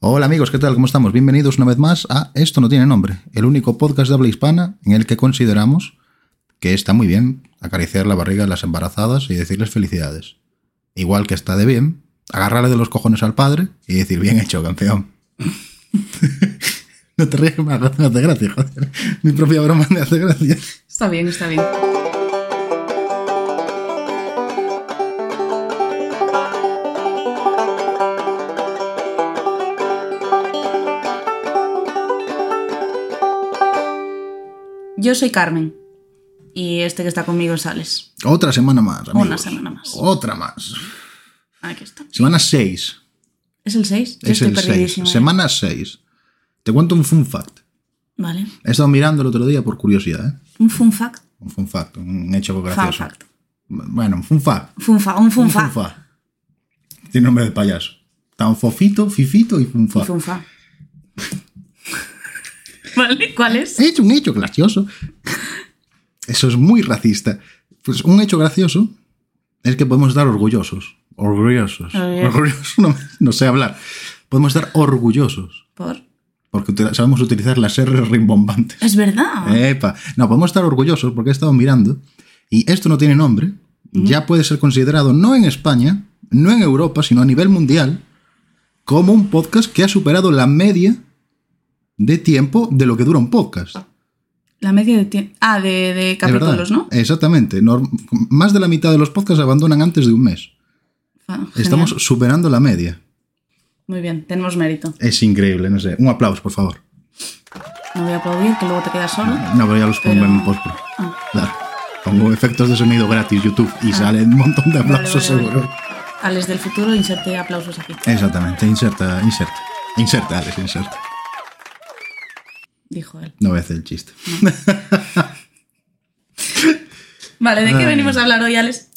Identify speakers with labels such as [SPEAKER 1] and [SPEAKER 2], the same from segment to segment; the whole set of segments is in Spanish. [SPEAKER 1] Hola amigos, ¿qué tal? ¿Cómo estamos? Bienvenidos una vez más a Esto no tiene nombre, el único podcast de habla hispana en el que consideramos que está muy bien acariciar la barriga de las embarazadas y decirles felicidades. Igual que está de bien agarrarle de los cojones al padre y decir bien hecho, campeón. no te ríes, me hace- me hace gracia, joder. Mi propia broma me hace gracia.
[SPEAKER 2] Está bien, está bien. Yo soy Carmen y este que está conmigo es Alex.
[SPEAKER 1] Otra semana más, amigos.
[SPEAKER 2] Una semana más.
[SPEAKER 1] Otra más.
[SPEAKER 2] Aquí está.
[SPEAKER 1] Semana 6.
[SPEAKER 2] ¿Es el 6?
[SPEAKER 1] Es el 6.
[SPEAKER 2] ¿eh?
[SPEAKER 1] Semana 6. Te cuento un fun fact.
[SPEAKER 2] Vale.
[SPEAKER 1] He estado mirando el otro día por curiosidad, ¿eh?
[SPEAKER 2] Un fun fact.
[SPEAKER 1] Un fun fact, un hecho
[SPEAKER 2] Fun
[SPEAKER 1] gracioso.
[SPEAKER 2] fact.
[SPEAKER 1] Bueno, un fun fact.
[SPEAKER 2] Fun fa- un fun
[SPEAKER 1] Un fun
[SPEAKER 2] fact.
[SPEAKER 1] fact. Tiene nombre de payaso. Tan fofito, fifito y fun
[SPEAKER 2] Y
[SPEAKER 1] fact.
[SPEAKER 2] fun fact. ¿Vale? ¿Cuál es?
[SPEAKER 1] He hecho un hecho gracioso. Eso es muy racista. Pues un hecho gracioso es que podemos estar orgullosos. Orgullosos.
[SPEAKER 2] Orgullosos.
[SPEAKER 1] Orgullosos, no, no sé hablar. Podemos estar orgullosos
[SPEAKER 2] Por.
[SPEAKER 1] porque util- sabemos utilizar las R rimbombantes.
[SPEAKER 2] Es verdad.
[SPEAKER 1] Epa. No, podemos estar orgullosos porque he estado mirando y esto no tiene nombre. Ya puede ser considerado no en España, no en Europa, sino a nivel mundial, como un podcast que ha superado la media de tiempo de lo que dura un podcast.
[SPEAKER 2] La media de tiempo. Ah, de, de
[SPEAKER 1] Es verdad. Eh,
[SPEAKER 2] capítulos, ¿no?
[SPEAKER 1] Exactamente. Norm- más de la mitad de los podcasts abandonan antes de un mes.
[SPEAKER 2] Ah, genial.
[SPEAKER 1] Estamos superando la media.
[SPEAKER 2] Muy bien, tenemos mérito.
[SPEAKER 1] Es increíble, no sé. Un aplauso, por favor.
[SPEAKER 2] No voy a aplaudir, que luego te quedas solo.
[SPEAKER 1] No, pero ya los pongo
[SPEAKER 2] Pero-
[SPEAKER 1] en postpro.
[SPEAKER 2] Ah,
[SPEAKER 1] Claro. Pongo efectos de sonido gratis YouTube y sale un montón de aplausos
[SPEAKER 2] vale, vale.
[SPEAKER 1] seguro.
[SPEAKER 2] Alex del futuro, inserte aplausos aquí.
[SPEAKER 1] Exactamente, inserta, inserta. Inserta, Alex, inserta.
[SPEAKER 2] Dijo él.
[SPEAKER 1] No voy a hacer el chiste.
[SPEAKER 2] Vale, ¿de qué
[SPEAKER 1] Ay.
[SPEAKER 2] venimos a hablar hoy, Alex?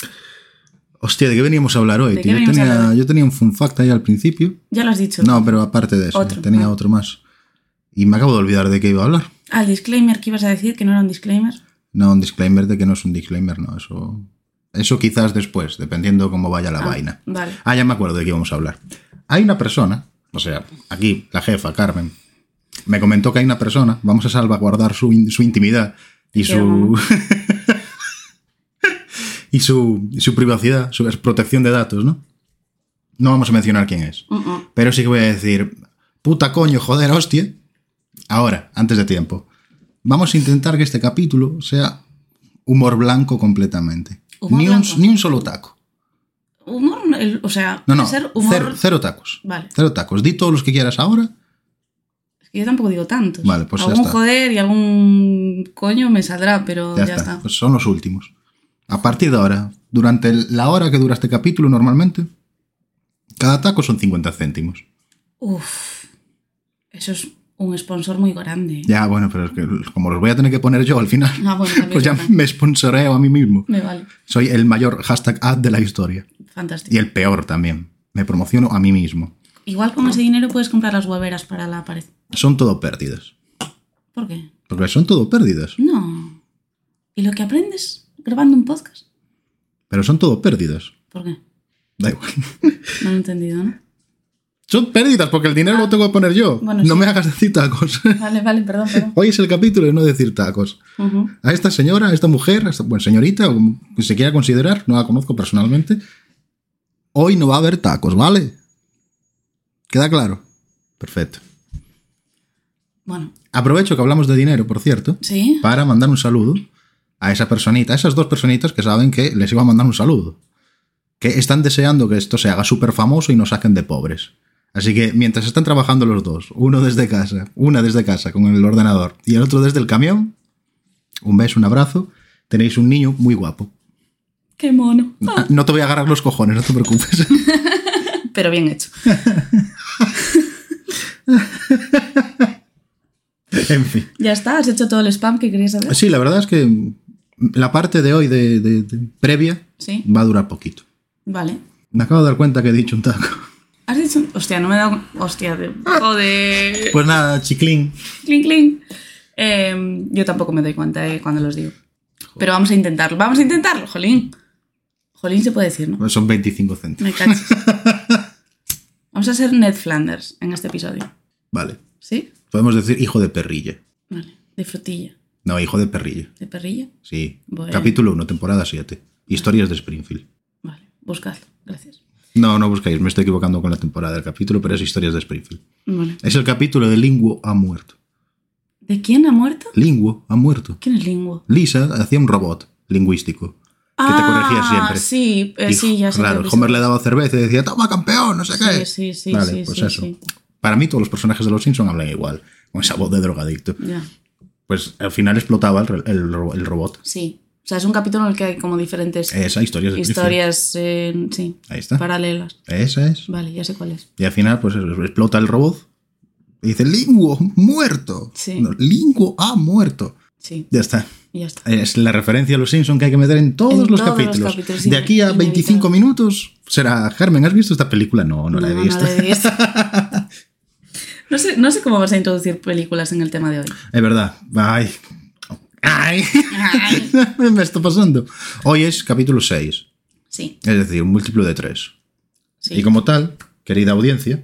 [SPEAKER 1] Hostia, ¿de qué veníamos a hablar hoy?
[SPEAKER 2] ¿De
[SPEAKER 1] tío?
[SPEAKER 2] qué
[SPEAKER 1] Yo
[SPEAKER 2] venimos a
[SPEAKER 1] tenía,
[SPEAKER 2] hablar?
[SPEAKER 1] yo tenía un fun fact ahí al principio.
[SPEAKER 2] Ya lo has dicho.
[SPEAKER 1] No, pero aparte de eso,
[SPEAKER 2] Otro,
[SPEAKER 1] tenía
[SPEAKER 2] ah.
[SPEAKER 1] otro más. Y me acabo de olvidar de qué iba a hablar.
[SPEAKER 2] Al Ah, disclaimer que ibas a decir, que no era un disclaimer.
[SPEAKER 1] No, un disclaimer de que no es un disclaimer, no, eso. Eso quizás después, dependiendo cómo vaya la
[SPEAKER 2] Ah,
[SPEAKER 1] vaina.
[SPEAKER 2] Vale.
[SPEAKER 1] Ah, ya me acuerdo de qué íbamos a hablar. Hay una persona, o sea, aquí, la jefa, Carmen, me comentó que hay una persona, vamos a salvaguardar su, in- su intimidad y
[SPEAKER 2] quiero,
[SPEAKER 1] su. y su, su privacidad, su protección de datos, ¿no? No vamos a mencionar quién es.
[SPEAKER 2] Mm, mm.
[SPEAKER 1] Pero sí que voy a decir, puta coño, joder, hostia. Ahora, antes de tiempo. Vamos a intentar que este capítulo sea humor blanco completamente.
[SPEAKER 2] Humor
[SPEAKER 1] ni, un,
[SPEAKER 2] blanco.
[SPEAKER 1] ni un solo taco.
[SPEAKER 2] Humor, no, el- o sea,
[SPEAKER 1] No, no.
[SPEAKER 2] ser humor.
[SPEAKER 1] Cero, cero tacos.
[SPEAKER 2] Vale.
[SPEAKER 1] Cero tacos. Di todos los que quieras ahora.
[SPEAKER 2] Mm, Es que Yo tampoco digo tantos.
[SPEAKER 1] Vale, pues ya
[SPEAKER 2] Algún
[SPEAKER 1] está.
[SPEAKER 2] joder y algún coño me saldrá, pero
[SPEAKER 1] Ya,
[SPEAKER 2] ya,
[SPEAKER 1] está. Pues son los últimos. A partir de ahora, durante el- la hora que dura este capítulo normalmente, cada taco son 50 céntimos.
[SPEAKER 2] Uf. Eso es un sponsor muy grande.
[SPEAKER 1] Ya, bueno, pero es que como los voy a tener que poner yo al final,
[SPEAKER 2] Ah, bueno, también
[SPEAKER 1] pues ya
[SPEAKER 2] es verdad.
[SPEAKER 1] me sponsoreo a mí mismo.
[SPEAKER 2] Me vale.
[SPEAKER 1] Soy el mayor hashtag ad de la historia.
[SPEAKER 2] Fantástico.
[SPEAKER 1] Y el peor también. Me promociono a mí mismo.
[SPEAKER 2] Igual con ese dinero puedes comprar las hueveras para la pared.
[SPEAKER 1] Son todo pérdidas.
[SPEAKER 2] ¿Por qué?
[SPEAKER 1] Porque son todo pérdidas.
[SPEAKER 2] No. ¿Y lo que aprendes grabando un podcast?
[SPEAKER 1] Pero son todo pérdidas.
[SPEAKER 2] ¿Por qué?
[SPEAKER 1] Da igual.
[SPEAKER 2] No lo he entendido, ¿no?
[SPEAKER 1] Son pérdidas porque el dinero lo tengo que poner yo.
[SPEAKER 2] Ah. Bueno,
[SPEAKER 1] no
[SPEAKER 2] sí.
[SPEAKER 1] me hagas decir tacos.
[SPEAKER 2] Vale, vale, perdón, perdón.
[SPEAKER 1] Hoy es el capítulo de no decir tacos.
[SPEAKER 2] Ujú.
[SPEAKER 1] A esta señora, a esta mujer, a esta bueno, señorita, o como se quiera considerar, no la conozco personalmente. Hoy no va a haber tacos, ¿vale? ¿Queda claro? Perfecto.
[SPEAKER 2] Bueno,
[SPEAKER 1] Aprovecho que hablamos de dinero, por cierto.
[SPEAKER 2] sí.
[SPEAKER 1] para mandar un saludo a esa personita, a esas dos personitas que saben que les iba a mandar un saludo. Que están deseando que esto se haga súper famoso y nos saquen de pobres. Así que mientras están trabajando los dos, uno desde casa, una desde casa con el ordenador y el otro desde el camión, un beso, un abrazo, tenéis un niño muy guapo.
[SPEAKER 2] Qué mono.
[SPEAKER 1] Ah, No te voy a agarrar los cojones, no te preocupes.
[SPEAKER 2] Pero bien hecho.
[SPEAKER 1] en fin.
[SPEAKER 2] Ya está, has hecho todo el spam que querías hacer.
[SPEAKER 1] Sí, la verdad es que la parte de hoy de, de- de previa
[SPEAKER 2] Sí.
[SPEAKER 1] va a durar poquito.
[SPEAKER 2] Vale.
[SPEAKER 1] Me acabo de dar cuenta que he dicho un taco.
[SPEAKER 2] Has dicho. Hostia, no me he dado. Hostia, de...
[SPEAKER 1] Ah.
[SPEAKER 2] joder.
[SPEAKER 1] Pues nada, chiclín.
[SPEAKER 2] Cling, cling. Eh, yo tampoco me doy cuenta eh, cuando los digo. Pero vamos a intentarlo. Vamos a intentarlo, Jolín. Jolín se puede decir, ¿no?
[SPEAKER 1] Son 25 céntimos.
[SPEAKER 2] Me cachis. Vamos a ser Ned Flanders en este episodio.
[SPEAKER 1] Vale.
[SPEAKER 2] ¿Sí?
[SPEAKER 1] Podemos decir hijo de perrilla.
[SPEAKER 2] Vale. De frutilla.
[SPEAKER 1] No, hijo de perrilla.
[SPEAKER 2] ¿De perrilla?
[SPEAKER 1] Sí.
[SPEAKER 2] Bueno.
[SPEAKER 1] Capítulo 1, temporada 7. Historias de Springfield.
[SPEAKER 2] Vale. Buscadlo. Gracias.
[SPEAKER 1] No, no buscáis, me estoy equivocando con la temporada del capítulo, pero es Historias de Springfield.
[SPEAKER 2] Vale.
[SPEAKER 1] Es el capítulo de Linguo ha muerto.
[SPEAKER 2] ¿De quién ha muerto?
[SPEAKER 1] Linguo ha muerto.
[SPEAKER 2] ¿Quién es Linguo?
[SPEAKER 1] Lisa hacía un robot lingüístico que te corregía siempre.
[SPEAKER 2] Ah, Sí, eh,
[SPEAKER 1] Y,
[SPEAKER 2] sí, ya sé.
[SPEAKER 1] Claro,
[SPEAKER 2] que-
[SPEAKER 1] Homer le daba cerveza y decía, toma campeón, no sé qué.
[SPEAKER 2] Sí, sí, sí.
[SPEAKER 1] Vale,
[SPEAKER 2] sí,
[SPEAKER 1] pues
[SPEAKER 2] sí,
[SPEAKER 1] eso.
[SPEAKER 2] sí.
[SPEAKER 1] Para mí todos los personajes de Los Simpsons hablan igual, con esa voz de drogadicto.
[SPEAKER 2] Ya.
[SPEAKER 1] Pues al final explotaba el, re- el ro- el robot.
[SPEAKER 2] Sí. O sea, es un capítulo en el que hay como diferentes
[SPEAKER 1] Esa historia es de
[SPEAKER 2] historias eh, sí,
[SPEAKER 1] Springfield. Ahí está.
[SPEAKER 2] paralelas.
[SPEAKER 1] Esa es.
[SPEAKER 2] Vale, ya sé cuál es.
[SPEAKER 1] Y al final, pues eso, explota el robot. Y dice, Linguo, muerto.
[SPEAKER 2] Sí.
[SPEAKER 1] No, Linguo ha muerto.
[SPEAKER 2] Sí,
[SPEAKER 1] Ya está.
[SPEAKER 2] y ya está.
[SPEAKER 1] Es la referencia a los Simpsons que hay que meter en todos,
[SPEAKER 2] En
[SPEAKER 1] los,
[SPEAKER 2] todos los
[SPEAKER 1] capítulos.
[SPEAKER 2] capítulos,
[SPEAKER 1] De
[SPEAKER 2] sí,
[SPEAKER 1] aquí a
[SPEAKER 2] inevitable.
[SPEAKER 1] 25 minutos será, Carmen, ¿has visto esta película? No, no, la he visto.
[SPEAKER 2] No, la he visto. No sé, no sé cómo vas a introducir películas en el tema de hoy.
[SPEAKER 1] Es verdad. Ay. Ay. Me está pasando. Hoy es capítulo 6,
[SPEAKER 2] Sí,
[SPEAKER 1] es decir, un múltiplo de 3.
[SPEAKER 2] sí.
[SPEAKER 1] Y como tal, querida audiencia,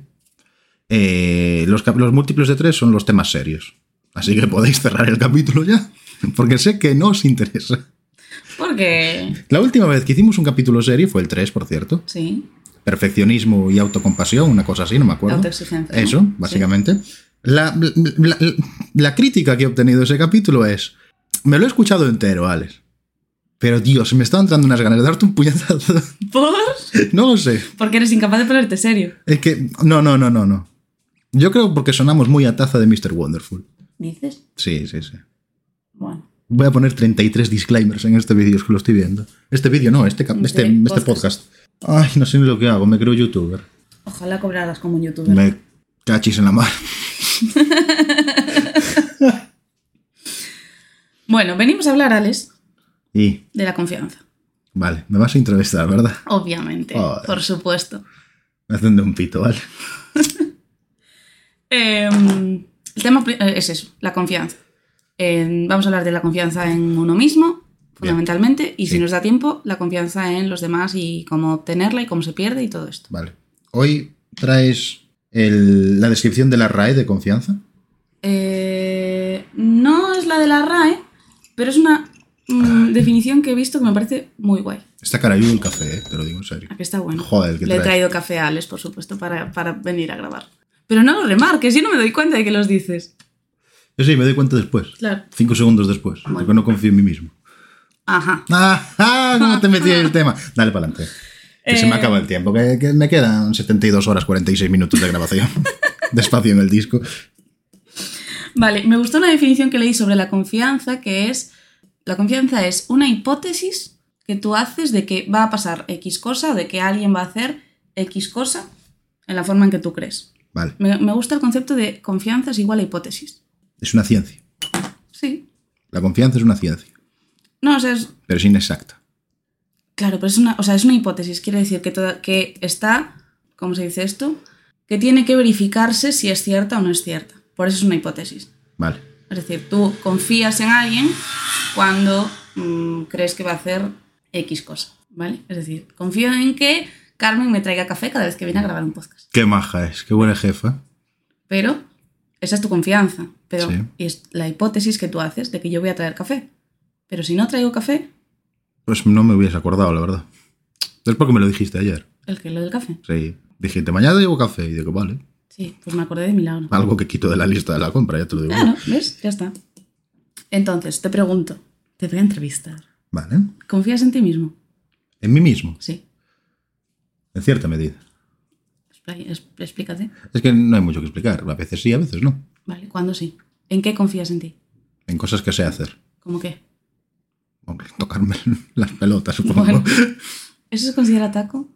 [SPEAKER 1] eh, los, cap- los múltiplos de 3 son los temas serios. Así que podéis cerrar el capítulo ya, porque sé que no os interesa.
[SPEAKER 2] Porque.
[SPEAKER 1] La última vez que hicimos un capítulo serio fue el 3, por cierto.
[SPEAKER 2] Sí.
[SPEAKER 1] Perfeccionismo y autocompasión, una cosa así, no me acuerdo.
[SPEAKER 2] Autoexigencia, ¿no?
[SPEAKER 1] Eso, básicamente. La, la- la- la crítica que he obtenido de ese capítulo es. Me lo he escuchado entero, Alex. Pero Dios, me está entrando unas ganas de darte un puñetazo.
[SPEAKER 2] ¿Por?
[SPEAKER 1] No lo sé.
[SPEAKER 2] Porque eres incapaz de ponerte serio.
[SPEAKER 1] Es que. No, no, no, no, no. Yo creo porque sonamos muy a taza de Mr. Wonderful.
[SPEAKER 2] ¿Dices?
[SPEAKER 1] Sí, sí, sí.
[SPEAKER 2] Bueno.
[SPEAKER 1] Voy a poner 33 disclaimers en este vídeo, es que lo estoy viendo. Este vídeo no, este, cap- este,
[SPEAKER 2] Este
[SPEAKER 1] este podcast. Ay, no sé ni lo que hago, me creo youtuber.
[SPEAKER 2] Ojalá cobraras como un youtuber.
[SPEAKER 1] Me cachis en la mar.
[SPEAKER 2] Bueno, venimos a hablar, Alex,
[SPEAKER 1] Y,
[SPEAKER 2] de la confianza.
[SPEAKER 1] vale, me vas a entrevistar, ¿verdad?
[SPEAKER 2] Obviamente,
[SPEAKER 1] Joder.
[SPEAKER 2] por supuesto.
[SPEAKER 1] Me hacen de un pito, ¿vale?
[SPEAKER 2] Eh, el tema pri- eh, es eso, la confianza. Eh, vamos a hablar de la confianza en uno mismo, fundamentalmente, y
[SPEAKER 1] Sí.
[SPEAKER 2] si nos da tiempo, la confianza en los demás y cómo obtenerla y cómo se pierde y todo esto.
[SPEAKER 1] Vale. Hoy traes el- la descripción de la RAE de confianza.
[SPEAKER 2] Eh, no es la de la RAE, pero es una mm, definición que he visto que me parece muy guay.
[SPEAKER 1] Está carayudo el café, eh, te lo digo en serio.
[SPEAKER 2] Aquí está bueno.
[SPEAKER 1] Joder, que
[SPEAKER 2] Le he
[SPEAKER 1] traes.
[SPEAKER 2] traído café a Alex, por supuesto, para, para venir a grabar. Pero no los remarques, yo no me doy cuenta de que los dices.
[SPEAKER 1] Yo sí, me doy cuenta después.
[SPEAKER 2] Claro.
[SPEAKER 1] Cinco segundos después. Porque no confío en mí mismo.
[SPEAKER 2] Ajá.
[SPEAKER 1] ¡Ah! ¿Cómo te metí en el tema? Dale para adelante. Que se me
[SPEAKER 2] Eh,
[SPEAKER 1] acaba el tiempo. Que, que me quedan 72 horas 46 minutos de grabación. Despacio en el disco.
[SPEAKER 2] Vale, me gustó una definición que leí sobre la confianza, que es, la confianza es una hipótesis que tú haces de que va a pasar X cosa, de que alguien va a hacer X cosa en la forma en que tú crees.
[SPEAKER 1] Vale.
[SPEAKER 2] Me, me gusta el concepto de confianza es igual a hipótesis.
[SPEAKER 1] Es una ciencia.
[SPEAKER 2] Sí.
[SPEAKER 1] La confianza es una ciencia.
[SPEAKER 2] No, o sea, es,
[SPEAKER 1] Pero es inexacta.
[SPEAKER 2] claro, pero es una, o sea, es una hipótesis. Quiere decir que, toda- que está, ¿cómo se dice esto? Que tiene que verificarse si es cierta o no es cierta. Por eso es una hipótesis.
[SPEAKER 1] Vale.
[SPEAKER 2] Es decir, tú confías en alguien cuando mm, crees que va a hacer X cosa, ¿vale? Es decir, confío en que Carmen me traiga café cada vez que viene a grabar un podcast.
[SPEAKER 1] Qué maja es. Qué buena jefa.
[SPEAKER 2] Pero esa es tu confianza. Pero
[SPEAKER 1] Sí.
[SPEAKER 2] es la hipótesis que tú haces de que yo voy a traer café. Pero si no traigo café,
[SPEAKER 1] Pues no me hubiese acordado, la verdad. Es porque me lo dijiste ayer.
[SPEAKER 2] el que lo del café.
[SPEAKER 1] Sí. Dijiste, mañana llevo café. Y digo, vale.
[SPEAKER 2] Sí, pues me acordé de milagro.
[SPEAKER 1] Algo que quito de la lista de la compra, ya te lo digo.
[SPEAKER 2] Claro, ¿ves? Ya está. Entonces, te pregunto, te voy a entrevistar.
[SPEAKER 1] Vale.
[SPEAKER 2] ¿Confías en ti mismo?
[SPEAKER 1] En mí mismo,
[SPEAKER 2] Sí.
[SPEAKER 1] en cierta medida.
[SPEAKER 2] Expl- expl- Explícate.
[SPEAKER 1] Es que no hay mucho que explicar. A veces sí, a veces no.
[SPEAKER 2] Vale, ¿cuándo sí? ¿En qué confías en ti?
[SPEAKER 1] En cosas que sé hacer.
[SPEAKER 2] ¿Cómo qué?
[SPEAKER 1] Hombre, Tocarme las pelotas, supongo.
[SPEAKER 2] Bueno. ¿Eso se considera taco?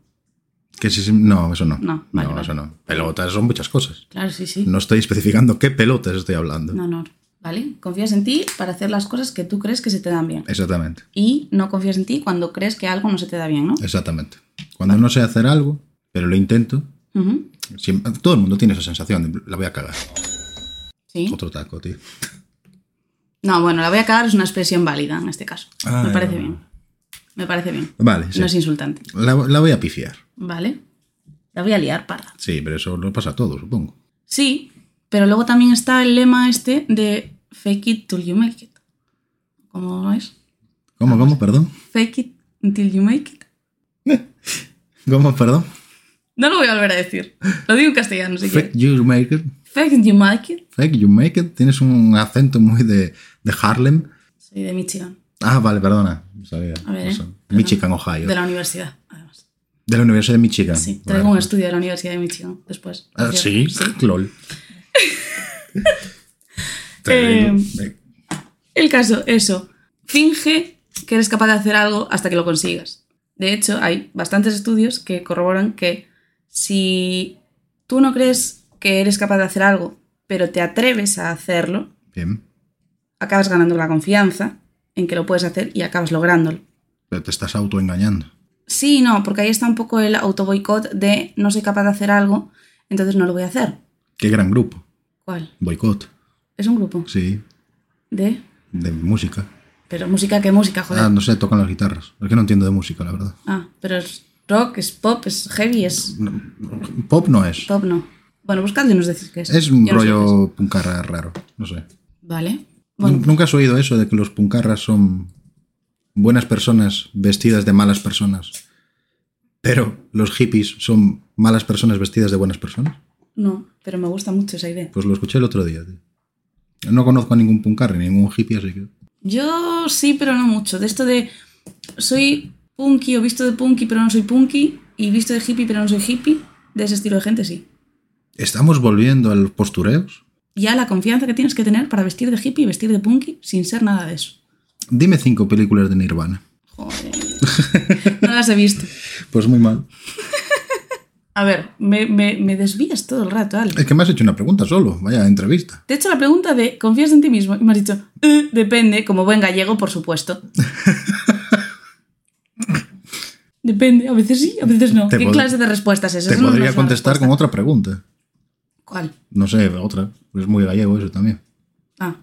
[SPEAKER 1] Que sí, sí- no, eso no.
[SPEAKER 2] No, vale, vale.
[SPEAKER 1] eso no. Pelotas son muchas cosas.
[SPEAKER 2] Claro, sí, sí.
[SPEAKER 1] No estoy especificando qué pelotas estoy hablando.
[SPEAKER 2] No, no. ¿Vale? Confías en ti para hacer las cosas que tú crees que se te dan bien.
[SPEAKER 1] Exactamente,
[SPEAKER 2] Y no confías en ti cuando crees que algo no se te da bien, ¿no?
[SPEAKER 1] exactamente. Cuando no sé hacer algo, pero lo intento,
[SPEAKER 2] Ujú.
[SPEAKER 1] siempre- todo el mundo tiene esa sensación de la voy a cagar.
[SPEAKER 2] Sí.
[SPEAKER 1] Otro taco, tío.
[SPEAKER 2] No, bueno, la voy a cagar es una expresión válida en este caso.
[SPEAKER 1] Ah,
[SPEAKER 2] Me parece
[SPEAKER 1] ya.
[SPEAKER 2] bien. Me parece bien.
[SPEAKER 1] Vale, sí.
[SPEAKER 2] No es insultante.
[SPEAKER 1] la, la voy a pifiar.
[SPEAKER 2] ¿Vale? La voy a liar parda.
[SPEAKER 1] Sí, pero eso lo pasa a todos, supongo.
[SPEAKER 2] Sí, pero luego también está el lema este de fake it till you make it. ¿Cómo es?
[SPEAKER 1] ¿Cómo, cómo, perdón?
[SPEAKER 2] Fake it until you make it.
[SPEAKER 1] ¿Cómo, perdón?
[SPEAKER 2] No lo voy a volver a decir. Lo digo en castellano, si
[SPEAKER 1] Fake
[SPEAKER 2] quieres.
[SPEAKER 1] you make it.
[SPEAKER 2] Fake it, you make it.
[SPEAKER 1] Fake you make it. Tienes un acento muy de, de Harlem.
[SPEAKER 2] Soy de Michigan,
[SPEAKER 1] Ah, vale, perdona. no sabía.
[SPEAKER 2] A ver,
[SPEAKER 1] No sé.
[SPEAKER 2] eh, perdón.
[SPEAKER 1] Michigan, Ohio.
[SPEAKER 2] de la universidad, además.
[SPEAKER 1] De la Universidad de Michigan.
[SPEAKER 2] Sí,
[SPEAKER 1] Vale.
[SPEAKER 2] traigo un estudio de la Universidad de Michigan después.
[SPEAKER 1] Ah,
[SPEAKER 2] Por
[SPEAKER 1] sí,
[SPEAKER 2] cierto.
[SPEAKER 1] lol.
[SPEAKER 2] Eh,
[SPEAKER 1] Te digo, eh,
[SPEAKER 2] El caso, eso. Finge que eres capaz de hacer algo hasta que lo consigas. De hecho, hay bastantes estudios que corroboran que si tú no crees que eres capaz de hacer algo, pero te atreves a hacerlo,
[SPEAKER 1] Bien.
[SPEAKER 2] acabas ganando la confianza en que lo puedes hacer y acabas lográndolo.
[SPEAKER 1] Pero te estás autoengañando.
[SPEAKER 2] Sí y no, porque ahí está un poco el autoboicot de no soy capaz de hacer algo, entonces no lo voy a hacer.
[SPEAKER 1] Qué gran grupo.
[SPEAKER 2] ¿Cuál?
[SPEAKER 1] Boicot.
[SPEAKER 2] Es un grupo
[SPEAKER 1] Sí.
[SPEAKER 2] de...
[SPEAKER 1] De música.
[SPEAKER 2] Pero música, ¿qué música, joder?
[SPEAKER 1] Ah, no sé, tocan las guitarras. Es que no entiendo de música, la verdad.
[SPEAKER 2] Ah, pero es rock, es pop, es heavy, es
[SPEAKER 1] No, Pop no es.
[SPEAKER 2] pop, no. Bueno, buscadlo y nos decís qué es.
[SPEAKER 1] Es un
[SPEAKER 2] Yo no sé qué es.
[SPEAKER 1] rollo puncarra raro. No sé.
[SPEAKER 2] Vale. Bueno,
[SPEAKER 1] Nun- ¿Nunca has oído eso de que los puncarras son buenas personas vestidas de malas personas? Pero los hippies son malas personas vestidas de buenas personas.
[SPEAKER 2] no, pero me gusta mucho esa idea.
[SPEAKER 1] Pues lo escuché el otro día, tío. No conozco a ningún puncarra, ni ningún hippie, así que.
[SPEAKER 2] Yo sí, pero no mucho. De esto de soy punky o visto de punky, pero no soy punky, y visto de hippie, pero no soy hippie, de ese estilo de gente sí.
[SPEAKER 1] ¿Estamos volviendo a los postureos?
[SPEAKER 2] Ya la confianza que tienes que tener para vestir de hippie y vestir de punky sin ser nada de eso.
[SPEAKER 1] Dime cinco películas de Nirvana.
[SPEAKER 2] Joder. No las he visto.
[SPEAKER 1] Pues muy mal.
[SPEAKER 2] A ver, me, me- me desvías todo el rato, Ale.
[SPEAKER 1] Es que me has hecho una pregunta solo, vaya entrevista.
[SPEAKER 2] Te he hecho la pregunta de ¿confías en ti mismo? Y me has dicho, "Eh, depende, como buen gallego, por supuesto. depende, a veces sí, a veces no.
[SPEAKER 1] Te
[SPEAKER 2] ¿Qué
[SPEAKER 1] pod-
[SPEAKER 2] clase de respuestas es esa?
[SPEAKER 1] Te
[SPEAKER 2] Eso no
[SPEAKER 1] podría
[SPEAKER 2] es una
[SPEAKER 1] contestar
[SPEAKER 2] respuesta.
[SPEAKER 1] con otra pregunta.
[SPEAKER 2] ¿Cuál?
[SPEAKER 1] No sé, otra. Es muy gallego eso también.
[SPEAKER 2] Ah.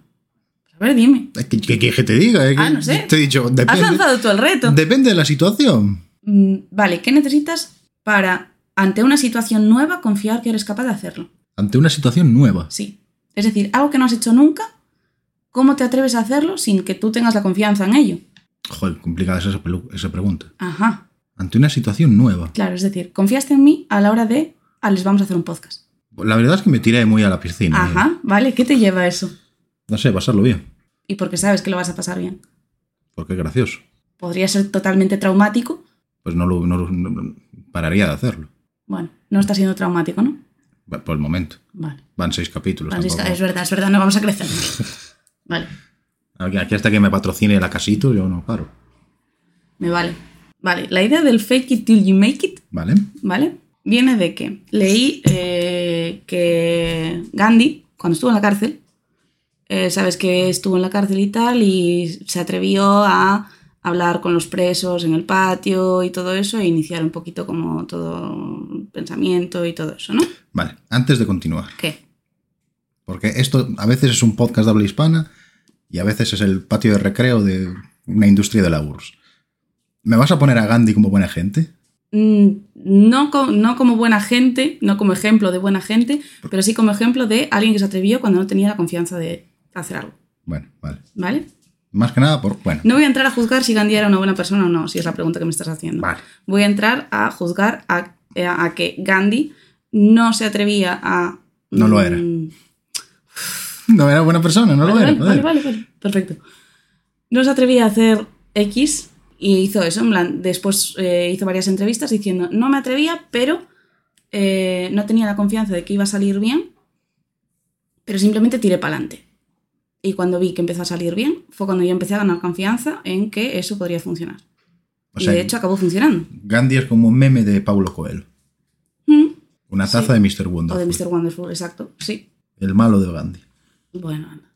[SPEAKER 2] A ver, dime.
[SPEAKER 1] Es que- ¿Qué quieres que te diga? Es que
[SPEAKER 2] Ah, no sé.
[SPEAKER 1] Te he dicho,
[SPEAKER 2] Has
[SPEAKER 1] depende,
[SPEAKER 2] lanzado tú el reto.
[SPEAKER 1] depende de la situación.
[SPEAKER 2] Mm, Vale, ¿qué necesitas para, ante una situación nueva, confiar que eres capaz de hacerlo?
[SPEAKER 1] Ante una situación nueva.
[SPEAKER 2] Sí. Es decir, algo que no has hecho nunca, ¿cómo te atreves a hacerlo sin que tú tengas la confianza en ello?
[SPEAKER 1] Joder, complicada es esa, pelu- esa pregunta.
[SPEAKER 2] Ajá.
[SPEAKER 1] Ante una situación nueva.
[SPEAKER 2] Claro, es decir, confiaste en mí a la hora de, ah, les vamos a hacer un podcast.
[SPEAKER 1] La verdad es que me tiré muy a la piscina. ¿eh?
[SPEAKER 2] Ajá, vale, ¿qué te lleva a eso?
[SPEAKER 1] No sé, pasarlo bien.
[SPEAKER 2] Y porque sabes que lo vas a pasar bien.
[SPEAKER 1] Porque es gracioso.
[SPEAKER 2] Podría ser totalmente traumático.
[SPEAKER 1] Pues no lo no lo- no- no- pararía de hacerlo.
[SPEAKER 2] Bueno, no está siendo traumático, ¿no?
[SPEAKER 1] Va- Por el momento.
[SPEAKER 2] Vale.
[SPEAKER 1] Van seis capítulos.
[SPEAKER 2] Francisca,
[SPEAKER 1] Pues tampoco.
[SPEAKER 2] es verdad, es verdad, no vamos a crecer. Vale,
[SPEAKER 1] Aquí, aquí hasta que me patrocine la casito, yo no paro.
[SPEAKER 2] me vale. Vale, la idea del fake it till you make it,
[SPEAKER 1] ¿Vale?
[SPEAKER 2] ¿vale? Viene de que leí eh, que Gandhi, cuando estuvo en la cárcel, eh, sabes que estuvo en la cárcel y tal, y se atrevió a hablar con los presos en el patio y todo eso, e iniciar un poquito como todo el pensamiento y todo eso, ¿no?
[SPEAKER 1] Vale. Antes de continuar.
[SPEAKER 2] ¿Qué?
[SPEAKER 1] Porque esto a veces es un podcast de habla hispana y a veces es el patio de recreo de una industria de la URSS. ¿Me vas a poner a Gandhi como buena gente?
[SPEAKER 2] Mm, No, co- no como buena gente, no como ejemplo de buena gente, pero sí como ejemplo de alguien que se atrevió cuando no tenía la confianza de hacer algo,
[SPEAKER 1] Bueno, vale.
[SPEAKER 2] ¿vale?
[SPEAKER 1] Más que nada por... Bueno.
[SPEAKER 2] No voy a entrar a juzgar si Gandhi era una buena persona o no, si es la pregunta que me estás haciendo.
[SPEAKER 1] Vale.
[SPEAKER 2] Voy a entrar a juzgar a, eh, a que Gandhi no se atrevía a...
[SPEAKER 1] No lo era.
[SPEAKER 2] Mm,
[SPEAKER 1] No era buena persona, no lo
[SPEAKER 2] vale,
[SPEAKER 1] era.
[SPEAKER 2] vale,
[SPEAKER 1] joder.
[SPEAKER 2] vale, vale, perfecto. No se atrevía a hacer X y hizo eso, en plan, después eh, hizo varias entrevistas diciendo, no me atrevía, pero eh, no tenía la confianza de que iba a salir bien, pero simplemente tiré para adelante. Y cuando vi que empezó a salir bien, fue cuando yo empecé a ganar confianza en que eso podría funcionar.
[SPEAKER 1] O sea,
[SPEAKER 2] y de hecho acabó funcionando.
[SPEAKER 1] Gandhi es como un meme de Paulo Coelho.
[SPEAKER 2] Mm.
[SPEAKER 1] Una taza de Mr. Wonderful.
[SPEAKER 2] O de Mr. Wonderful, exacto. Sí.
[SPEAKER 1] El malo de Gandhi.
[SPEAKER 2] Bueno, anda.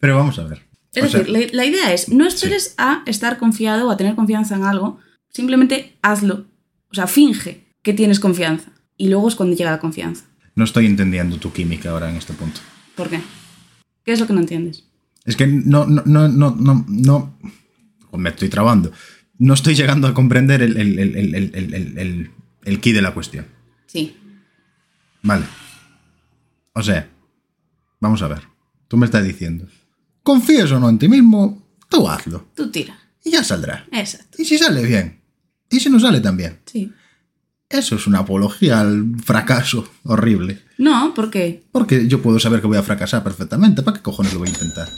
[SPEAKER 1] Pero vamos a ver.
[SPEAKER 2] Es
[SPEAKER 1] O sea,
[SPEAKER 2] decir, la, la idea es, no esperes a estar confiado o a tener confianza en algo, simplemente hazlo. O sea, finge que tienes confianza. Y luego es cuando llega la confianza.
[SPEAKER 1] no estoy entendiendo tu química ahora en este punto.
[SPEAKER 2] ¿Por qué? ¿Qué es lo que no entiendes?
[SPEAKER 1] Es que no, no, no, no, no, no. Me estoy trabando. No estoy llegando a comprender el, el- el- el- el- el- el- el el key de la cuestión.
[SPEAKER 2] Sí.
[SPEAKER 1] Vale. O sea, vamos a ver. Tú me estás diciendo, confíes o no en ti mismo, tú hazlo.
[SPEAKER 2] Tú tira.
[SPEAKER 1] Y ya saldrá.
[SPEAKER 2] Exacto.
[SPEAKER 1] Y si sale bien. Y si no sale también.
[SPEAKER 2] Sí.
[SPEAKER 1] Eso es una apología al fracaso horrible.
[SPEAKER 2] No, ¿por qué?
[SPEAKER 1] Porque yo puedo saber que voy a fracasar perfectamente. ¿Para qué cojones lo voy a intentar?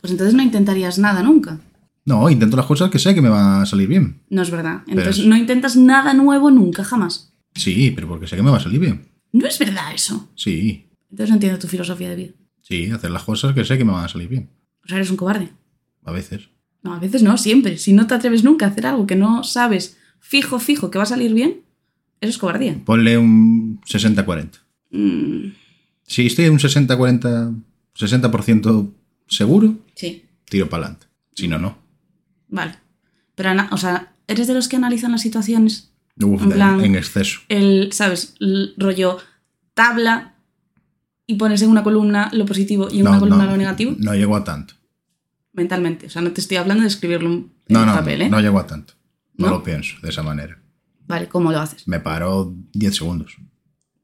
[SPEAKER 2] Pues entonces no intentarías nada nunca.
[SPEAKER 1] No, intento las cosas que sé que me van a salir bien.
[SPEAKER 2] No es verdad. Entonces
[SPEAKER 1] es-
[SPEAKER 2] no intentas nada nuevo nunca, jamás.
[SPEAKER 1] Sí, pero porque sé que me va a salir bien.
[SPEAKER 2] No es verdad eso.
[SPEAKER 1] Sí,
[SPEAKER 2] Entonces no entiendo tu filosofía de vida.
[SPEAKER 1] sí, hacer las cosas que sé que me van a salir bien.
[SPEAKER 2] O sea, eres un cobarde.
[SPEAKER 1] A veces.
[SPEAKER 2] No, a veces no, siempre. Si no te atreves nunca a hacer algo que no sabes fijo, fijo, que va a salir bien, eso es cobardía.
[SPEAKER 1] Ponle un 60-40.
[SPEAKER 2] Mm,
[SPEAKER 1] Si estoy en un 60-40, 60% seguro,
[SPEAKER 2] sí,
[SPEAKER 1] tiro para adelante. Si no, no.
[SPEAKER 2] vale. Pero, ana- o sea, eres de los que analizan las situaciones.
[SPEAKER 1] Uf,
[SPEAKER 2] En
[SPEAKER 1] de-
[SPEAKER 2] plan-
[SPEAKER 1] en exceso.
[SPEAKER 2] El, ¿sabes? El rollo tabla y pones en una columna lo positivo y en una columna lo negativo.
[SPEAKER 1] No llego a tanto.
[SPEAKER 2] Mentalmente. O sea, no te estoy hablando de escribirlo en en
[SPEAKER 1] No,
[SPEAKER 2] un
[SPEAKER 1] no,
[SPEAKER 2] papel, ¿eh?
[SPEAKER 1] no llego a tanto. No,
[SPEAKER 2] ¿No?
[SPEAKER 1] lo pienso de esa manera.
[SPEAKER 2] Vale, ¿cómo lo haces?
[SPEAKER 1] Me paro 10 segundos.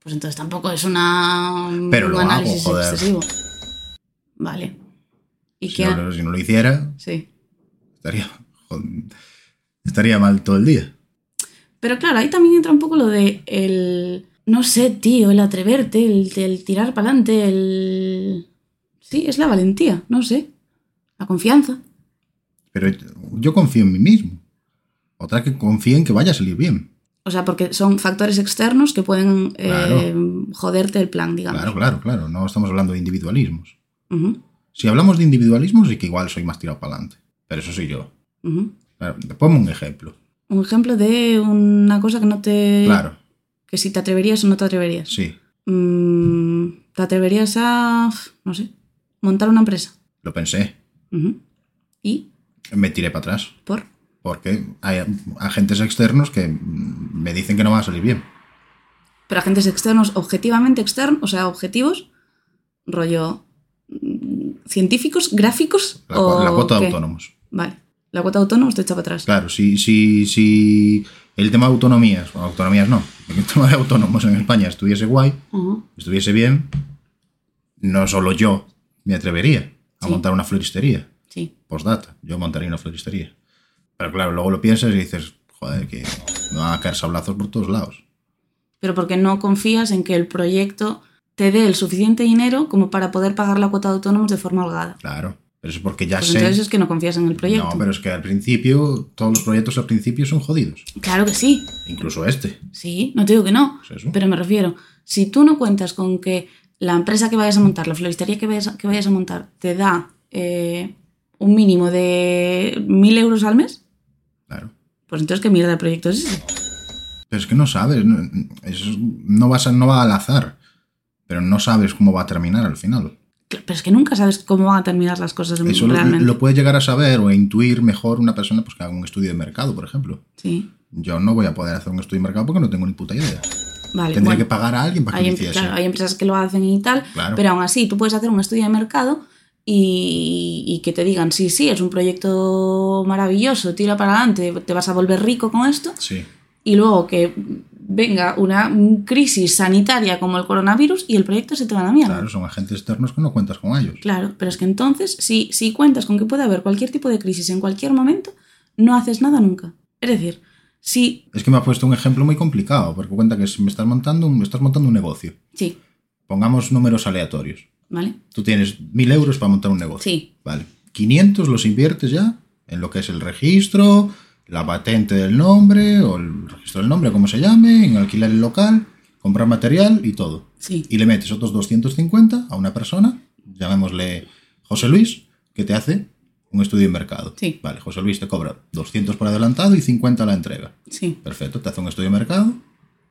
[SPEAKER 2] Pues entonces tampoco es una.
[SPEAKER 1] Pero
[SPEAKER 2] un
[SPEAKER 1] lo hago,
[SPEAKER 2] análisis
[SPEAKER 1] joder.
[SPEAKER 2] excesivo. Vale. ¿Y
[SPEAKER 1] Si
[SPEAKER 2] qué?
[SPEAKER 1] no, lo- si no lo hiciera,
[SPEAKER 2] Sí.
[SPEAKER 1] estaría, jod- estaría mal todo el día.
[SPEAKER 2] Pero claro, ahí también entra un poco lo de el. No sé, tío, el atreverte, el, el tirar para adelante, el. Sí, es la valentía, no sé. La confianza.
[SPEAKER 1] Pero yo confío en mí mismo. Otra que confíe en que vaya a salir bien.
[SPEAKER 2] O sea, porque son factores externos que pueden eh,
[SPEAKER 1] Claro.
[SPEAKER 2] joderte el plan, digamos.
[SPEAKER 1] Claro, claro, claro. No estamos hablando de individualismos.
[SPEAKER 2] Ujú,
[SPEAKER 1] Si hablamos de individualismos, sí que igual soy más tirado para adelante. Pero eso soy yo.
[SPEAKER 2] ujú.
[SPEAKER 1] Claro, te pongo un ejemplo.
[SPEAKER 2] Un ejemplo de una cosa que no te.
[SPEAKER 1] Claro,
[SPEAKER 2] Que si te atreverías o no te atreverías.
[SPEAKER 1] sí.
[SPEAKER 2] Mm, ¿Te atreverías a. No sé. Montar una empresa?
[SPEAKER 1] Lo pensé.
[SPEAKER 2] Ujú. ¿Y?
[SPEAKER 1] Me tiré para atrás.
[SPEAKER 2] ¿Por?
[SPEAKER 1] Porque hay agentes externos que mm, me dicen que no va a salir bien.
[SPEAKER 2] Pero agentes externos, objetivamente externos, o sea, objetivos, rollo mm, científicos, gráficos
[SPEAKER 1] La,
[SPEAKER 2] o
[SPEAKER 1] cu- la cuota de
[SPEAKER 2] qué?
[SPEAKER 1] autónomos.
[SPEAKER 2] Vale. La cuota de autónomos te echa para atrás.
[SPEAKER 1] Claro, si, si, si el tema de autonomías, bueno, autonomías no, el tema de autónomos en España estuviese guay,
[SPEAKER 2] Ajá.
[SPEAKER 1] estuviese bien, no solo yo me atrevería a
[SPEAKER 2] Sí.
[SPEAKER 1] montar una floristería.
[SPEAKER 2] Sí.
[SPEAKER 1] Postdata, yo montaría una floristería. Pero claro, luego lo piensas y dices, joder, que me van a caer sablazos por todos lados.
[SPEAKER 2] Pero porque no confías en que el proyecto te dé el suficiente dinero como para poder pagar la cuota de autónomos de forma holgada.
[SPEAKER 1] Claro, pero eso es porque ya
[SPEAKER 2] Pues
[SPEAKER 1] sé.
[SPEAKER 2] entonces es que no confías en el proyecto.
[SPEAKER 1] No, pero es que al principio, todos los proyectos al principio son jodidos.
[SPEAKER 2] Claro que sí.
[SPEAKER 1] Incluso este.
[SPEAKER 2] Sí, no te digo que no.
[SPEAKER 1] Pues eso.
[SPEAKER 2] Pero me refiero, si tú no cuentas con que la empresa que vayas a montar, la floristería que vayas a, que vayas a montar, te da eh, un mínimo de mil euros al mes,
[SPEAKER 1] Claro.
[SPEAKER 2] pues entonces qué mierda de proyecto es ese?
[SPEAKER 1] Pero es que no sabes, no, eso es- no vas a- no va al azar, pero no sabes cómo va a terminar al final.
[SPEAKER 2] Cla- Pero es que nunca sabes cómo van a terminar las cosas en-
[SPEAKER 1] Eso lo,
[SPEAKER 2] realmente.
[SPEAKER 1] lo puede llegar a saber o a intuir mejor una persona pues, que haga un estudio de mercado, por ejemplo.
[SPEAKER 2] Sí,
[SPEAKER 1] Yo no voy a poder hacer un estudio de mercado porque no tengo ni puta idea.
[SPEAKER 2] vale.
[SPEAKER 1] Tendría
[SPEAKER 2] bueno,
[SPEAKER 1] que pagar a alguien para que
[SPEAKER 2] hay,
[SPEAKER 1] lo
[SPEAKER 2] em-
[SPEAKER 1] hiciese.
[SPEAKER 2] claro, hay empresas que lo hacen y tal,
[SPEAKER 1] Claro.
[SPEAKER 2] pero aún así tú puedes hacer un estudio de mercado y, y que te digan, sí, sí, es un proyecto maravilloso, tira para adelante, te vas a volver rico con esto.
[SPEAKER 1] Sí,
[SPEAKER 2] y luego que venga una crisis sanitaria como el coronavirus y el proyecto se te va a la mierda.
[SPEAKER 1] claro,
[SPEAKER 2] Claro.
[SPEAKER 1] son agentes externos que no cuentas con ellos.
[SPEAKER 2] pero es que entonces, si, si cuentas con que puede haber cualquier tipo de crisis en cualquier momento, no haces nada nunca. Es decir, si...
[SPEAKER 1] Es que me ha puesto un ejemplo muy complicado, porque cuenta que si me estás montando, un- estás montando un negocio.
[SPEAKER 2] Sí,
[SPEAKER 1] Pongamos números aleatorios.
[SPEAKER 2] ¿vale?
[SPEAKER 1] Tú tienes mil euros para montar un negocio.
[SPEAKER 2] Sí,
[SPEAKER 1] Vale. 500 los inviertes ya en lo que es el registro, la patente del nombre o el registro del nombre, como se llame, en alquilar el local, comprar material y todo.
[SPEAKER 2] sí,
[SPEAKER 1] Y le metes otros 250 a una persona, llamémosle José Luis, que te hace un estudio de mercado.
[SPEAKER 2] Sí.
[SPEAKER 1] Vale, José Luis te cobra 200 por adelantado y 50 a la entrega.
[SPEAKER 2] sí,
[SPEAKER 1] Perfecto, te hace un estudio de mercado,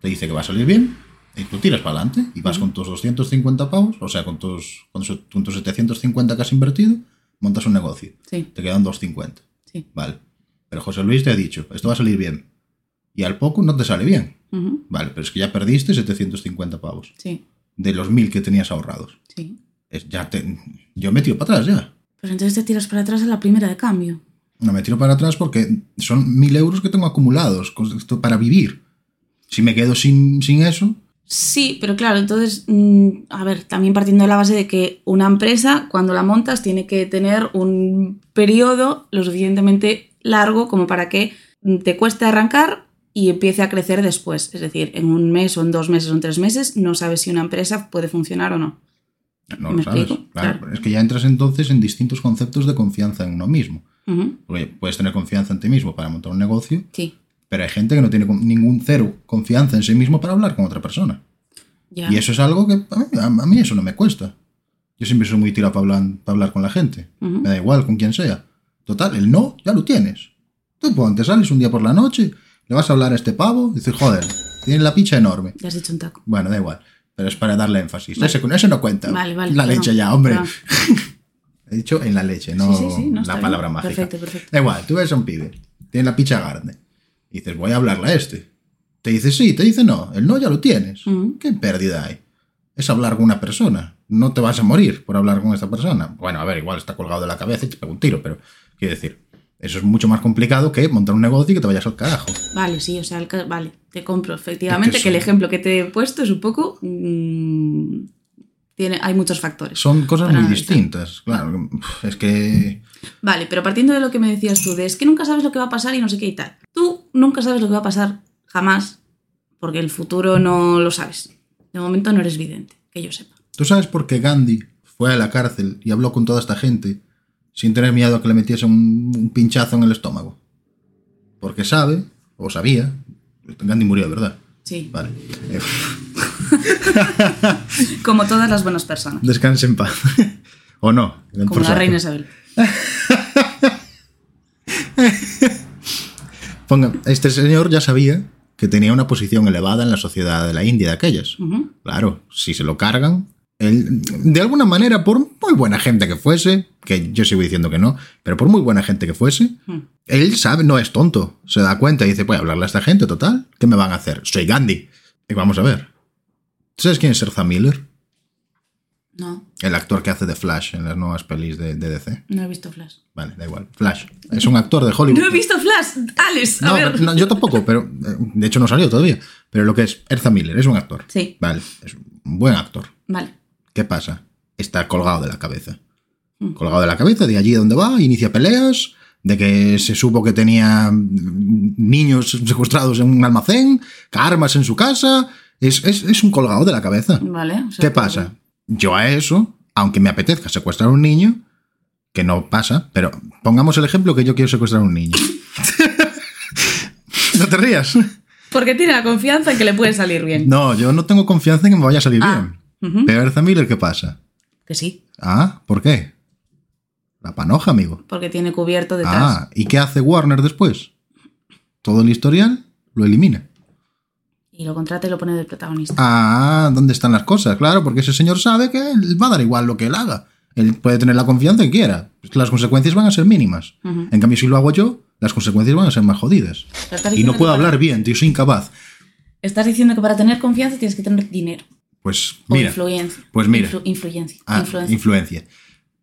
[SPEAKER 1] te dice que va a salir bien, y tú tiras para adelante y vas con tus 250 pavos, o sea, con tus, con tus- con tus 750 que has invertido, montas un negocio.
[SPEAKER 2] sí,
[SPEAKER 1] Te quedan 250.
[SPEAKER 2] sí.
[SPEAKER 1] Vale. Pero José Luis te ha dicho, esto va a salir bien. Y al poco no te sale bien.
[SPEAKER 2] Ujú,
[SPEAKER 1] Vale, pero es que ya perdiste 750 pavos
[SPEAKER 2] Sí,
[SPEAKER 1] de los 1000 que tenías ahorrados.
[SPEAKER 2] sí.
[SPEAKER 1] Es- ya te, yo me tiro para atrás ya.
[SPEAKER 2] Pues entonces te tiras para atrás a la primera de cambio.
[SPEAKER 1] No me tiro para atrás porque son 1000 euros que tengo acumulados con- esto para vivir. Si me quedo sin, sin eso,
[SPEAKER 2] Sí, pero claro, entonces, mm, a ver, también partiendo de la base de que una empresa, cuando la montas, tiene que tener un periodo lo suficientemente largo como para que mm, te cueste arrancar y empiece a crecer después. Es decir, en un mes o en dos meses o en tres meses, no sabes si una empresa puede funcionar o no.
[SPEAKER 1] no
[SPEAKER 2] ¿Me
[SPEAKER 1] lo sabes.
[SPEAKER 2] explico?
[SPEAKER 1] Claro,
[SPEAKER 2] Claro.
[SPEAKER 1] Es que ya entras entonces en distintos conceptos de confianza en uno mismo.
[SPEAKER 2] Ujú,
[SPEAKER 1] Porque puedes tener confianza en ti mismo para montar un negocio,
[SPEAKER 2] Sí,
[SPEAKER 1] pero hay gente que no tiene con- ningún cero confianza en sí mismo para hablar con otra persona.
[SPEAKER 2] ya.
[SPEAKER 1] Y eso es algo que a mí, a- a mí eso no me cuesta. Yo siempre soy muy tirado para hablar, para hablar con la gente.
[SPEAKER 2] Ujú.
[SPEAKER 1] Me da igual con quien sea. Total, el no ya lo tienes. Tú pues, te sales un día por la noche, le vas a hablar a este pavo y dices, joder, tiene la picha enorme.
[SPEAKER 2] Ya has dicho un taco.
[SPEAKER 1] Bueno, da igual. Pero es para darle énfasis.
[SPEAKER 2] Vale.
[SPEAKER 1] Ese, con eso no cuenta.
[SPEAKER 2] Vale, vale.
[SPEAKER 1] La
[SPEAKER 2] perdón,
[SPEAKER 1] leche ya, hombre.
[SPEAKER 2] perdón.
[SPEAKER 1] He dicho en la leche, no,
[SPEAKER 2] sí, sí, sí, no, está
[SPEAKER 1] la
[SPEAKER 2] bien.
[SPEAKER 1] palabra mágica.
[SPEAKER 2] Perfecto, perfecto.
[SPEAKER 1] Da igual, tú ves a un pibe, tiene la picha grande. Y dices, voy a hablarle a este. Te dice sí, te dice no. El no ya lo tienes.
[SPEAKER 2] Ujú.
[SPEAKER 1] ¿Qué pérdida hay? Es hablar con una persona. No te vas a morir por hablar con esta persona. Bueno, a ver, igual está colgado de la cabeza y te pega un tiro, pero quiero decir, eso es mucho más complicado que montar un negocio y que te vayas al carajo.
[SPEAKER 2] Vale, sí, o sea, el ca- vale, te compro. Efectivamente,
[SPEAKER 1] Es que
[SPEAKER 2] que el
[SPEAKER 1] son-
[SPEAKER 2] ejemplo que te he puesto es un poco. mm, tiene, hay muchos factores.
[SPEAKER 1] Son cosas
[SPEAKER 2] Para
[SPEAKER 1] muy
[SPEAKER 2] analizar.
[SPEAKER 1] distintas. Claro, es que
[SPEAKER 2] Vale, pero partiendo de lo que me decías tú, de es que nunca sabes lo que va a pasar y no sé qué y tal. Tú nunca sabes lo que va a pasar jamás, porque el futuro no lo sabes. De momento no eres vidente, que yo sepa.
[SPEAKER 1] ¿Tú sabes por qué Gandhi fue a la cárcel y habló con toda esta gente sin tener miedo a que le metiese un, un pinchazo en el estómago? Porque sabe, o sabía, Gandhi murió, ¿verdad?
[SPEAKER 2] Sí,
[SPEAKER 1] Vale. Eh,
[SPEAKER 2] como todas las buenas personas,
[SPEAKER 1] descanse en paz. o no. den por
[SPEAKER 2] como la
[SPEAKER 1] saco.
[SPEAKER 2] reina Isabel.
[SPEAKER 1] Ponga, este señor ya sabía que tenía una posición elevada en la sociedad de la India de aquellas.
[SPEAKER 2] Ujú.
[SPEAKER 1] Claro, si se lo cargan. él, de alguna manera, por muy buena gente que fuese, que yo sigo diciendo que no, pero por muy buena gente que fuese,
[SPEAKER 2] Mm.
[SPEAKER 1] él sabe, no es tonto. Se da cuenta y dice, voy a hablarle a esta gente, total. ¿Qué me van a hacer? Soy Gandhi. Y vamos a ver. ¿Tú ¿Sabes quién es Serza Miller?
[SPEAKER 2] No,
[SPEAKER 1] El actor que hace de Flash en las nuevas pelis de, de DC.
[SPEAKER 2] no he visto Flash.
[SPEAKER 1] Vale, da igual. Flash. Es un actor de Hollywood.
[SPEAKER 2] No he visto Flash, Alex, a
[SPEAKER 1] No,
[SPEAKER 2] ver.
[SPEAKER 1] pero- no, yo tampoco, pero eh, de hecho no salió todavía. Pero lo que es Erza Miller, es un actor.
[SPEAKER 2] Sí,
[SPEAKER 1] Vale, es un buen actor.
[SPEAKER 2] vale.
[SPEAKER 1] ¿Qué pasa? Está colgado de la cabeza.
[SPEAKER 2] Mm.
[SPEAKER 1] Colgado de la cabeza, de allí donde va, inicia peleas, de que se supo que tenía mm, niños secuestrados en un almacén, armas en su casa. Es, es- es un colgado de la cabeza.
[SPEAKER 2] Vale. o sea,
[SPEAKER 1] ¿Qué
[SPEAKER 2] que-
[SPEAKER 1] pasa? Yo a eso, aunque me apetezca secuestrar a un niño, que no pasa, pero pongamos el ejemplo que yo quiero secuestrar a un niño. no te rías.
[SPEAKER 2] Porque tiene la confianza en que le puede salir bien.
[SPEAKER 1] No, yo no tengo confianza en que me vaya a salir
[SPEAKER 2] Ah,
[SPEAKER 1] bien.
[SPEAKER 2] ujú,
[SPEAKER 1] Pero Erza Miller, ¿qué pasa?
[SPEAKER 2] Que sí,
[SPEAKER 1] Ah, ¿por qué? La panoja, amigo.
[SPEAKER 2] porque tiene cubierto detrás.
[SPEAKER 1] Ah, ¿y qué hace Warner después? Todo el historial lo elimina.
[SPEAKER 2] Y lo contrata y lo pone de protagonista.
[SPEAKER 1] Ah, ¿dónde están las cosas? Claro, porque ese señor sabe que él va a dar igual lo que él haga. Él puede tener la confianza que quiera. Las consecuencias van a ser mínimas.
[SPEAKER 2] Ujú.
[SPEAKER 1] En cambio, si lo hago yo, las consecuencias van a ser más jodidas.
[SPEAKER 2] O sea, estás
[SPEAKER 1] Y no
[SPEAKER 2] diciendo que
[SPEAKER 1] puedo
[SPEAKER 2] para-
[SPEAKER 1] hablar bien, tío, soy incapaz.
[SPEAKER 2] Estás diciendo que para tener confianza tienes que tener dinero.
[SPEAKER 1] Pues
[SPEAKER 2] O
[SPEAKER 1] mira.
[SPEAKER 2] influencia.
[SPEAKER 1] pues mira.
[SPEAKER 2] Influ- influencia.
[SPEAKER 1] Ah,
[SPEAKER 2] influencia.
[SPEAKER 1] influencia.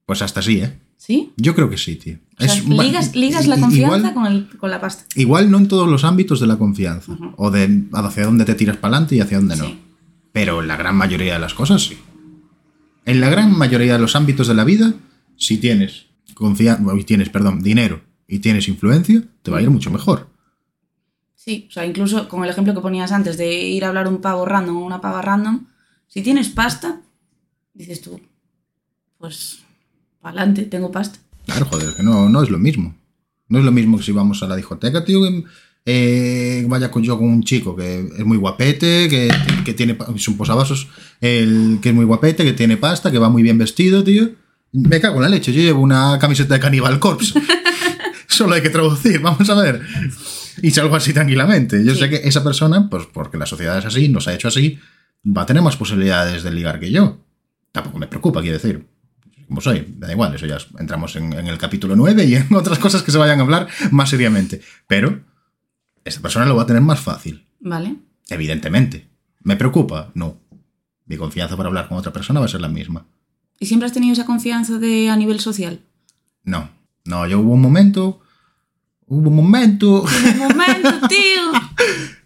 [SPEAKER 1] Pues hasta sí, ¿eh?
[SPEAKER 2] ¿Sí?
[SPEAKER 1] Yo creo que sí, tío.
[SPEAKER 2] O sea,
[SPEAKER 1] Es-
[SPEAKER 2] ligas, ligas la
[SPEAKER 1] i-
[SPEAKER 2] confianza
[SPEAKER 1] igual-
[SPEAKER 2] con, el- con la pasta.
[SPEAKER 1] Igual no en todos los ámbitos de la confianza. O de hacia dónde te tiras para adelante y hacia dónde no.
[SPEAKER 2] Sí.
[SPEAKER 1] Pero en la gran mayoría de las cosas sí. En la gran mayoría de los ámbitos de la vida, si tienes confianza, tienes, perdón, dinero y tienes influencia, te va a ir mucho mejor.
[SPEAKER 2] Sí, o sea, incluso con el ejemplo que ponías antes de ir a hablar un pavo random o una pava random, si tienes pasta, dices tú, pues, adelante, tengo pasta.
[SPEAKER 1] Claro, joder, que no, no es lo mismo. No es lo mismo que si vamos a la discoteca, tío, que eh, vaya con yo con un chico que es muy guapete, que, que tiene pa- es un posavasos, el, que es muy guapete, que tiene pasta, que va muy bien vestido, tío. Me cago en la leche, yo llevo una camiseta de Cannibal Corpse. Solo hay que traducir, vamos a ver. Y salgo así tranquilamente. Yo
[SPEAKER 2] Sí.
[SPEAKER 1] sé que esa persona, pues porque la sociedad es así, nos ha hecho así, va a tener más posibilidades de ligar que yo. Tampoco me preocupa, quiero decir como soy, Pues da igual, eso ya es- entramos en, en el capítulo 9 y en otras cosas que se vayan a hablar más seriamente. Pero esta persona lo va a tener más fácil,
[SPEAKER 2] ¿Vale?
[SPEAKER 1] evidentemente. ¿Me preocupa? No. Mi confianza para hablar con otra persona va a ser la misma.
[SPEAKER 2] ¿Y siempre has tenido esa confianza de a nivel social?
[SPEAKER 1] No, no, yo hubo un momento, hubo un momento
[SPEAKER 2] ¡Un momento, tío!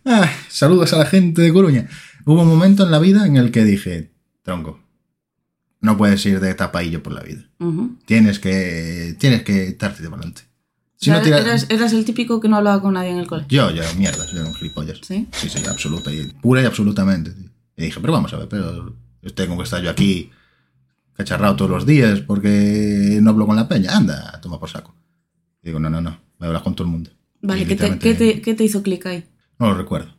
[SPEAKER 1] Ah, saludos a la gente de Coruña. Hubo un momento en la vida en el que dije, tronco, no puedes ir de tapaillo por la vida.
[SPEAKER 2] Ujú.
[SPEAKER 1] Tienes que, tienes que echarte de adelante. Si
[SPEAKER 2] O sea,
[SPEAKER 1] no tiras-
[SPEAKER 2] eras, eras el típico que no hablaba con nadie en el cole.
[SPEAKER 1] Yo, yo, mierda, yo era un gilipollas.
[SPEAKER 2] ¿Sí?
[SPEAKER 1] Sí, sí, absoluta y pura y absolutamente. tío. Y dije, pero vamos a ver, pero tengo que estar yo aquí cacharrado todos los días porque no hablo con la peña. Anda, toma por saco. Y digo, no, no, no, me hablas con todo el mundo. Y
[SPEAKER 2] Vale, ¿qué te,
[SPEAKER 1] literalmente
[SPEAKER 2] qué te- qué te hizo clic ahí?
[SPEAKER 1] No lo recuerdo.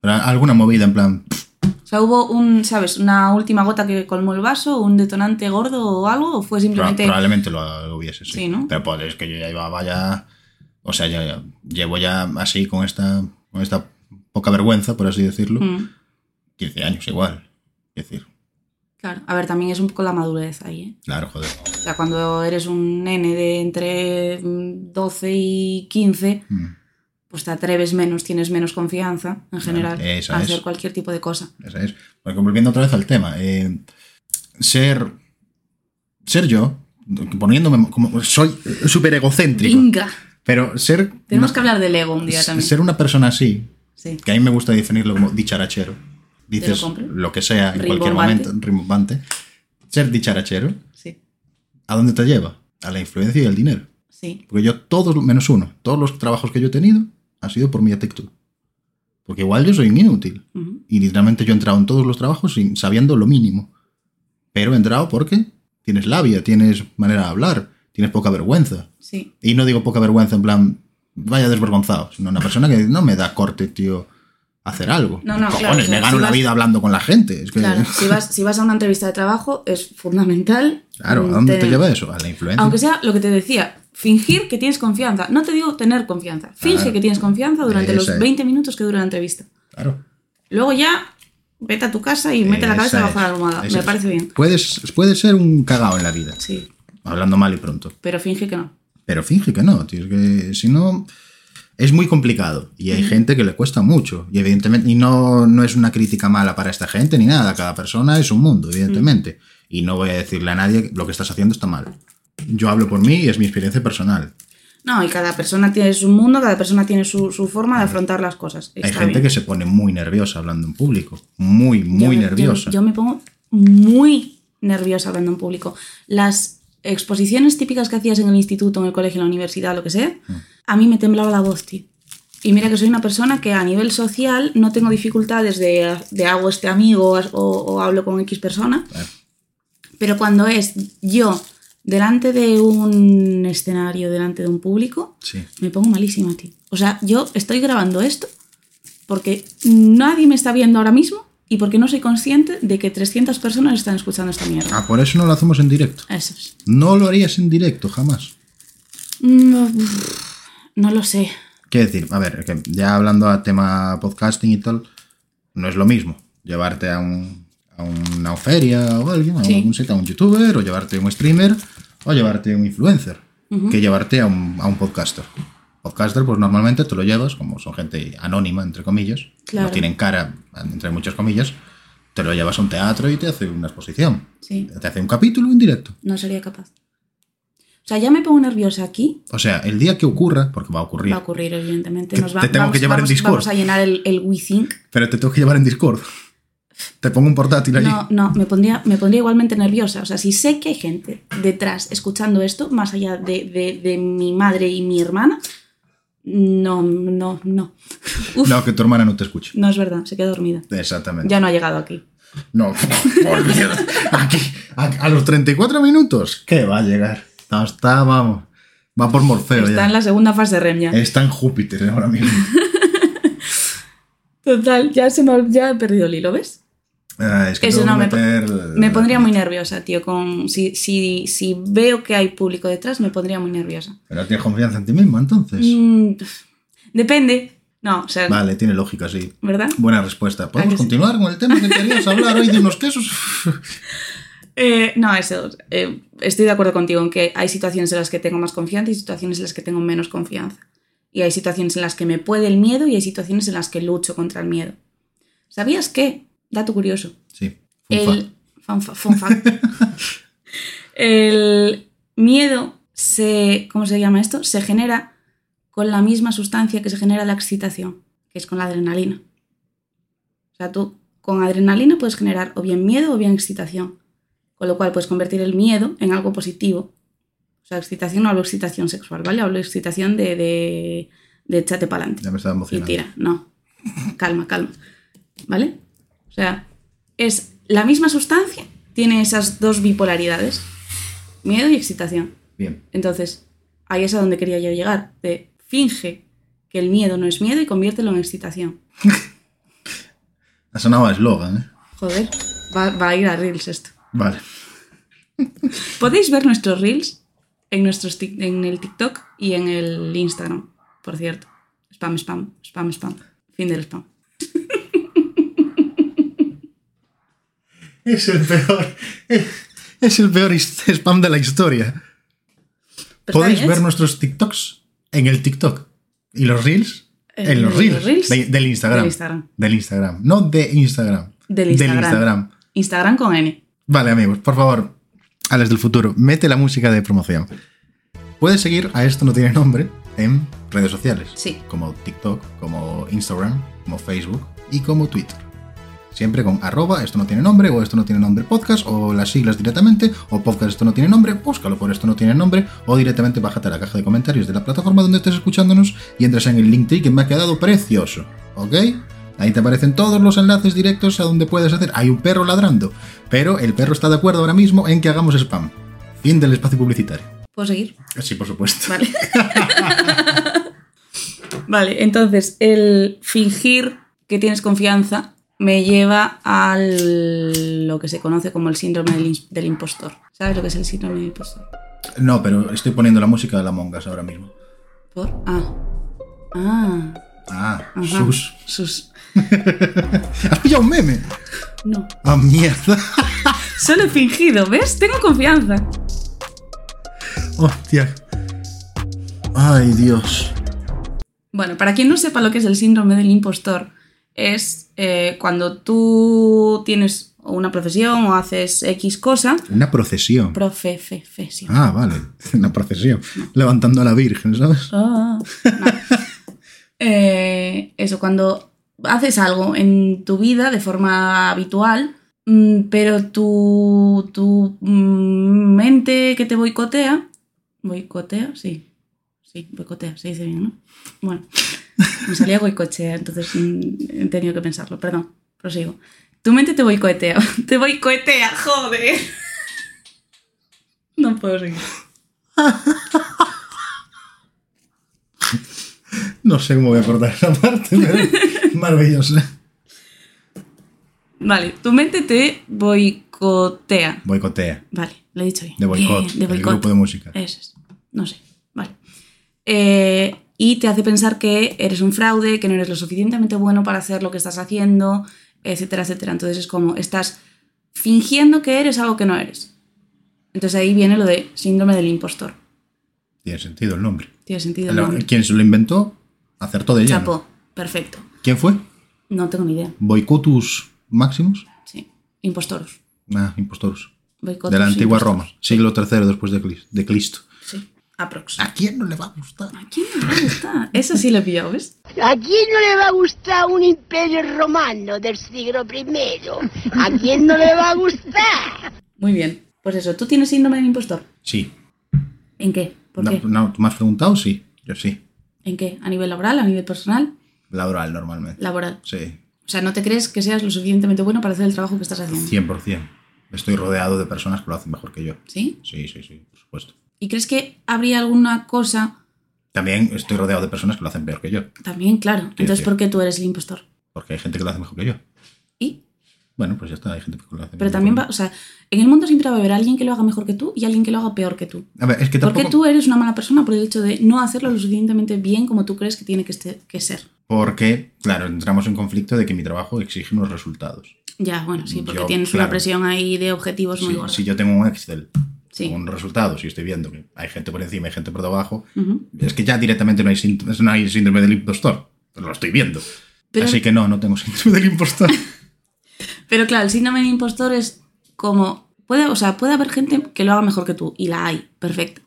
[SPEAKER 1] Pero alguna movida en plan, pff,
[SPEAKER 2] O sea, ¿hubo un, sabes, una última gota que colmó el vaso, un detonante gordo o algo? ¿O fue
[SPEAKER 1] proba-
[SPEAKER 2] simplemente...
[SPEAKER 1] probablemente lo, lo hubiese, sí.
[SPEAKER 2] Sí, ¿no?
[SPEAKER 1] Pero pues es que yo ya llevaba ya, o sea, ya, ya- llevo ya así con esta, con esta poca vergüenza, por así decirlo,
[SPEAKER 2] Mm,
[SPEAKER 1] 15 años igual. Es decir,
[SPEAKER 2] claro. A ver, también es un poco la madurez ahí, ¿eh?
[SPEAKER 1] claro, joder.
[SPEAKER 2] O sea, cuando eres un nene de entre mm, 12 y 15,
[SPEAKER 1] Mm.
[SPEAKER 2] pues te atreves menos, tienes menos confianza en general
[SPEAKER 1] esa
[SPEAKER 2] a
[SPEAKER 1] es.
[SPEAKER 2] hacer cualquier tipo de cosa.
[SPEAKER 1] Esa es. Porque volviendo otra vez al tema, eh, ser. Ser yo, poniéndome como. Soy súper egocéntrico.
[SPEAKER 2] ¡Venga!
[SPEAKER 1] Pero ser.
[SPEAKER 2] Tenemos
[SPEAKER 1] una-
[SPEAKER 2] que hablar del ego un día también.
[SPEAKER 1] Ser una persona así,
[SPEAKER 2] Sí.
[SPEAKER 1] que a mí me gusta definirlo como dicharachero. Dices
[SPEAKER 2] compro.
[SPEAKER 1] lo que sea en cualquier
[SPEAKER 2] Rimbombante.
[SPEAKER 1] momento, rimbombante. Ser dicharachero,
[SPEAKER 2] Sí,
[SPEAKER 1] ¿a dónde te lleva? A la influencia y al dinero.
[SPEAKER 2] sí.
[SPEAKER 1] Porque yo, todos, menos uno, todos los trabajos que yo he tenido, ha sido por mi actitud. Porque igual yo soy un inútil.
[SPEAKER 2] ujú.
[SPEAKER 1] Y literalmente yo he entrado en todos los trabajos sin, sabiendo lo mínimo. Pero he entrado porque tienes labia, tienes manera de hablar, tienes poca vergüenza.
[SPEAKER 2] Sí,
[SPEAKER 1] Y no digo poca vergüenza en plan, vaya desvergonzado, sino una persona que no me da corte, tío, hacer algo.
[SPEAKER 2] No, no,
[SPEAKER 1] Cojones,
[SPEAKER 2] claro, o sea,
[SPEAKER 1] me gano
[SPEAKER 2] si
[SPEAKER 1] la
[SPEAKER 2] vas-
[SPEAKER 1] vida hablando con la gente. Es que,
[SPEAKER 2] claro. Si vas, si vas a una entrevista de trabajo es fundamental.
[SPEAKER 1] Claro, ¿a dónde te
[SPEAKER 2] tener-
[SPEAKER 1] lleva eso? A la influencia.
[SPEAKER 2] Aunque sea lo que te decía, fingir que tienes confianza. No te digo tener confianza. Finge
[SPEAKER 1] Claro.
[SPEAKER 2] que tienes confianza durante
[SPEAKER 1] Ah, Esa
[SPEAKER 2] los
[SPEAKER 1] es.
[SPEAKER 2] 20 minutos que dura la entrevista.
[SPEAKER 1] Claro.
[SPEAKER 2] Luego ya, vete a tu casa y mete la
[SPEAKER 1] Esa
[SPEAKER 2] cabeza bajo
[SPEAKER 1] es,
[SPEAKER 2] la almohada.
[SPEAKER 1] esa
[SPEAKER 2] Me
[SPEAKER 1] es.
[SPEAKER 2] parece bien.
[SPEAKER 1] Puedes, puedes ser un cagao en la vida,
[SPEAKER 2] Sí,
[SPEAKER 1] hablando mal y pronto.
[SPEAKER 2] pero finge que no.
[SPEAKER 1] Pero finge que no, tío, es que si no es muy complicado y hay gente que le cuesta mucho y evidentemente y no, no es una crítica mala para esta gente ni nada, cada persona es un mundo, evidentemente, y no voy a decirle a nadie que lo que estás haciendo está mal. Yo hablo por mí y es mi experiencia personal.
[SPEAKER 2] No, y cada persona tiene su mundo, cada persona tiene su, su forma de afrontar las cosas.
[SPEAKER 1] hay gente que se pone muy nerviosa hablando en público, muy muy nerviosa.
[SPEAKER 2] Yo, me pongo muy nerviosa hablando en público. Las exposiciones típicas que hacías en el instituto, en el colegio, en la universidad, lo que sea,
[SPEAKER 1] Mm.
[SPEAKER 2] a mí me temblaba la voz, tío. Y mira que soy una persona que a nivel social no tengo dificultades de, de hago este amigo o, o hablo con X persona.
[SPEAKER 1] Claro.
[SPEAKER 2] Pero cuando es yo delante de un escenario, delante de un público,
[SPEAKER 1] Sí.
[SPEAKER 2] me pongo malísima, tío. O sea, yo estoy grabando esto porque nadie me está viendo ahora mismo y porque no soy consciente de que 300 personas están escuchando esta mierda.
[SPEAKER 1] Ah, por eso no lo hacemos en directo.
[SPEAKER 2] Eso es.
[SPEAKER 1] No lo harías en directo jamás.
[SPEAKER 2] No, uf, Mm, no lo sé.
[SPEAKER 1] Quiero decir, a ver, que ya hablando a tema podcasting y tal, no es lo mismo llevarte a, un, a una feria o alguien, a
[SPEAKER 2] Sí.
[SPEAKER 1] un sitio, a un youtuber, o llevarte a un streamer, o llevarte a un influencer, que llevarte a un, a un podcaster. Podcaster, pues normalmente te lo llevas, como son gente anónima, entre comillas,
[SPEAKER 2] Claro.
[SPEAKER 1] no tienen cara, entre muchas comillas, te lo llevas a un teatro y te hace una exposición.
[SPEAKER 2] Sí,
[SPEAKER 1] Te hace un capítulo en directo.
[SPEAKER 2] no sería capaz. O sea, ya me pongo nerviosa aquí.
[SPEAKER 1] O sea, el día que ocurra, porque va a ocurrir,
[SPEAKER 2] Va a ocurrir, evidentemente.
[SPEAKER 1] Te-
[SPEAKER 2] Nos va-
[SPEAKER 1] te tengo
[SPEAKER 2] vamos,
[SPEAKER 1] que llevar en
[SPEAKER 2] vamos-
[SPEAKER 1] Discord.
[SPEAKER 2] Vamos a llenar el, el WeThink.
[SPEAKER 1] pero te tengo que llevar en Discord. Te pongo un portátil allí.
[SPEAKER 2] No, no, me pondría, me pondría igualmente nerviosa. O sea, si sé que hay gente detrás escuchando esto, más allá de, de- de mi madre y mi hermana, no, no, no. Uf, no.
[SPEAKER 1] No, que tu hermana no te escuche.
[SPEAKER 2] es verdad, se queda dormida.
[SPEAKER 1] Exactamente.
[SPEAKER 2] Ya no ha llegado aquí.
[SPEAKER 1] No, por Dios. Aquí, a, a los 34 minutos, ¿qué va a llegar? Está, está, vamos. Va por Morfeo
[SPEAKER 2] Está
[SPEAKER 1] ya. Eh.
[SPEAKER 2] en la segunda fase de REM ya.
[SPEAKER 1] Está en Júpiter ahora mismo.
[SPEAKER 2] Total, ya, se me, ha- ya he perdido el hilo, ¿ves?
[SPEAKER 1] Ah, es que
[SPEAKER 2] Eso
[SPEAKER 1] tengo
[SPEAKER 2] no,
[SPEAKER 1] que
[SPEAKER 2] me po-
[SPEAKER 1] meter... eh,
[SPEAKER 2] Me pondría muy nerviosa, tío. Con, si, si, si veo que hay público detrás, me pondría muy nerviosa.
[SPEAKER 1] Pero tienes confianza en ti mismo, entonces.
[SPEAKER 2] Mm, depende. No, o sea,
[SPEAKER 1] Vale, tiene lógica, sí.
[SPEAKER 2] ¿verdad?
[SPEAKER 1] Buena respuesta.
[SPEAKER 2] Ah,
[SPEAKER 1] ¿Podemos
[SPEAKER 2] que sí.
[SPEAKER 1] continuar con el tema que querías hablar hoy de unos quesos?
[SPEAKER 2] Eh, no, eso. eh, estoy de acuerdo contigo en que hay situaciones en las que tengo más confianza y situaciones en las que tengo menos confianza. Y hay situaciones en las que me puede el miedo y hay situaciones en las que lucho contra el miedo. ¿Sabías qué? Dato curioso.
[SPEAKER 1] Sí. Fufa.
[SPEAKER 2] El, fun fa- fun fact. el miedo se. ¿Cómo se llama esto? Se genera con la misma sustancia que se genera la excitación. que es con la adrenalina. O sea, tú con adrenalina puedes generar o bien miedo o bien excitación, con lo cual puedes convertir el miedo en algo positivo. O sea, excitación no hablo de excitación sexual, ¿vale? Hablo de excitación de, de, de echate para adelante.
[SPEAKER 1] Ya me estaba
[SPEAKER 2] Y
[SPEAKER 1] emocionando.
[SPEAKER 2] tira, no. Calma, calma. ¿Vale? O sea, es la misma sustancia, tiene esas dos bipolaridades, miedo y excitación.
[SPEAKER 1] Bien.
[SPEAKER 2] Entonces, ahí es a donde quería yo llegar, de finge que el miedo no es miedo y conviértelo en excitación.
[SPEAKER 1] Ha sonado a eslogan, ¿eh?
[SPEAKER 2] Joder, va, va a ir a Reels esto.
[SPEAKER 1] Vale.
[SPEAKER 2] Podéis ver nuestros Reels en, nuestros tic- en el TikTok y en el Instagram, por cierto. Spam, spam, spam, spam. Fin del spam.
[SPEAKER 1] Es el peor. Es el peor his- spam de la historia.
[SPEAKER 2] Pero
[SPEAKER 1] Podéis
[SPEAKER 2] Pues está
[SPEAKER 1] ver
[SPEAKER 2] bien,
[SPEAKER 1] nuestros TikToks en el TikTok. Y los Reels
[SPEAKER 2] Eh,
[SPEAKER 1] en los
[SPEAKER 2] los
[SPEAKER 1] Reels.
[SPEAKER 2] Reels
[SPEAKER 1] de- del Instagram.
[SPEAKER 2] del Instagram.
[SPEAKER 1] Del Instagram. No de Instagram.
[SPEAKER 2] Del Instagram.
[SPEAKER 1] Instagram.
[SPEAKER 2] Instagram con N.
[SPEAKER 1] Vale, amigos, por favor, a las del futuro, mete la música de promoción. Puedes seguir a Esto No Tiene Nombre en redes sociales.
[SPEAKER 2] Sí.
[SPEAKER 1] Como TikTok, como Instagram, como Facebook y como Twitter. Siempre con arroba esto no tiene nombre o esto no tiene nombre podcast o las siglas directamente o podcast esto no tiene nombre, búscalo por esto no tiene nombre o directamente bájate a la caja de comentarios de la plataforma donde estés escuchándonos y entras en el link tree que me ha quedado precioso, ¿ok? Ahí te aparecen todos los enlaces directos a donde puedes hacer. Hay un perro ladrando, pero el perro está de acuerdo ahora mismo en que hagamos spam. Fin del espacio publicitario.
[SPEAKER 2] ¿Puedo seguir?
[SPEAKER 1] Sí, por supuesto.
[SPEAKER 2] Vale. vale, entonces el fingir que tienes confianza me lleva a lo que se conoce como el síndrome del, ins- del impostor. ¿Sabes lo que es el síndrome del impostor?
[SPEAKER 1] No, pero estoy poniendo la música de la Mongas ahora mismo.
[SPEAKER 2] ¿Por? Ah. Ah.
[SPEAKER 1] Ah,
[SPEAKER 2] ajá.
[SPEAKER 1] sus.
[SPEAKER 2] Sus.
[SPEAKER 1] ¿Has pillado un meme?
[SPEAKER 2] No.
[SPEAKER 1] ¡Ah, mierda!
[SPEAKER 2] Solo he fingido, ¿ves? Tengo confianza.
[SPEAKER 1] Hostia. Ay, Dios.
[SPEAKER 2] Bueno, para quien no sepa lo que es el síndrome del impostor, es eh, cuando tú tienes una profesión o haces X cosa.
[SPEAKER 1] Una procesión.
[SPEAKER 2] Profe, fe, fe, sí.
[SPEAKER 1] Ah, vale. Una procesión. Levantando a la Virgen, ¿sabes?
[SPEAKER 2] Ah, no. Eh, eso, cuando haces algo en tu vida de forma habitual, mm, pero tu, tu mm, mente que te boicotea, boicotea, sí, sí, boicotea, se dice bien, ¿no? Bueno, me salía boicotea, entonces mm, he tenido que pensarlo, perdón, prosigo. Tu mente te boicotea, te boicotea, joder. No puedo seguir.
[SPEAKER 1] No sé cómo voy a cortar esa parte, pero maravillosa.
[SPEAKER 2] Vale, tu mente te boicotea.
[SPEAKER 1] Boicotea.
[SPEAKER 2] Vale, lo he dicho bien.
[SPEAKER 1] De boicot.
[SPEAKER 2] Bien, Eh, de
[SPEAKER 1] El
[SPEAKER 2] boicot.
[SPEAKER 1] grupo de música.
[SPEAKER 2] Eso es. No sé. Vale. Eh, y te hace pensar que eres un fraude, que no eres lo suficientemente bueno para hacer lo que estás haciendo, etcétera, etcétera. Entonces es como estás fingiendo que eres algo que no eres. Entonces ahí viene lo de síndrome del impostor.
[SPEAKER 1] Tiene sentido el nombre.
[SPEAKER 2] Tiene sentido.
[SPEAKER 1] La-
[SPEAKER 2] ¿no?
[SPEAKER 1] Quien se lo inventó, acertó de lleno.
[SPEAKER 2] Chapo. Perfecto.
[SPEAKER 1] ¿Quién fue?
[SPEAKER 2] No tengo ni idea.
[SPEAKER 1] Boicotus Maximus.
[SPEAKER 2] Sí. Impostoros.
[SPEAKER 1] Ah, impostorus.
[SPEAKER 2] Boicotos,
[SPEAKER 1] de la antigua
[SPEAKER 2] impostor.
[SPEAKER 1] Roma, siglo III después de, Clis- de Cristo.
[SPEAKER 2] Sí. Aprox.
[SPEAKER 1] ¿A quién no le va a gustar?
[SPEAKER 2] ¿A quién no le gusta? Eso sí lo he pillado, ¿ves?
[SPEAKER 3] ¿A quién no le va a gustar un imperio romano del siglo I? ¿A quién no le va a gustar?
[SPEAKER 2] Muy bien. Pues eso, ¿tú tienes síndrome del impostor?
[SPEAKER 1] Sí.
[SPEAKER 2] ¿En qué? ¿Por
[SPEAKER 1] No,
[SPEAKER 2] qué?
[SPEAKER 1] no, ¿Tú me has preguntado? Sí, yo sí.
[SPEAKER 2] ¿En qué? ¿A nivel laboral? ¿A nivel personal?
[SPEAKER 1] Laboral normalmente.
[SPEAKER 2] Laboral.
[SPEAKER 1] Sí,
[SPEAKER 2] O sea, no te crees que seas lo suficientemente bueno para hacer el trabajo que estás haciendo.
[SPEAKER 1] 100%. Estoy rodeado de personas que lo hacen mejor que yo.
[SPEAKER 2] ¿Sí?
[SPEAKER 1] Sí, sí, sí, por supuesto.
[SPEAKER 2] ¿Y crees que habría alguna cosa
[SPEAKER 1] También estoy rodeado de personas que lo hacen peor que yo,
[SPEAKER 2] también? Claro. Entonces,
[SPEAKER 1] sí.
[SPEAKER 2] ¿por qué tú eres el impostor?
[SPEAKER 1] porque hay gente que lo hace mejor que yo.
[SPEAKER 2] ¿Y?
[SPEAKER 1] Bueno, pues ya está, hay gente que lo hace
[SPEAKER 2] Pero
[SPEAKER 1] mejor
[SPEAKER 2] también
[SPEAKER 1] que
[SPEAKER 2] va, o sea, en el mundo siempre va a haber alguien que lo haga mejor que tú y alguien que lo haga peor que tú.
[SPEAKER 1] yo. A ver, es que
[SPEAKER 2] ¿Por
[SPEAKER 1] tampoco...
[SPEAKER 2] qué tú eres una mala persona por el hecho de no hacerlo lo suficientemente bien como tú crees que tiene que, este- que ser?
[SPEAKER 1] Porque, claro, entramos en conflicto de que mi trabajo exige unos resultados.
[SPEAKER 2] Ya, bueno, sí, porque
[SPEAKER 1] Yo,
[SPEAKER 2] tienes una
[SPEAKER 1] claro.
[SPEAKER 2] presión ahí de objetivos
[SPEAKER 1] Si,
[SPEAKER 2] muy gorda.
[SPEAKER 1] si yo tengo un Excel
[SPEAKER 2] Sí.
[SPEAKER 1] con resultados y estoy viendo que hay gente por encima y gente por debajo,
[SPEAKER 2] Ujú.
[SPEAKER 1] Es que ya directamente no hay, sínt- no hay síndrome del impostor. Lo estoy viendo.
[SPEAKER 2] Pero-
[SPEAKER 1] Así que no, no tengo síndrome del impostor.
[SPEAKER 2] Pero claro, el síndrome del impostor es como. Puede, o sea, puede haber gente que lo haga mejor que tú, y la hay, perfecto.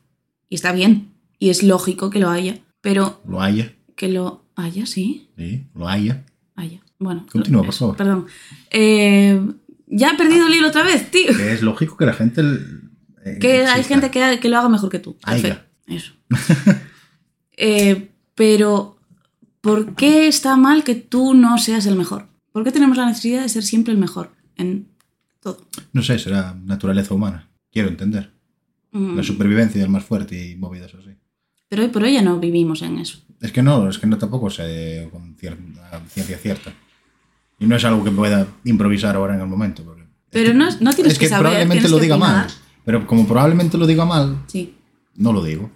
[SPEAKER 2] Y está bien, y es lógico que lo haya, pero
[SPEAKER 1] Lo haya.
[SPEAKER 2] que lo Haya, sí.
[SPEAKER 1] Sí, lo haya.
[SPEAKER 2] Haya. Bueno.
[SPEAKER 1] Continúa,
[SPEAKER 2] lo-
[SPEAKER 1] por favor.
[SPEAKER 2] Perdón. Eh, ya he perdido el hilo otra vez, tío.
[SPEAKER 1] Que es lógico que la gente. eh,
[SPEAKER 2] Que hay
[SPEAKER 1] exista.
[SPEAKER 2] gente que, que lo haga mejor que tú.
[SPEAKER 1] Aiga.
[SPEAKER 2] Perfecto. Eso. Eh, pero, ¿por qué está mal que tú no seas el mejor? ¿Por qué tenemos la necesidad de ser siempre el mejor en todo?
[SPEAKER 1] No sé, será naturaleza humana. Quiero entender.
[SPEAKER 2] Mm,
[SPEAKER 1] La supervivencia del más fuerte y movidas así.
[SPEAKER 2] Pero hoy por hoy ya no vivimos en eso.
[SPEAKER 1] Es que no, es que no tampoco sé con cierta, ciencia cierta. Y no es algo que pueda improvisar ahora en el momento. porque- es
[SPEAKER 2] Pero
[SPEAKER 1] que-
[SPEAKER 2] no- no tienes
[SPEAKER 1] es
[SPEAKER 2] que saber,
[SPEAKER 1] probablemente
[SPEAKER 2] tienes
[SPEAKER 1] lo
[SPEAKER 2] que
[SPEAKER 1] diga
[SPEAKER 2] opinar.
[SPEAKER 1] mal. Pero como probablemente lo diga mal,
[SPEAKER 2] Sí.
[SPEAKER 1] no lo digo.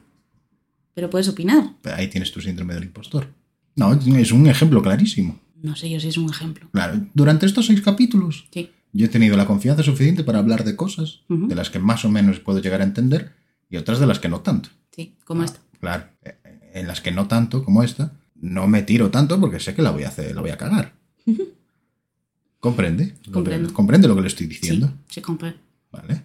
[SPEAKER 2] Pero puedes opinar.
[SPEAKER 1] Ahí tienes tu síndrome del impostor. No, es un ejemplo clarísimo.
[SPEAKER 2] No sé yo si es un ejemplo.
[SPEAKER 1] Claro, durante estos seis capítulos
[SPEAKER 2] Sí.
[SPEAKER 1] Yo he tenido la confianza suficiente para hablar de cosas
[SPEAKER 2] Ujú.
[SPEAKER 1] de las que más o menos puedo llegar a entender y otras de las que no tanto.
[SPEAKER 2] Sí, como esta.
[SPEAKER 1] Claro, eh, en las que no tanto como esta, no me tiro tanto porque sé que la voy a hacer, la voy a cagar. ¿Comprende? lo que-
[SPEAKER 2] Comprendo.
[SPEAKER 1] ¿Comprende lo que le estoy
[SPEAKER 2] Sí,
[SPEAKER 1] diciendo?
[SPEAKER 2] sí, compa-
[SPEAKER 1] Vale.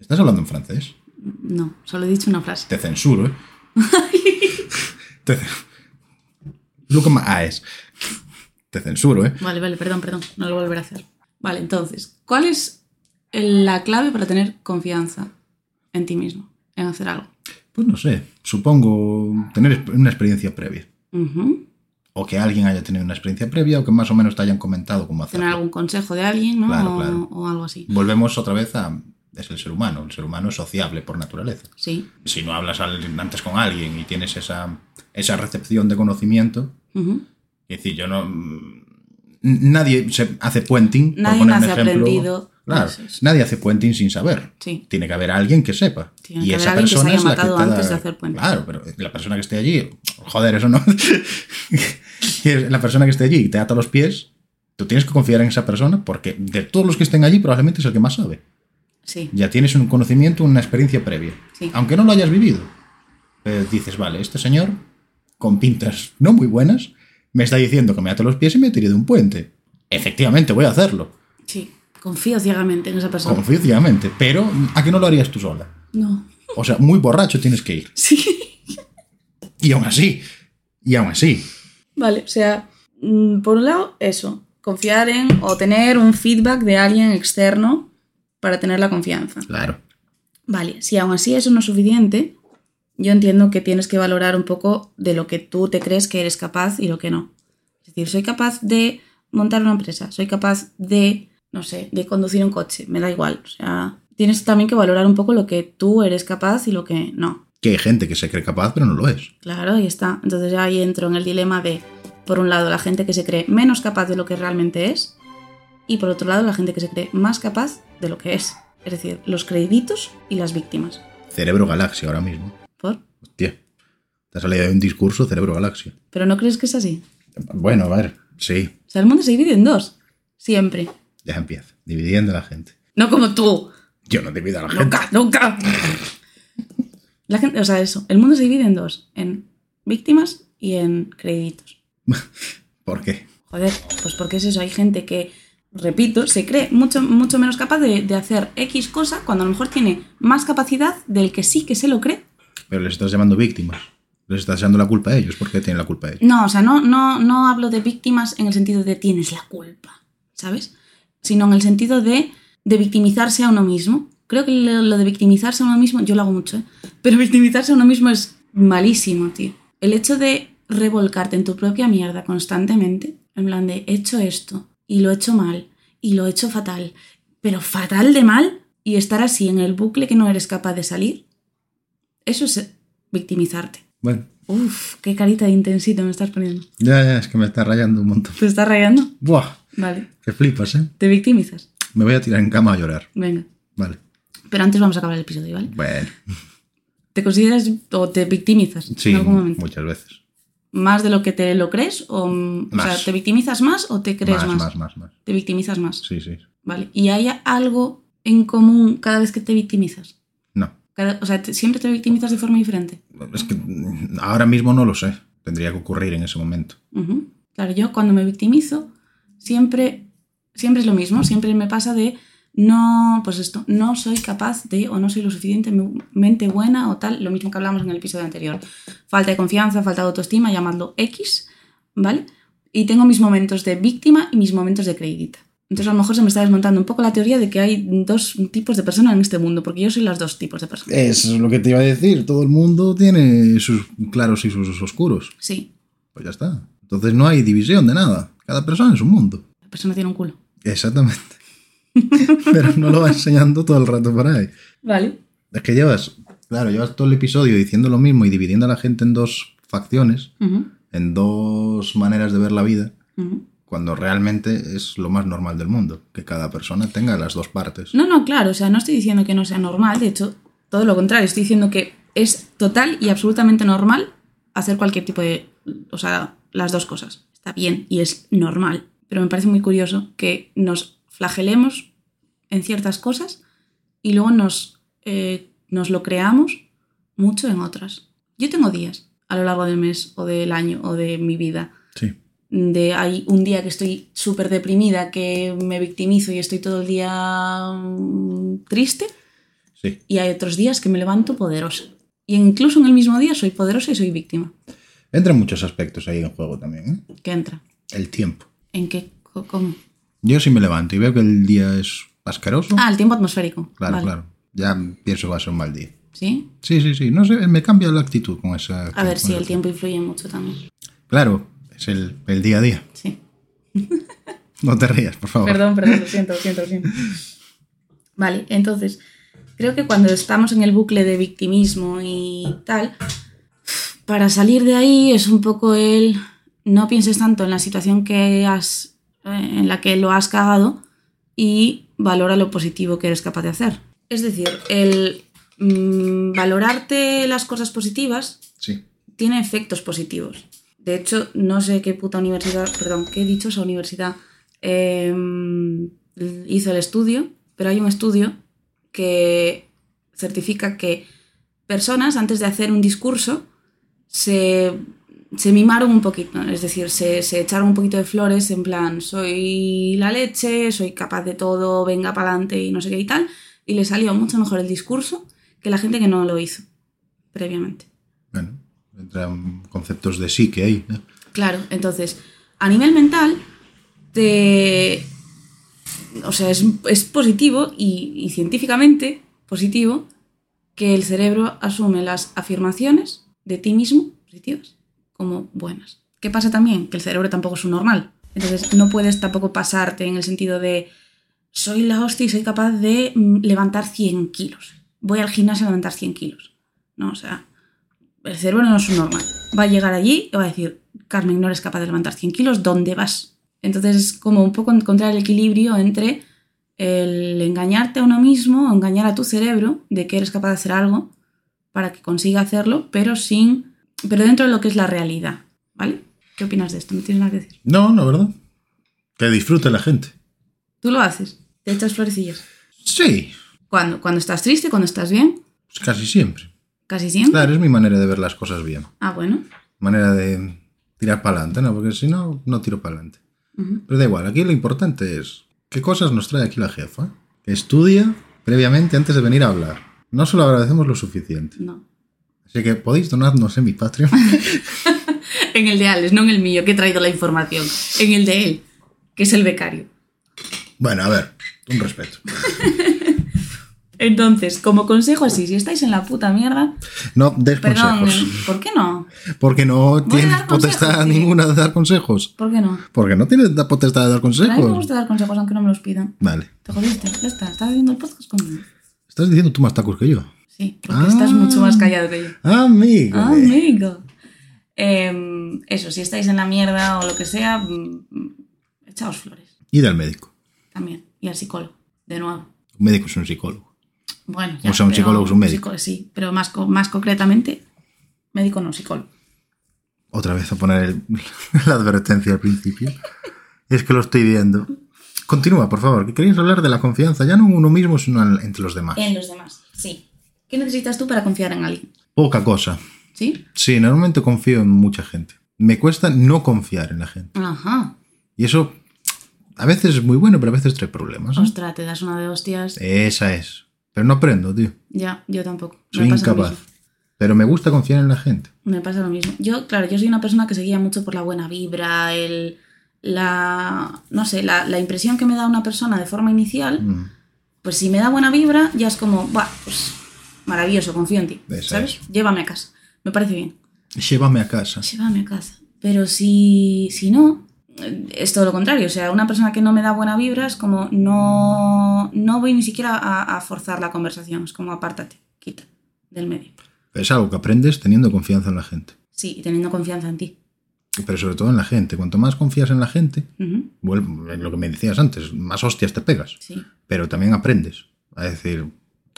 [SPEAKER 1] ¿Estás hablando en francés?
[SPEAKER 2] No, solo he dicho una frase.
[SPEAKER 1] Te censuro, ¿eh? Te ce- Look at my eyes. Te censuro, ¿eh?
[SPEAKER 2] Vale, vale, perdón, perdón, no lo volveré a hacer. Vale, entonces, ¿cuál es la clave para tener confianza en ti mismo, en hacer algo?
[SPEAKER 1] Pues no sé, supongo tener exp- una experiencia previa.
[SPEAKER 2] Ujú.
[SPEAKER 1] o que alguien haya tenido una experiencia previa o que más o menos te hayan comentado cómo hacerlo.
[SPEAKER 2] Tener algún consejo de alguien, ¿no?
[SPEAKER 1] Claro,
[SPEAKER 2] o,
[SPEAKER 1] claro.
[SPEAKER 2] o algo así.
[SPEAKER 1] Volvemos otra vez a... Es el ser humano, el ser humano es sociable por naturaleza.
[SPEAKER 2] Sí.
[SPEAKER 1] Si no hablas al- antes con alguien y tienes esa, esa recepción de conocimiento,
[SPEAKER 2] Ujú.
[SPEAKER 1] es decir, yo no... mm, Nadie se hace puenting,
[SPEAKER 2] Nadie
[SPEAKER 1] por poner un
[SPEAKER 2] nace
[SPEAKER 1] ejemplo.
[SPEAKER 2] aprendido.
[SPEAKER 1] Claro,
[SPEAKER 2] Eso es.
[SPEAKER 1] nadie hace puenting sin saber.
[SPEAKER 2] Sí.
[SPEAKER 1] Tiene que haber alguien que sepa.
[SPEAKER 2] Tiene
[SPEAKER 1] y
[SPEAKER 2] que haber
[SPEAKER 1] esa
[SPEAKER 2] alguien que se
[SPEAKER 1] persona
[SPEAKER 2] haya
[SPEAKER 1] es la que
[SPEAKER 2] matado
[SPEAKER 1] te da-
[SPEAKER 2] antes de hacer puenting.
[SPEAKER 1] Claro, pero la persona que esté allí, joder, eso no. Que la persona que esté allí y te ata los pies, tú tienes que confiar en esa persona porque de todos los que estén allí probablemente es el que más sabe.
[SPEAKER 2] Sí.
[SPEAKER 1] Ya tienes un conocimiento, una experiencia previa.
[SPEAKER 2] Sí.
[SPEAKER 1] Aunque no lo hayas vivido. Pero dices, vale, este señor, con pintas no muy buenas, me está diciendo que me ata los pies y me tiré de un puente. Efectivamente, voy a hacerlo.
[SPEAKER 2] Sí. Confío ciegamente en esa persona.
[SPEAKER 1] Confío ciegamente, pero ¿a qué no lo harías tú sola?
[SPEAKER 2] No.
[SPEAKER 1] O sea, muy borracho tienes que ir.
[SPEAKER 2] Sí.
[SPEAKER 1] Y aún así, y aún así.
[SPEAKER 2] Vale, o sea, mm, por un lado, eso. Confiar en o tener un feedback de alguien externo para tener la confianza.
[SPEAKER 1] Claro.
[SPEAKER 2] Vale, si aún así eso no es suficiente, yo entiendo que tienes que valorar un poco de lo que tú te crees que eres capaz y lo que no. Es decir, soy capaz de montar una empresa, soy capaz de, no sé, de conducir un coche, me da igual. O sea, tienes también que valorar un poco lo que tú eres capaz y lo que no.
[SPEAKER 1] Que hay gente que se cree capaz, pero no lo es.
[SPEAKER 2] Claro, ahí está. Entonces ya ahí entro en el dilema de, por un lado, la gente que se cree menos capaz de lo que realmente es y por otro lado, la gente que se cree más capaz de lo que es. Es decir, los créditos y las víctimas.
[SPEAKER 1] Cerebro galaxia ahora mismo.
[SPEAKER 2] ¿Por?
[SPEAKER 1] Hostia. Te ha salido de un discurso cerebro galaxia.
[SPEAKER 2] Pero no crees que es así.
[SPEAKER 1] Bueno, a ver. Sí,
[SPEAKER 2] O sea, el mundo se divide en dos. Siempre.
[SPEAKER 1] ya empieza. Dividiendo a la gente.
[SPEAKER 2] No como tú.
[SPEAKER 1] Yo no divido a la gente.
[SPEAKER 2] Nunca, nunca. La gente, o sea, eso. El mundo se divide en dos. En víctimas y en créditos.
[SPEAKER 1] ¿Por qué?
[SPEAKER 2] Joder, pues porque es eso. Hay gente que, repito, se cree mucho, mucho menos capaz de, de hacer X cosa cuando a lo mejor tiene más capacidad del que sí que se lo cree.
[SPEAKER 1] Pero les estás llamando víctimas. Les estás echando la culpa a ellos. ¿Por qué tienen la culpa a ellos?
[SPEAKER 2] No, o sea, no, no, no hablo de víctimas en el sentido de tienes la culpa, ¿sabes? Sino en el sentido de, de victimizarse a uno mismo. Creo que lo, lo de victimizarse a uno mismo, yo lo hago mucho, ¿eh? pero victimizarse a uno mismo es malísimo, tío. El hecho de revolcarte en tu propia mierda constantemente, en plan de he hecho esto y lo he hecho mal y lo he hecho fatal, pero fatal de mal y estar así en el bucle que no eres capaz de salir, eso es eh, victimizarte.
[SPEAKER 1] Bueno,
[SPEAKER 2] Uf, qué carita de intensito me estás poniendo.
[SPEAKER 1] ya, ya, es que me está rayando un montón.
[SPEAKER 2] ¿Te estás rayando?
[SPEAKER 1] Buah,
[SPEAKER 2] Vale.
[SPEAKER 1] que flipas, ¿eh?
[SPEAKER 2] Te victimizas.
[SPEAKER 1] Me voy a tirar en cama a llorar.
[SPEAKER 2] Venga.
[SPEAKER 1] Vale.
[SPEAKER 2] Pero antes vamos a acabar el episodio, ¿vale?
[SPEAKER 1] Bueno,
[SPEAKER 2] ¿Te consideras o te victimizas
[SPEAKER 1] sí,
[SPEAKER 2] en algún momento?
[SPEAKER 1] muchas veces.
[SPEAKER 2] ¿Más de lo que te lo crees? O, mm, o
[SPEAKER 1] Más.
[SPEAKER 2] sea, ¿te victimizas más o te crees
[SPEAKER 1] Más,
[SPEAKER 2] más?
[SPEAKER 1] más, más, más.
[SPEAKER 2] Te victimizas más.
[SPEAKER 1] Sí, sí.
[SPEAKER 2] Vale. ¿Y hay algo en común cada vez que te victimizas?
[SPEAKER 1] No.
[SPEAKER 2] Cada- o sea, te- siempre te victimizas de forma diferente.
[SPEAKER 1] Es que mm, ahora mismo no lo sé. Tendría que ocurrir en ese momento.
[SPEAKER 2] Ujú. Claro, yo cuando me victimizo, siempre, siempre es lo mismo, siempre me pasa de no, pues esto, no soy capaz de o no soy lo suficientemente buena o tal, lo mismo que hablamos en el episodio anterior. Falta de confianza, falta de autoestima, llamadlo X, ¿vale? Y tengo mis momentos de víctima y mis momentos de creidita. Entonces a lo mejor se me está desmontando un poco la teoría de que hay dos tipos de personas en este mundo, porque yo soy los dos tipos de personas.
[SPEAKER 1] Eso es lo que te iba a decir. Todo el mundo tiene sus claros y sus oscuros.
[SPEAKER 2] Sí,
[SPEAKER 1] Pues ya está. Entonces no hay división de nada. Cada persona es un mundo.
[SPEAKER 2] la persona tiene un culo.
[SPEAKER 1] Exactamente. Pero no lo va enseñando todo el rato por ahí.
[SPEAKER 2] Vale.
[SPEAKER 1] Es que llevas, claro, llevas todo el episodio diciendo lo mismo y dividiendo a la gente en dos facciones,
[SPEAKER 2] Ujú,
[SPEAKER 1] en dos maneras de ver la vida,
[SPEAKER 2] ujú.
[SPEAKER 1] cuando realmente es lo más normal del mundo, que cada persona tenga las dos partes.
[SPEAKER 2] No, no, claro, o sea, no estoy diciendo que no sea normal, de hecho, todo lo contrario, estoy diciendo que es total y absolutamente normal hacer cualquier tipo de, o sea, las dos cosas. Está bien y es normal, pero me parece muy curioso que nos flagelemos en ciertas cosas y luego nos, eh, nos lo creamos mucho en otras. Yo tengo días a lo largo del mes o del año o de mi vida
[SPEAKER 1] Sí.
[SPEAKER 2] de hay un día que estoy súper deprimida, que me victimizo y estoy todo el día mm, triste,
[SPEAKER 1] Sí.
[SPEAKER 2] y hay otros días que me levanto poderosa. Y incluso en el mismo día soy poderosa y soy víctima.
[SPEAKER 1] Entran muchos aspectos ahí en juego también. ¿eh?
[SPEAKER 2] ¿Qué entra?
[SPEAKER 1] El tiempo.
[SPEAKER 2] ¿En qué? Co- ¿Cómo?
[SPEAKER 1] Yo si me levanto y veo que el día es asqueroso,
[SPEAKER 2] Ah, el tiempo atmosférico.
[SPEAKER 1] claro,
[SPEAKER 2] Vale.
[SPEAKER 1] claro. Ya pienso que va a ser un mal día.
[SPEAKER 2] ¿Sí?
[SPEAKER 1] Sí, sí, sí. No sé, me cambia la actitud con esa.
[SPEAKER 2] A ver,
[SPEAKER 1] con
[SPEAKER 2] sí,
[SPEAKER 1] esa-
[SPEAKER 2] el tiempo influye mucho también.
[SPEAKER 1] Claro, es el, el día a día.
[SPEAKER 2] Sí.
[SPEAKER 1] No te rías, por favor.
[SPEAKER 2] Perdón, perdón, lo siento, lo siento, lo siento. Vale, entonces, creo que cuando estamos en el bucle de victimismo y tal, para salir de ahí es un poco el no pienses tanto en la situación que has, eh, en la que lo has cagado y valora lo positivo que eres capaz de hacer. Es decir, el mm, valorarte las cosas positivas
[SPEAKER 1] Sí.
[SPEAKER 2] tiene efectos positivos. De hecho, no sé qué puta universidad, perdón, qué dichosa universidad eh, hizo el estudio, pero hay un estudio que certifica que personas antes de hacer un discurso se, se mimaron un poquito, es decir, se, se echaron un poquito de flores en plan, soy la leche, soy capaz de todo, venga para adelante y no sé qué y tal, y le salió mucho mejor el discurso que la gente que no lo hizo previamente.
[SPEAKER 1] Bueno, entran conceptos de psique ahí. ¿eh?
[SPEAKER 2] Claro, entonces, a nivel mental, te. O sea, es, es positivo y, y científicamente positivo que el cerebro asume las afirmaciones de ti mismo, positivas, como buenas. ¿Qué pasa también? Que el cerebro tampoco es un normal. Entonces, no puedes tampoco pasarte en el sentido de soy la hostia y soy capaz de mm, levantar 100 kilos. Voy al gimnasio a levantar 100 kilos. No, o sea, el cerebro no es un normal. Va a llegar allí y va a decir, Carmen, no eres capaz de levantar 100 kilos, ¿dónde vas? Entonces es como un poco encontrar el equilibrio entre el engañarte a uno mismo o engañar a tu cerebro de que eres capaz de hacer algo para que consiga hacerlo, pero sin. pero dentro de lo que es la realidad. ¿Vale? ¿Qué opinas de esto? No tienes nada que decir.
[SPEAKER 1] No, no, ¿verdad? Que disfrute la gente.
[SPEAKER 2] Tú lo haces, te echas florecillas.
[SPEAKER 1] Sí,
[SPEAKER 2] ¿Cuándo? Cuando estás triste, cuando estás bien,
[SPEAKER 1] pues casi siempre.
[SPEAKER 2] casi siempre.
[SPEAKER 1] Claro, es mi manera de ver las cosas bien.
[SPEAKER 2] Ah, bueno.
[SPEAKER 1] Manera de tirar para adelante, ¿no? Porque si no, no tiro para adelante.
[SPEAKER 2] Ujú.
[SPEAKER 1] Pero da igual, aquí lo importante es qué cosas nos trae aquí la jefa. Que estudia previamente antes de venir a hablar. No se lo agradecemos lo suficiente.
[SPEAKER 2] No.
[SPEAKER 1] Así que podéis donarnos en mi Patreon.
[SPEAKER 2] En el de Alex, no en el mío, que he traído la información. En el de él, que es el becario.
[SPEAKER 1] bueno, a ver, un respeto.
[SPEAKER 2] Entonces, como consejo así, si estáis en la puta mierda,
[SPEAKER 1] No des
[SPEAKER 2] perdón,
[SPEAKER 1] consejos.
[SPEAKER 2] ¿por qué no?
[SPEAKER 1] Porque no
[SPEAKER 2] a
[SPEAKER 1] tienes
[SPEAKER 2] dar consejos,
[SPEAKER 1] potestad
[SPEAKER 2] sí.
[SPEAKER 1] ninguna de dar consejos.
[SPEAKER 2] ¿Por qué no?
[SPEAKER 1] Porque no tienes la potestad de dar
[SPEAKER 2] A mí me
[SPEAKER 1] consejos.
[SPEAKER 2] gusta dar consejos aunque no me los pidan.
[SPEAKER 1] Vale.
[SPEAKER 2] Te jodiste, ya está, estás haciendo el podcast conmigo.
[SPEAKER 1] Estás diciendo tú más tacos que yo.
[SPEAKER 2] Sí, porque
[SPEAKER 1] Ah.
[SPEAKER 2] estás mucho más callado que yo.
[SPEAKER 1] Amigo.
[SPEAKER 2] Ah, Amigo. Em, eso, si estáis en la mierda o lo que sea, mm, mm, echaos flores
[SPEAKER 1] Y al médico.
[SPEAKER 2] también. Y al psicólogo, de nuevo.
[SPEAKER 1] Un médico es un psicólogo.
[SPEAKER 2] Bueno,
[SPEAKER 1] O sea, un
[SPEAKER 2] pero
[SPEAKER 1] psicólogo es un médico.
[SPEAKER 2] psico- sí, pero más, co- más concretamente, médico no, psicólogo.
[SPEAKER 1] Otra vez a poner el- la advertencia al principio. es que lo estoy viendo. Continúa, por favor. Que queréis hablar de la confianza, ya no en uno mismo, sino en- entre los demás.
[SPEAKER 2] En los demás, sí. ¿Qué necesitas tú para confiar en alguien?
[SPEAKER 1] Poca cosa.
[SPEAKER 2] ¿Sí?
[SPEAKER 1] Sí, normalmente confío en mucha gente. Me cuesta no confiar en la gente.
[SPEAKER 2] Ajá.
[SPEAKER 1] Y eso a veces es muy bueno, pero a veces trae problemas. ¿eh?
[SPEAKER 2] Ostras, te das una de hostias.
[SPEAKER 1] Esa es. Pero no aprendo, tío.
[SPEAKER 2] Ya, yo tampoco. Me
[SPEAKER 1] Soy
[SPEAKER 2] pasa lo
[SPEAKER 1] incapaz.
[SPEAKER 2] mismo.
[SPEAKER 1] Pero me gusta confiar en la gente.
[SPEAKER 2] Me pasa lo mismo. Yo, claro, yo soy una persona que se guía mucho por la buena vibra, el, la, no sé, la, la impresión que me da una persona de forma inicial,
[SPEAKER 1] Mm,
[SPEAKER 2] pues si me da buena vibra, ya es como, "Buah, pues maravilloso, confío en ti,
[SPEAKER 1] Eso
[SPEAKER 2] ¿sabes? Llévame a casa, me parece bien,
[SPEAKER 1] Llévame a casa.
[SPEAKER 2] llévame a casa. Pero si, si no, eh, es todo lo contrario, o sea, una persona que no me da buena vibra es como, no, no voy ni siquiera a, a forzar la conversación, es como, apártate, quita del medio.
[SPEAKER 1] Es algo que aprendes teniendo confianza en la gente.
[SPEAKER 2] Sí, y teniendo confianza en ti.
[SPEAKER 1] Pero sobre todo en la gente. Cuanto más confías en la gente,
[SPEAKER 2] Ujú,
[SPEAKER 1] vuelvo en lo que me decías antes, más hostias te pegas.
[SPEAKER 2] sí.
[SPEAKER 1] Pero también aprendes a decir,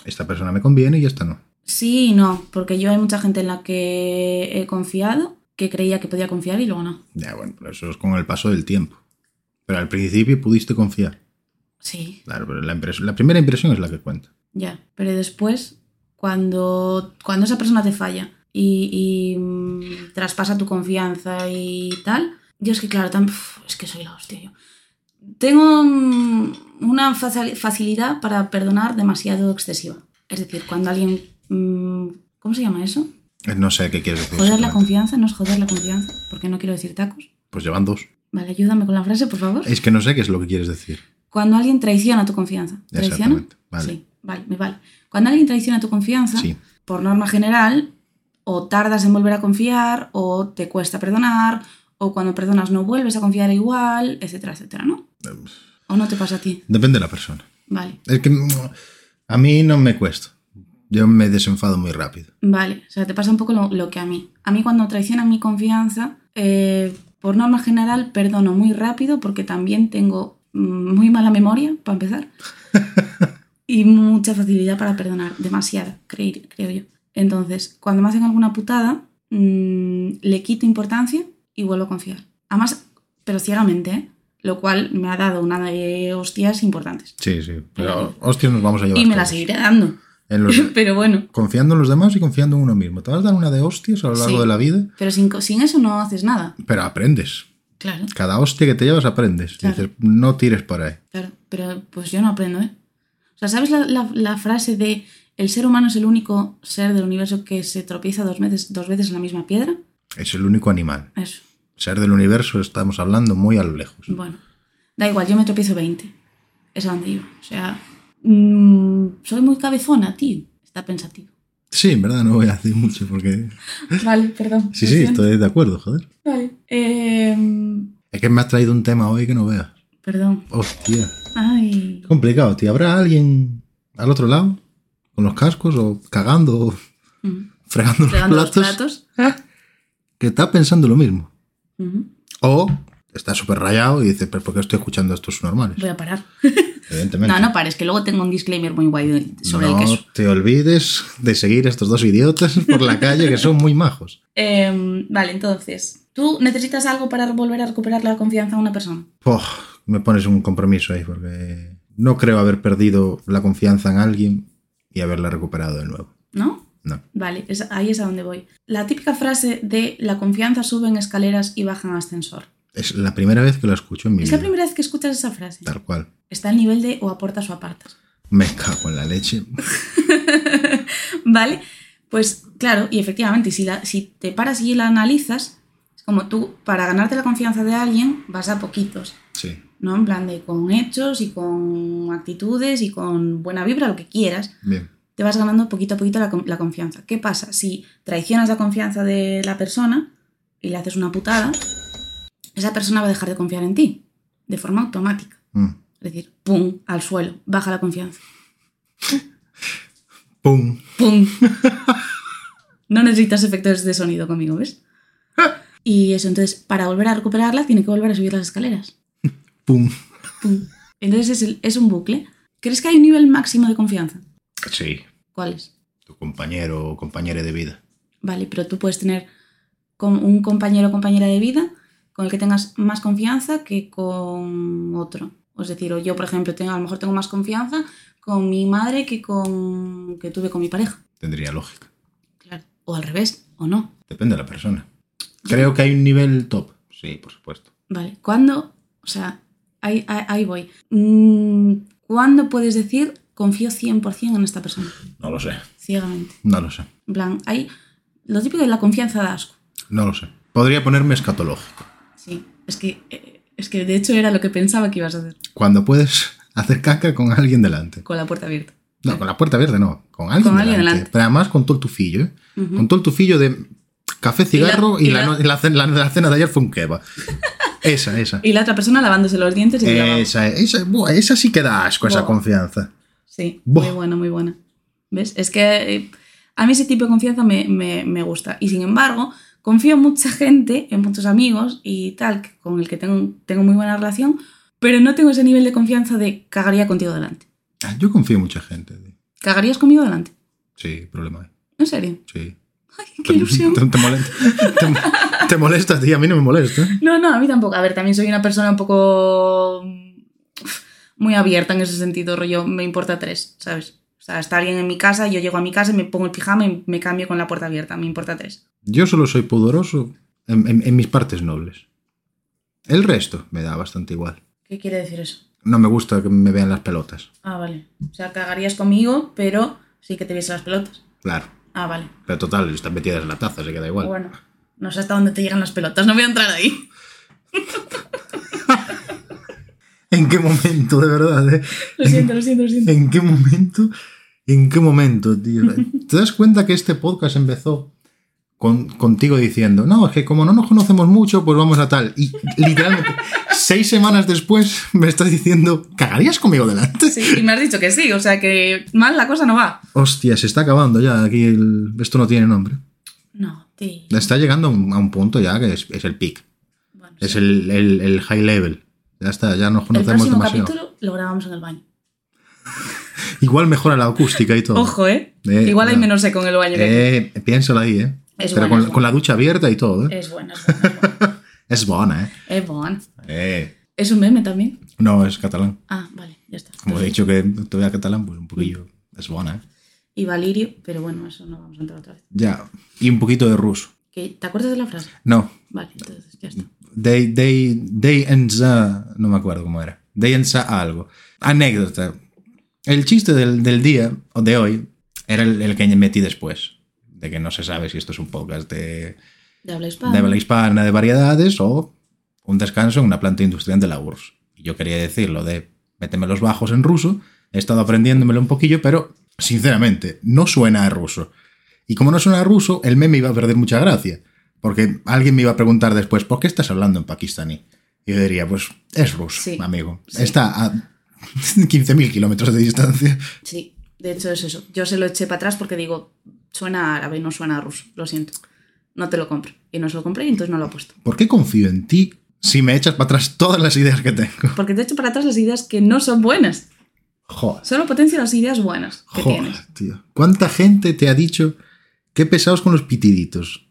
[SPEAKER 1] esta persona me conviene y esta no.
[SPEAKER 2] Sí y no, porque yo hay mucha gente en la que he confiado, que creía que podía confiar y luego no.
[SPEAKER 1] Ya, bueno, pero eso es con el paso del tiempo. Pero al principio pudiste confiar.
[SPEAKER 2] Sí,
[SPEAKER 1] Claro, pero la, impres- la primera impresión es la que cuenta.
[SPEAKER 2] ya. Pero después, cuando, cuando esa persona te falla y, y, mm, traspasa tu confianza y tal, yo es que, claro, tan, uf, es que soy la hostia yo. Tengo mm, una faci- facilidad para perdonar demasiado excesiva. Es decir, cuando alguien... mm, ¿Cómo se llama eso?
[SPEAKER 1] Eh, No sé qué quieres decir.
[SPEAKER 2] Joder la
[SPEAKER 1] exactamente.
[SPEAKER 2] confianza, no es joder la confianza, porque no quiero decir tacos.
[SPEAKER 1] Pues llevan dos.
[SPEAKER 2] Vale, ayúdame con la frase, por favor.
[SPEAKER 1] Es que no sé qué es lo que quieres decir.
[SPEAKER 2] Cuando alguien traiciona tu confianza. ¿Traiciona?
[SPEAKER 1] Exactamente, vale.
[SPEAKER 2] Sí, vale, me vale. Cuando alguien traiciona tu confianza,
[SPEAKER 1] Sí.
[SPEAKER 2] por norma general, o tardas en volver a confiar, o te cuesta perdonar, o cuando perdonas no vuelves a confiar igual, etcétera, etcétera, ¿no? ¿O no te pasa a ti?
[SPEAKER 1] Depende de la persona.
[SPEAKER 2] Vale.
[SPEAKER 1] Es que mm, a mí no me cuesta. Yo me desenfado muy rápido.
[SPEAKER 2] Vale, o sea, te pasa un poco lo, lo que a mí. A mí cuando traicionan mi confianza, eh, por norma general, perdono muy rápido porque también tengo mm, muy mala memoria, para empezar, y mucha facilidad para perdonar, demasiada, creer- creo yo. Entonces, cuando me hacen alguna putada, mm, le quito importancia y vuelvo a confiar. Además, pero ciegamente, ¿eh? lo cual me ha dado una de hostias importantes.
[SPEAKER 1] Sí, sí. Pero hostias nos vamos a llevar.
[SPEAKER 2] Y me la
[SPEAKER 1] todos.
[SPEAKER 2] seguiré dando.
[SPEAKER 1] En los-
[SPEAKER 2] pero bueno,
[SPEAKER 1] confiando en los demás y confiando en uno mismo. Te vas a dar una de hostias a lo largo
[SPEAKER 2] Sí.
[SPEAKER 1] de la vida,
[SPEAKER 2] pero sin, co- sin eso no haces nada.
[SPEAKER 1] pero aprendes.
[SPEAKER 2] Claro.
[SPEAKER 1] Cada hostia que te llevas aprendes.
[SPEAKER 2] Claro.
[SPEAKER 1] Dices, no tires para ahí.
[SPEAKER 2] Claro, pero pues yo no aprendo, ¿eh? O sea, ¿sabes la, la- la frase de el ser humano es el único ser del universo que se tropieza dos veces, dos veces en la misma piedra?
[SPEAKER 1] Es el único animal.
[SPEAKER 2] Eso,
[SPEAKER 1] Ser del universo estamos hablando muy a lo lejos.
[SPEAKER 2] bueno. Da igual, yo me tropiezo 20. Es a donde iba. O sea, mm, soy muy cabezona, tío. Está pensativo.
[SPEAKER 1] Sí, en verdad no voy a decir mucho porque...
[SPEAKER 2] Vale, perdón.
[SPEAKER 1] Sí, sí, estoy de acuerdo, joder.
[SPEAKER 2] Vale. Em,
[SPEAKER 1] Es que me has traído un tema hoy que no veas.
[SPEAKER 2] perdón.
[SPEAKER 1] Hostia.
[SPEAKER 2] Ay.
[SPEAKER 1] Complicado, tío. ¿Habrá alguien al otro lado? ¿Con los cascos o cagando o
[SPEAKER 2] Mm.
[SPEAKER 1] fregando,
[SPEAKER 2] Fregando
[SPEAKER 1] los
[SPEAKER 2] los
[SPEAKER 1] platos?
[SPEAKER 2] platos. Mm.
[SPEAKER 1] Que está pensando lo mismo.
[SPEAKER 2] Ujú.
[SPEAKER 1] O está súper rayado y dice, pero ¿por qué estoy escuchando a estos normales?
[SPEAKER 2] Voy a parar.
[SPEAKER 1] Evidentemente.
[SPEAKER 2] No, no pares, que luego tengo un disclaimer muy guay de- sobre el
[SPEAKER 1] No
[SPEAKER 2] queso.
[SPEAKER 1] te olvides de seguir a estos dos idiotas por la calle que son muy majos.
[SPEAKER 2] Em, vale, entonces, ¿tú necesitas algo para volver a recuperar la confianza de una persona?
[SPEAKER 1] Oh, me pones un compromiso ahí porque no creo haber perdido la confianza en alguien y haberla recuperado de nuevo.
[SPEAKER 2] ¿No?
[SPEAKER 1] No.
[SPEAKER 2] Vale, es- ahí es a donde voy. La típica frase de la confianza sube en escaleras y baja en ascensor.
[SPEAKER 1] Es la primera vez que la escucho en mi
[SPEAKER 2] Es
[SPEAKER 1] vida.
[SPEAKER 2] la primera vez que escuchas esa frase.
[SPEAKER 1] Tal cual.
[SPEAKER 2] Está al nivel de o aportas o apartas.
[SPEAKER 1] Me cago en la leche.
[SPEAKER 2] ¿Vale? Pues claro, y efectivamente, si, la- si te paras y la analizas, es como tú, para ganarte la confianza de alguien, vas a poquitos.
[SPEAKER 1] Sí.
[SPEAKER 2] ¿No? En plan de con hechos y con actitudes y con buena vibra, lo que quieras.
[SPEAKER 1] Bien.
[SPEAKER 2] te vas ganando poquito a poquito la, con- la confianza. ¿Qué pasa? Si traicionas la confianza de la persona y le haces una putada, esa persona va a dejar de confiar en ti, de forma automática.
[SPEAKER 1] Mm.
[SPEAKER 2] Es decir, ¡pum! al suelo, baja la confianza.
[SPEAKER 1] ¡Pum!
[SPEAKER 2] ¡Pum! No necesitas efectos de sonido conmigo, ¿ves? Y eso, entonces, para volver a recuperarla, tiene que volver a subir las escaleras.
[SPEAKER 1] ¡Pum!
[SPEAKER 2] ¡Pum! Entonces es, el- es un bucle. ¿Crees que hay un nivel máximo de confianza?
[SPEAKER 1] Sí.
[SPEAKER 2] ¿Cuál es?
[SPEAKER 1] Tu compañero o compañera de vida.
[SPEAKER 2] Vale, pero tú puedes tener con un compañero o compañera de vida con el que tengas más confianza que con otro. Es decir, o yo, por ejemplo, tengo, a lo mejor tengo más confianza con mi madre que con que tuve con mi pareja.
[SPEAKER 1] Tendría lógica.
[SPEAKER 2] Claro. O al revés, o no.
[SPEAKER 1] Depende de la persona. Creo que hay un nivel top. Sí, por supuesto.
[SPEAKER 2] Vale. ¿Cuándo? O sea, ahí, ahí- ahí voy. Mm, ¿Cuándo puedes decir confío 100% en esta persona?
[SPEAKER 1] No lo sé.
[SPEAKER 2] Ciegamente.
[SPEAKER 1] No lo sé.
[SPEAKER 2] En plan, hay, Lo típico de la confianza da asco.
[SPEAKER 1] No lo sé. Podría ponerme escatológico.
[SPEAKER 2] Sí, es que, eh, es que de hecho era lo que pensaba que ibas a hacer,
[SPEAKER 1] Cuando puedes hacer caca con alguien delante.
[SPEAKER 2] con la puerta abierta.
[SPEAKER 1] No, con la puerta abierta no. Con alguien,
[SPEAKER 2] Con
[SPEAKER 1] delante.
[SPEAKER 2] alguien delante.
[SPEAKER 1] Pero además con todo el tufillo, ¿eh?
[SPEAKER 2] Ujú.
[SPEAKER 1] Con todo el tufillo de café, cigarro y,
[SPEAKER 2] y
[SPEAKER 1] la,
[SPEAKER 2] la-
[SPEAKER 1] no- y la cen- la- la cena de ayer fue un kebab. Esa, esa.
[SPEAKER 2] Y la otra persona lavándose los dientes y lavaba.
[SPEAKER 1] Esa, esa, buah, esa sí que da asco, esa
[SPEAKER 2] Buah.
[SPEAKER 1] confianza.
[SPEAKER 2] Sí,
[SPEAKER 1] Buah.
[SPEAKER 2] muy buena, muy buena. ¿Ves? Es que eh, a mí ese tipo de confianza me, me- me gusta. Y sin embargo, confío en mucha gente, en muchos amigos y tal, que- con el que tengo, tengo muy buena relación, pero no tengo ese nivel de confianza de cagaría contigo delante.
[SPEAKER 1] Ah, Yo confío en mucha gente. tío.
[SPEAKER 2] ¿Cagarías conmigo delante?
[SPEAKER 1] Sí, problema hay.
[SPEAKER 2] ¿En serio?
[SPEAKER 1] Sí.
[SPEAKER 2] Ay, qué ilusión.
[SPEAKER 1] Te, te molesta, te, te molesta, tío. A mí no me molesta. ¿eh?
[SPEAKER 2] No, no, a mí tampoco. A ver, también soy una persona un poco mm, muy abierta en ese sentido, rollo, me importa tres, ¿sabes? O sea, está alguien en mi casa, yo llego a mi casa, me pongo el pijama y me cambio con la puerta abierta, me importa tres.
[SPEAKER 1] Yo solo soy pudoroso en, en- en mis partes nobles. El resto me da bastante igual.
[SPEAKER 2] ¿Qué quiere decir eso?
[SPEAKER 1] No me gusta que me vean las pelotas.
[SPEAKER 2] Ah, vale. O sea, cagarías conmigo, pero sí que te viese las pelotas.
[SPEAKER 1] Claro.
[SPEAKER 2] Ah, vale.
[SPEAKER 1] Pero total, están metidas en la taza, se queda igual.
[SPEAKER 2] Bueno, no sé hasta dónde te llegan las pelotas, no voy a entrar ahí.
[SPEAKER 1] ¿En qué momento, de verdad? eh?
[SPEAKER 2] Lo siento, lo siento, lo siento.
[SPEAKER 1] ¿En qué momento? ¿En qué momento, tío? ¿Te das cuenta que este podcast empezó con- contigo diciendo, no, es que como no nos conocemos mucho, pues vamos a tal? Y literalmente, seis semanas después me estás diciendo, ¿cagarías conmigo delante?
[SPEAKER 2] Sí, y me has dicho que sí, o sea que mal la cosa no va.
[SPEAKER 1] Hostia, se está acabando ya aquí el... Esto no tiene nombre.
[SPEAKER 2] No, tío.
[SPEAKER 1] Está llegando a un a un punto ya que es, es el peak.
[SPEAKER 2] Bueno,
[SPEAKER 1] Es
[SPEAKER 2] sí.
[SPEAKER 1] el, el- el high level. Ya está, ya nos
[SPEAKER 2] el
[SPEAKER 1] conocemos
[SPEAKER 2] próximo
[SPEAKER 1] demasiado.
[SPEAKER 2] capítulo lo grabamos en el baño.
[SPEAKER 1] Igual mejora la acústica y todo.
[SPEAKER 2] Ojo, ¿eh?
[SPEAKER 1] Eh,
[SPEAKER 2] Igual hay
[SPEAKER 1] no.
[SPEAKER 2] menos seco en el baño. que
[SPEAKER 1] Eh, piénsalo ahí, ¿eh?
[SPEAKER 2] Es
[SPEAKER 1] Pero con,
[SPEAKER 2] buena, es
[SPEAKER 1] la-
[SPEAKER 2] buena.
[SPEAKER 1] con la ducha abierta y todo, ¿eh?
[SPEAKER 2] Es bueno, es bueno.
[SPEAKER 1] Es
[SPEAKER 2] es bueno.
[SPEAKER 1] buena, ¿eh?
[SPEAKER 2] Es bueno.
[SPEAKER 1] Eh,
[SPEAKER 2] Es un meme también.
[SPEAKER 1] No, es catalán.
[SPEAKER 2] Ah, vale, ya está.
[SPEAKER 1] Como he dicho que todavía catalán, pues un poquillo. Es buena, ¿eh?
[SPEAKER 2] Y Valirio, pero bueno, eso no vamos a entrar otra vez.
[SPEAKER 1] Ya. Y un poquito de ruso.
[SPEAKER 2] ¿Qué? ¿Te acuerdas de la frase?
[SPEAKER 1] No.
[SPEAKER 2] Vale, entonces ya está.
[SPEAKER 1] They, they, they and the- No me acuerdo cómo era. They and the algo. Anécdota. El chiste del, del día, o de hoy, era el, el que metí después. De que no se sabe si esto es un podcast de,
[SPEAKER 2] De habla hispana.
[SPEAKER 1] de habla hispana, de variedades, o un descanso en una planta industrial de la URSS. Y Yo quería decir lo de méteme los bajos en ruso, he estado aprendiéndomelo un poquillo, pero sinceramente, no suena a ruso. Y como no suena a ruso, el meme iba a perder mucha gracia, porque alguien me iba a preguntar después, ¿por qué estás hablando en pakistaní? Y yo diría, pues es ruso,
[SPEAKER 2] Sí,
[SPEAKER 1] amigo.
[SPEAKER 2] sí.
[SPEAKER 1] Está a 15.000 kilómetros de distancia.
[SPEAKER 2] Sí, de hecho es eso. Yo se lo eché para atrás porque digo, suena árabe, no suena ruso. Lo siento. No te lo compro. Y no se lo compré y entonces no lo he puesto.
[SPEAKER 1] ¿Por qué confío en ti si me echas para atrás todas las ideas que tengo?
[SPEAKER 2] Porque te echo para atrás las ideas que no son buenas.
[SPEAKER 1] Joder.
[SPEAKER 2] Solo potencia las ideas buenas que
[SPEAKER 1] Joder,
[SPEAKER 2] tienes.
[SPEAKER 1] tío. ¿Cuánta gente te ha dicho qué pesados con los pitiditos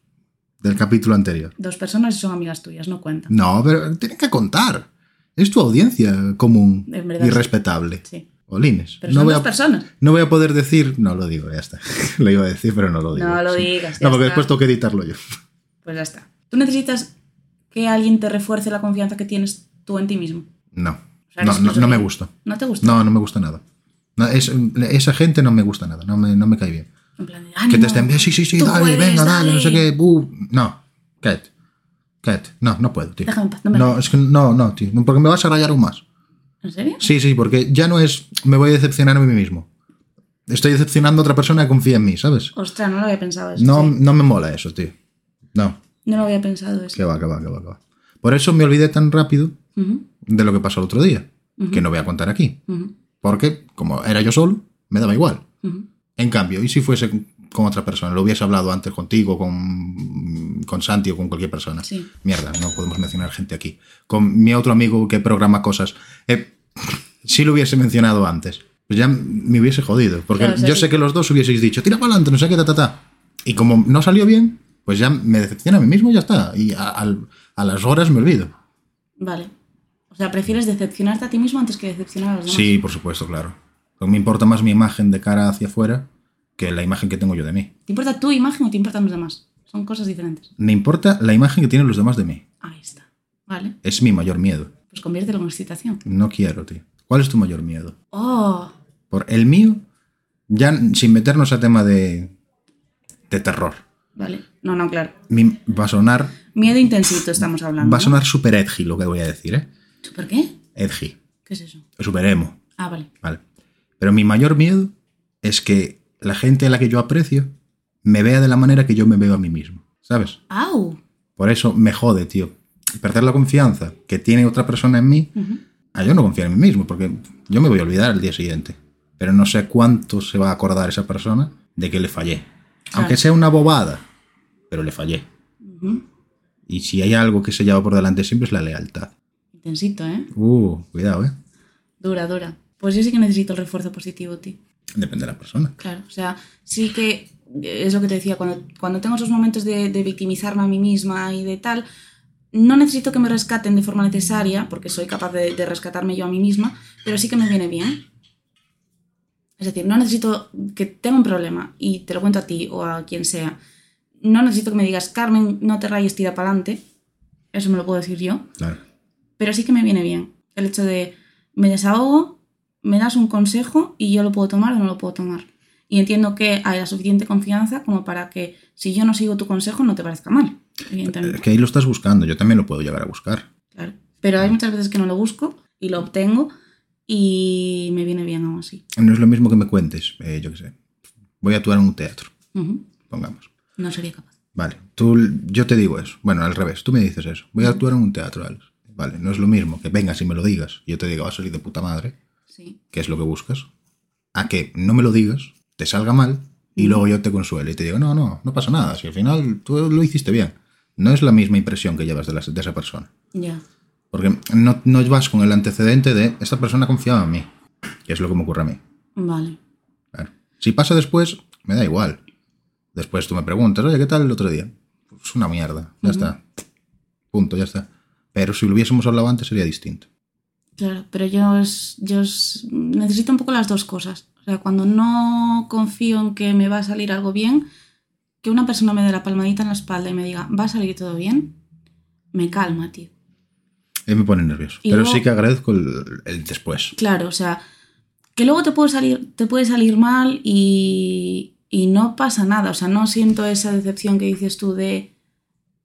[SPEAKER 1] del capítulo anterior?
[SPEAKER 2] Dos personas y son amigas tuyas, no cuentan.
[SPEAKER 1] No, pero tienen que contar. Es tu audiencia común
[SPEAKER 2] En verdad,
[SPEAKER 1] y
[SPEAKER 2] sí.
[SPEAKER 1] respetable.
[SPEAKER 2] Sí.
[SPEAKER 1] Olines.
[SPEAKER 2] Pero
[SPEAKER 1] No
[SPEAKER 2] son
[SPEAKER 1] voy,
[SPEAKER 2] dos
[SPEAKER 1] a,
[SPEAKER 2] personas.
[SPEAKER 1] no voy a poder decir. No lo digo, ya está. lo iba a decir, pero no lo digo.
[SPEAKER 2] No lo
[SPEAKER 1] Sí.
[SPEAKER 2] digas. ya
[SPEAKER 1] No, porque
[SPEAKER 2] está.
[SPEAKER 1] después tengo que editarlo yo.
[SPEAKER 2] Pues ya está. Tú necesitas que alguien te refuerce la confianza que tienes tú en ti mismo.
[SPEAKER 1] No.
[SPEAKER 2] sea,
[SPEAKER 1] No,
[SPEAKER 2] eres
[SPEAKER 1] no, no me
[SPEAKER 2] presumido.
[SPEAKER 1] gusta.
[SPEAKER 2] ¿No te gusta?
[SPEAKER 1] No, no me gusta nada. No, es- esa gente no me gusta nada. No me, no me cae bien.
[SPEAKER 2] En plan, de, "Ah,
[SPEAKER 1] Que
[SPEAKER 2] "Ánimo,
[SPEAKER 1] te estén bien, sí, sí, sí,
[SPEAKER 2] tú
[SPEAKER 1] dale,
[SPEAKER 2] puedes,
[SPEAKER 1] venga, dale, no sé
[SPEAKER 2] dale".
[SPEAKER 1] qué. uh, no, Cat. Cat, no, no puedo, tío.
[SPEAKER 2] Déjame en paz, no me
[SPEAKER 1] No, es que no, no, tío. Porque me vas a rayar aún más.
[SPEAKER 2] ¿En serio?
[SPEAKER 1] Sí, sí, porque ya no es. Me voy a decepcionar a mí mismo. Estoy decepcionando a otra persona que confía en mí, ¿sabes?
[SPEAKER 2] Ostras, no lo había pensado eso.
[SPEAKER 1] No,
[SPEAKER 2] sí.
[SPEAKER 1] no me mola eso, tío. No,
[SPEAKER 2] No lo había pensado eso.
[SPEAKER 1] que va, que va, que va, que va. Por eso me olvidé tan rápido
[SPEAKER 2] Ujú,
[SPEAKER 1] de lo que pasó el otro día, que no voy a contar aquí.
[SPEAKER 2] ujú,
[SPEAKER 1] Porque, como era yo solo, me daba igual.
[SPEAKER 2] ujú.
[SPEAKER 1] En cambio, ¿y si fuese con otra persona? Lo hubiese hablado antes contigo, con, con Santi o con cualquier persona.
[SPEAKER 2] Sí.
[SPEAKER 1] Mierda, no podemos mencionar gente aquí. Con mi otro amigo que programa cosas. Eh, si lo hubiese mencionado antes, pues ya me hubiese jodido. Porque
[SPEAKER 2] Claro, o sea,
[SPEAKER 1] yo
[SPEAKER 2] sí.
[SPEAKER 1] sé que los dos hubieseis dicho, tira para adelante, no sé qué, ta, ta, ta. Y como no salió bien, pues ya me decepciona a mí mismo y ya está. Y a, al- a las horas me olvido.
[SPEAKER 2] Vale. O sea, prefieres decepcionarte a ti mismo antes que decepcionar a los demás.
[SPEAKER 1] Sí, por supuesto, claro. Pero me importa más mi imagen de cara hacia afuera que la imagen que tengo yo de mí.
[SPEAKER 2] ¿Te importa tu imagen o te importan los demás? Son cosas diferentes.
[SPEAKER 1] Me importa la imagen que tienen los demás de mí.
[SPEAKER 2] Ahí está. Vale.
[SPEAKER 1] Es mi mayor miedo.
[SPEAKER 2] Pues conviértelo en excitación.
[SPEAKER 1] No quiero, tío. ¿Cuál es tu mayor miedo?
[SPEAKER 2] Oh,
[SPEAKER 1] Por el mío, ya n- sin meternos a tema de, de terror.
[SPEAKER 2] Vale. No, no, claro.
[SPEAKER 1] Mi- va a sonar,
[SPEAKER 2] Miedo intensito estamos hablando.
[SPEAKER 1] va a
[SPEAKER 2] ¿no?
[SPEAKER 1] sonar super edgy lo que voy a decir, ¿eh?
[SPEAKER 2] ¿Por qué?
[SPEAKER 1] Edgy,
[SPEAKER 2] ¿Qué es eso?
[SPEAKER 1] super emo,
[SPEAKER 2] Ah, vale.
[SPEAKER 1] ¿vale? Pero mi mayor miedo es que la gente a la que yo aprecio me vea de la manera que yo me veo a mí mismo, ¿sabes?
[SPEAKER 2] ¡Au!
[SPEAKER 1] Por eso me jode, tío. Perder la confianza que tiene otra persona en mí,
[SPEAKER 2] Ujú.
[SPEAKER 1] ah, yo no confío en mí mismo, porque yo me voy a olvidar el día siguiente. Pero no sé cuánto se va a acordar esa persona de que le fallé. Aunque
[SPEAKER 2] Claro.
[SPEAKER 1] sea una bobada, pero le fallé.
[SPEAKER 2] Ujú.
[SPEAKER 1] Y si hay algo que se lleva por delante siempre es la lealtad.
[SPEAKER 2] Intensito, ¿eh?
[SPEAKER 1] Uh, cuidado, ¿eh?
[SPEAKER 2] Dura, dura. Pues yo sí que necesito el refuerzo positivo, tío.
[SPEAKER 1] Depende de la persona.
[SPEAKER 2] Claro, o sea, sí que eh, es lo que te decía, cuando, cuando tengo esos momentos de, de victimizarme a mí misma y de tal, no necesito que me rescaten de forma necesaria, porque soy capaz de, de rescatarme yo a mí misma, pero sí que me viene bien. Es decir, no necesito que tenga un problema y te lo cuento a ti o a quien sea. No necesito que me digas, Carmen, no te rayes, tira para adelante. Eso me lo puedo decir yo
[SPEAKER 1] Claro.
[SPEAKER 2] pero sí que me viene bien el hecho de me desahogo, me das un consejo y yo lo puedo tomar o no lo puedo tomar. Y entiendo que hay la suficiente confianza como para que si yo no sigo tu consejo no te parezca mal,
[SPEAKER 1] Es
[SPEAKER 2] evidentemente.
[SPEAKER 1] que ahí lo estás buscando, yo también lo puedo llegar a buscar.
[SPEAKER 2] Claro. Pero hay muchas veces que no lo busco y lo obtengo y me viene bien aún así.
[SPEAKER 1] No es lo mismo que me cuentes, eh, yo qué sé. Voy a actuar en un teatro,
[SPEAKER 2] Ujú.
[SPEAKER 1] pongamos.
[SPEAKER 2] No sería capaz.
[SPEAKER 1] Vale, tú, yo te digo eso. Bueno, al revés, tú me dices eso. Voy a actuar en un teatro, Alex. Vale, no es lo mismo que vengas y me lo digas. Yo te digo, va a salir de puta madre,
[SPEAKER 2] Sí.
[SPEAKER 1] que es lo que buscas. A que no me lo digas, te salga mal, y luego yo te consuelo y te digo, no, no, no pasa nada. Si al final tú lo hiciste bien. No es la misma impresión que llevas de, la- de esa persona.
[SPEAKER 2] Ya.
[SPEAKER 1] Porque no, no vas con el antecedente de, esta persona confiaba en mí. Que es lo que me ocurre a mí.
[SPEAKER 2] Vale.
[SPEAKER 1] Claro. Si pasa después, me da igual. Después tú me preguntas, oye, ¿qué tal el otro día? Es una mierda, ya está. Punto, ya está. Pero si lo hubiésemos hablado antes sería distinto.
[SPEAKER 2] Claro, pero yo, es- yo es- necesito un poco las dos cosas. O sea, cuando no confío en que me va a salir algo bien, que una persona me dé la palmadita en la espalda y me diga, va a salir todo bien, me calma, tío.
[SPEAKER 1] Y me pone nervioso.
[SPEAKER 2] Y
[SPEAKER 1] Pero
[SPEAKER 2] luego-
[SPEAKER 1] sí que agradezco el, el después.
[SPEAKER 2] Claro, o sea, que luego te puede salir, te puede salir mal y, y no pasa nada. O sea, no siento esa decepción que dices tú de,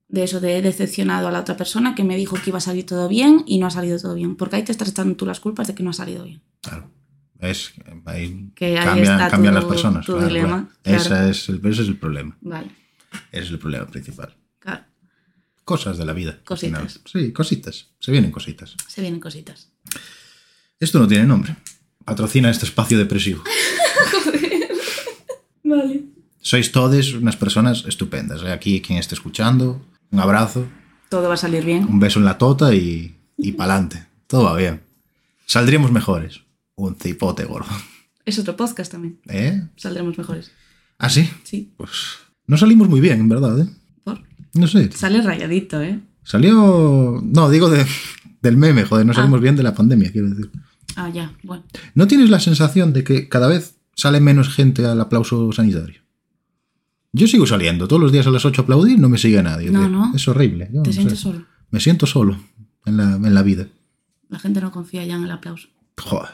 [SPEAKER 2] de eso, de he decepcionado a la otra persona que me dijo que iba a salir todo bien y no ha salido todo bien. Porque ahí te estás echando tú las culpas de que no ha salido bien.
[SPEAKER 1] Claro. Es, ahí
[SPEAKER 2] Que ahí
[SPEAKER 1] cambian,
[SPEAKER 2] está
[SPEAKER 1] cambian
[SPEAKER 2] tu-
[SPEAKER 1] las personas.
[SPEAKER 2] tu
[SPEAKER 1] claro,
[SPEAKER 2] dilema,
[SPEAKER 1] claro. Esa
[SPEAKER 2] claro.
[SPEAKER 1] es el, ese es el problema.
[SPEAKER 2] Vale,
[SPEAKER 1] Ese es el problema principal.
[SPEAKER 2] claro.
[SPEAKER 1] Cosas de la vida. al
[SPEAKER 2] Cositas.
[SPEAKER 1] final. Sí, cositas. Se vienen cositas.
[SPEAKER 2] Se vienen cositas.
[SPEAKER 1] Esto no tiene nombre. Patrocina este espacio depresivo.
[SPEAKER 2] Vale.
[SPEAKER 1] Sois todos unas personas estupendas. ¿eh? Aquí quien esté escuchando, un abrazo,
[SPEAKER 2] Todo va a salir bien.
[SPEAKER 1] un beso en la tota y, y pa'lante. Todo va bien. Saldríamos mejores. Un cipote gordo.
[SPEAKER 2] Es otro podcast también.
[SPEAKER 1] ¿Eh?
[SPEAKER 2] Saldremos mejores.
[SPEAKER 1] ¿Ah, sí?
[SPEAKER 2] Sí.
[SPEAKER 1] Pues no salimos muy bien, en verdad, ¿eh?
[SPEAKER 2] ¿Por?
[SPEAKER 1] No sé.
[SPEAKER 2] Sale rayadito, ¿eh?
[SPEAKER 1] Salió... No, digo de- del meme, joder. No salimos
[SPEAKER 2] Ah.
[SPEAKER 1] bien de la pandemia, quiero decir.
[SPEAKER 2] Ah, ya. Bueno.
[SPEAKER 1] ¿No tienes la sensación de que cada vez sale menos gente al aplauso sanitario? Yo sigo saliendo todos los días a las 8 a aplaudir, no me sigue nadie.
[SPEAKER 2] No,
[SPEAKER 1] tío.
[SPEAKER 2] no.
[SPEAKER 1] Es horrible. Yo
[SPEAKER 2] Te
[SPEAKER 1] no sé.
[SPEAKER 2] sientes solo.
[SPEAKER 1] Me siento solo en la, en la vida.
[SPEAKER 2] La gente no confía ya en el aplauso.
[SPEAKER 1] Joder.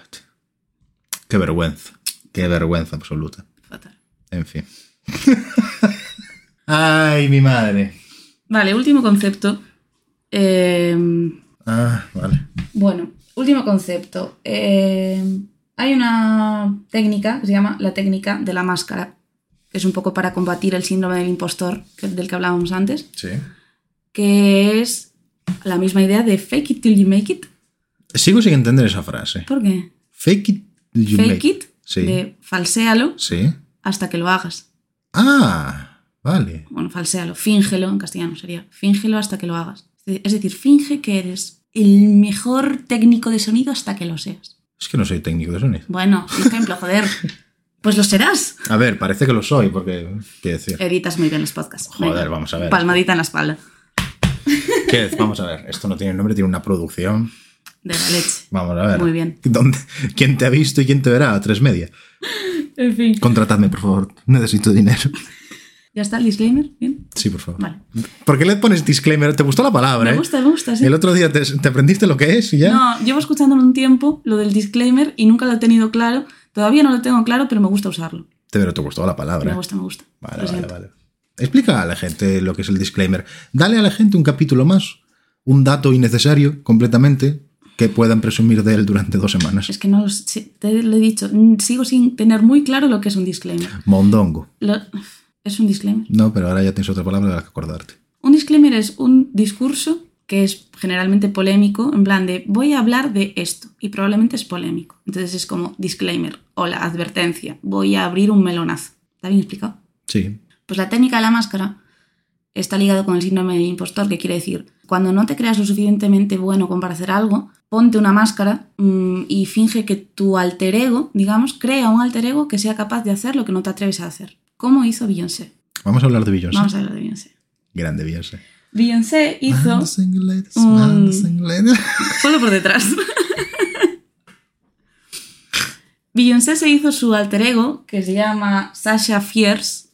[SPEAKER 1] Qué vergüenza. Qué vergüenza absoluta.
[SPEAKER 2] Fatal.
[SPEAKER 1] En fin. Ay, mi madre.
[SPEAKER 2] Vale, último concepto. Eh,
[SPEAKER 1] Ah, vale.
[SPEAKER 2] bueno, último concepto. Eh, hay una técnica que se llama la técnica de la máscara, que es un poco para combatir el síndrome del impostor que- del que hablábamos antes,
[SPEAKER 1] Sí.
[SPEAKER 2] que es la misma idea de fake it till you make it.
[SPEAKER 1] Sigo sin entender esa frase.
[SPEAKER 2] ¿Por qué?
[SPEAKER 1] Fake it. till you
[SPEAKER 2] fake
[SPEAKER 1] make
[SPEAKER 2] it,
[SPEAKER 1] Sí.
[SPEAKER 2] de falséalo
[SPEAKER 1] Sí.
[SPEAKER 2] hasta que lo hagas.
[SPEAKER 1] Ah, vale.
[SPEAKER 2] Bueno, falséalo, fíngelo, en castellano sería, fíngelo hasta que lo hagas. Es decir, finge que eres el mejor técnico de sonido hasta que lo seas.
[SPEAKER 1] Es que no soy técnico de sonido.
[SPEAKER 2] Bueno, un ejemplo, joder. Pues lo serás.
[SPEAKER 1] A ver, parece que lo soy, porque. Quiero decir.
[SPEAKER 2] Editas muy bien los podcasts.
[SPEAKER 1] Joder, vamos a ver.
[SPEAKER 2] Palmadita en la espalda.
[SPEAKER 1] ¿Qué? Vamos a ver. Esto no tiene nombre, tiene una producción.
[SPEAKER 2] De la leche.
[SPEAKER 1] Vamos a ver.
[SPEAKER 2] Muy bien.
[SPEAKER 1] ¿Dónde? ¿Quién te ha visto y quién te verá? A tres media.
[SPEAKER 2] En fin.
[SPEAKER 1] Contratadme, por favor. Necesito dinero.
[SPEAKER 2] ¿Ya está el disclaimer? ¿Bien?
[SPEAKER 1] Sí, por favor.
[SPEAKER 2] Vale.
[SPEAKER 1] ¿Por qué le pones disclaimer? ¿Te gustó la palabra?
[SPEAKER 2] Me
[SPEAKER 1] eh?
[SPEAKER 2] gusta, me gusta, sí.
[SPEAKER 1] El otro día te, te aprendiste lo que es y ya.
[SPEAKER 2] No, llevo escuchándolo un tiempo, lo del disclaimer, y nunca lo he tenido claro. Todavía no lo tengo claro, pero me gusta usarlo.
[SPEAKER 1] Te- Pero te gustó la palabra.
[SPEAKER 2] Me
[SPEAKER 1] eh.
[SPEAKER 2] gusta, me gusta. Lo
[SPEAKER 1] Vale, vale,
[SPEAKER 2] siento.
[SPEAKER 1] vale. Explica a la gente lo que es el disclaimer. Dale a la gente un capítulo más, un dato innecesario completamente que puedan presumir de él durante dos semanas.
[SPEAKER 2] Es que no sí, te lo he dicho, sigo sin tener muy claro lo que es un disclaimer.
[SPEAKER 1] Mondongo.
[SPEAKER 2] Lo- es un disclaimer.
[SPEAKER 1] No, pero ahora ya tienes otra palabra de la que acordarte.
[SPEAKER 2] Un disclaimer es un discurso que es generalmente polémico, en plan de voy a hablar de esto y probablemente es polémico. Entonces es como disclaimer o la advertencia, voy a abrir un melonazo. ¿Está bien explicado?
[SPEAKER 1] Sí.
[SPEAKER 2] Pues la técnica de la máscara está ligado con el síndrome de impostor, que quiere decir, cuando no te creas lo suficientemente bueno como para hacer algo, ponte una máscara mm, y finge que tu alter ego, digamos, crea un alter ego que sea capaz de hacer lo que no te atreves a hacer. ¿Cómo hizo Beyoncé?
[SPEAKER 1] Vamos a hablar de Beyoncé.
[SPEAKER 2] Vamos a hablar de Beyoncé.
[SPEAKER 1] Grande Beyoncé.
[SPEAKER 2] Beyoncé hizo...
[SPEAKER 1] Ah, single ladies,
[SPEAKER 2] un-
[SPEAKER 1] ah, single ladies.
[SPEAKER 2] Ponlo por detrás. Beyoncé se hizo su alter ego, que se llama Sasha Fierce.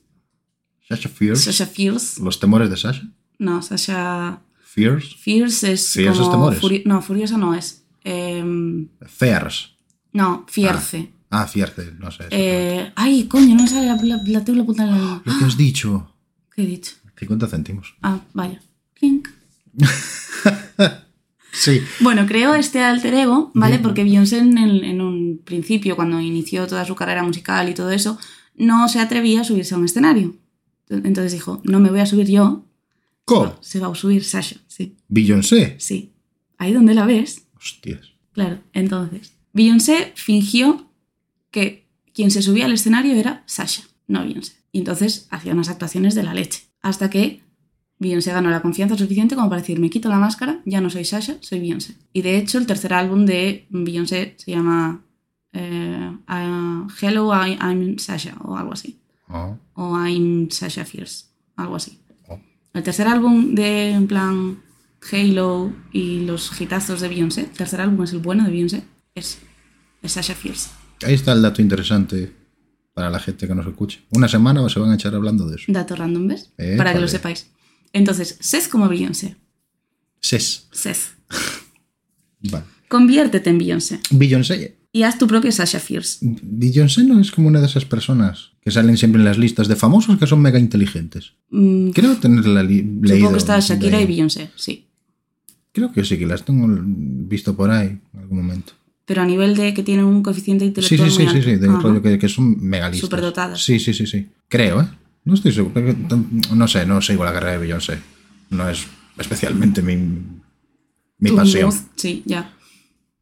[SPEAKER 1] Sasha Fierce.
[SPEAKER 2] Sasha Fierce.
[SPEAKER 1] Los temores de Sasha.
[SPEAKER 2] No, Sasha
[SPEAKER 1] Fierce.
[SPEAKER 2] Fierce es
[SPEAKER 1] Fierce
[SPEAKER 2] como...
[SPEAKER 1] es temores.
[SPEAKER 2] furi- no, furiosa no es. Em,
[SPEAKER 1] Fierce.
[SPEAKER 2] no, Fierce.
[SPEAKER 1] Ah, Fierce, no sé. exactamente.
[SPEAKER 2] Eh, ay, coño, no me sale la, la, la tengo la punta de la lengua.
[SPEAKER 1] Lo que has dicho.
[SPEAKER 2] ¿Qué he dicho?
[SPEAKER 1] 50 céntimos.
[SPEAKER 2] Ah, vaya. Clink.
[SPEAKER 1] Sí.
[SPEAKER 2] Bueno, creó este alter ego, ¿vale? Porque Beyoncé en, el- en un principio, cuando inició toda su carrera musical y todo eso, no se atrevía a subirse a un escenario. Entonces dijo, no me voy a subir yo,
[SPEAKER 1] ¿Cómo?
[SPEAKER 2] se va a subir Sasha. Sí,
[SPEAKER 1] Beyoncé.
[SPEAKER 2] sí. Ahí donde la ves,
[SPEAKER 1] Hostias.
[SPEAKER 2] claro. Entonces, Beyoncé fingió que quien se subía al escenario era Sasha, no Beyoncé. Y entonces hacía unas actuaciones de la leche. Hasta que Beyoncé ganó la confianza suficiente como para decir, me quito la máscara, ya no soy Sasha, soy Beyoncé. Y de hecho, el tercer álbum de Beyoncé se llama eh, ah, Hello, I- I'm Sasha, o algo así.
[SPEAKER 1] Ah,
[SPEAKER 2] O I'm Sasha Fierce, algo así.
[SPEAKER 1] Oh.
[SPEAKER 2] El tercer álbum de, en plan, Halo y los hitazos de Beyoncé, el tercer álbum es el bueno de Beyoncé, es, es Sasha Fierce.
[SPEAKER 1] Ahí está el dato interesante para la gente que nos escuche. Una semana se van a echar hablando de eso.
[SPEAKER 2] Dato random, ¿ves?
[SPEAKER 1] Eh,
[SPEAKER 2] Para que lo
[SPEAKER 1] vale.
[SPEAKER 2] sepáis. Entonces, sed como Beyoncé.
[SPEAKER 1] Ses.
[SPEAKER 2] Sed.
[SPEAKER 1] Vale.
[SPEAKER 2] Conviértete en Beyoncé.
[SPEAKER 1] Beyoncé.
[SPEAKER 2] Y haz tu propio Sasha Fierce.
[SPEAKER 1] Beyoncé no es como una de esas personas que salen siempre en las listas de famosos que son mega inteligentes.
[SPEAKER 2] Mm,
[SPEAKER 1] Creo tenerla li-
[SPEAKER 2] supongo
[SPEAKER 1] leído
[SPEAKER 2] que está Shakira
[SPEAKER 1] de-
[SPEAKER 2] y Beyoncé, sí.
[SPEAKER 1] Creo que sí, que las tengo visto por ahí en algún momento.
[SPEAKER 2] Pero a nivel de que tienen un coeficiente
[SPEAKER 1] Sí, sí,
[SPEAKER 2] intelectual
[SPEAKER 1] sí,
[SPEAKER 2] muy
[SPEAKER 1] sí,
[SPEAKER 2] alto.
[SPEAKER 1] sí, de
[SPEAKER 2] Ajá.
[SPEAKER 1] rollo que, que son megalistas.
[SPEAKER 2] Superdotadas.
[SPEAKER 1] Sí, sí, sí, sí. Creo, ¿eh? No estoy seguro. creo que tam- No sé, no sigo la carrera de Beyoncé. No es especialmente mi, mi
[SPEAKER 2] Tu
[SPEAKER 1] pasión.
[SPEAKER 2] voz, Sí, ya.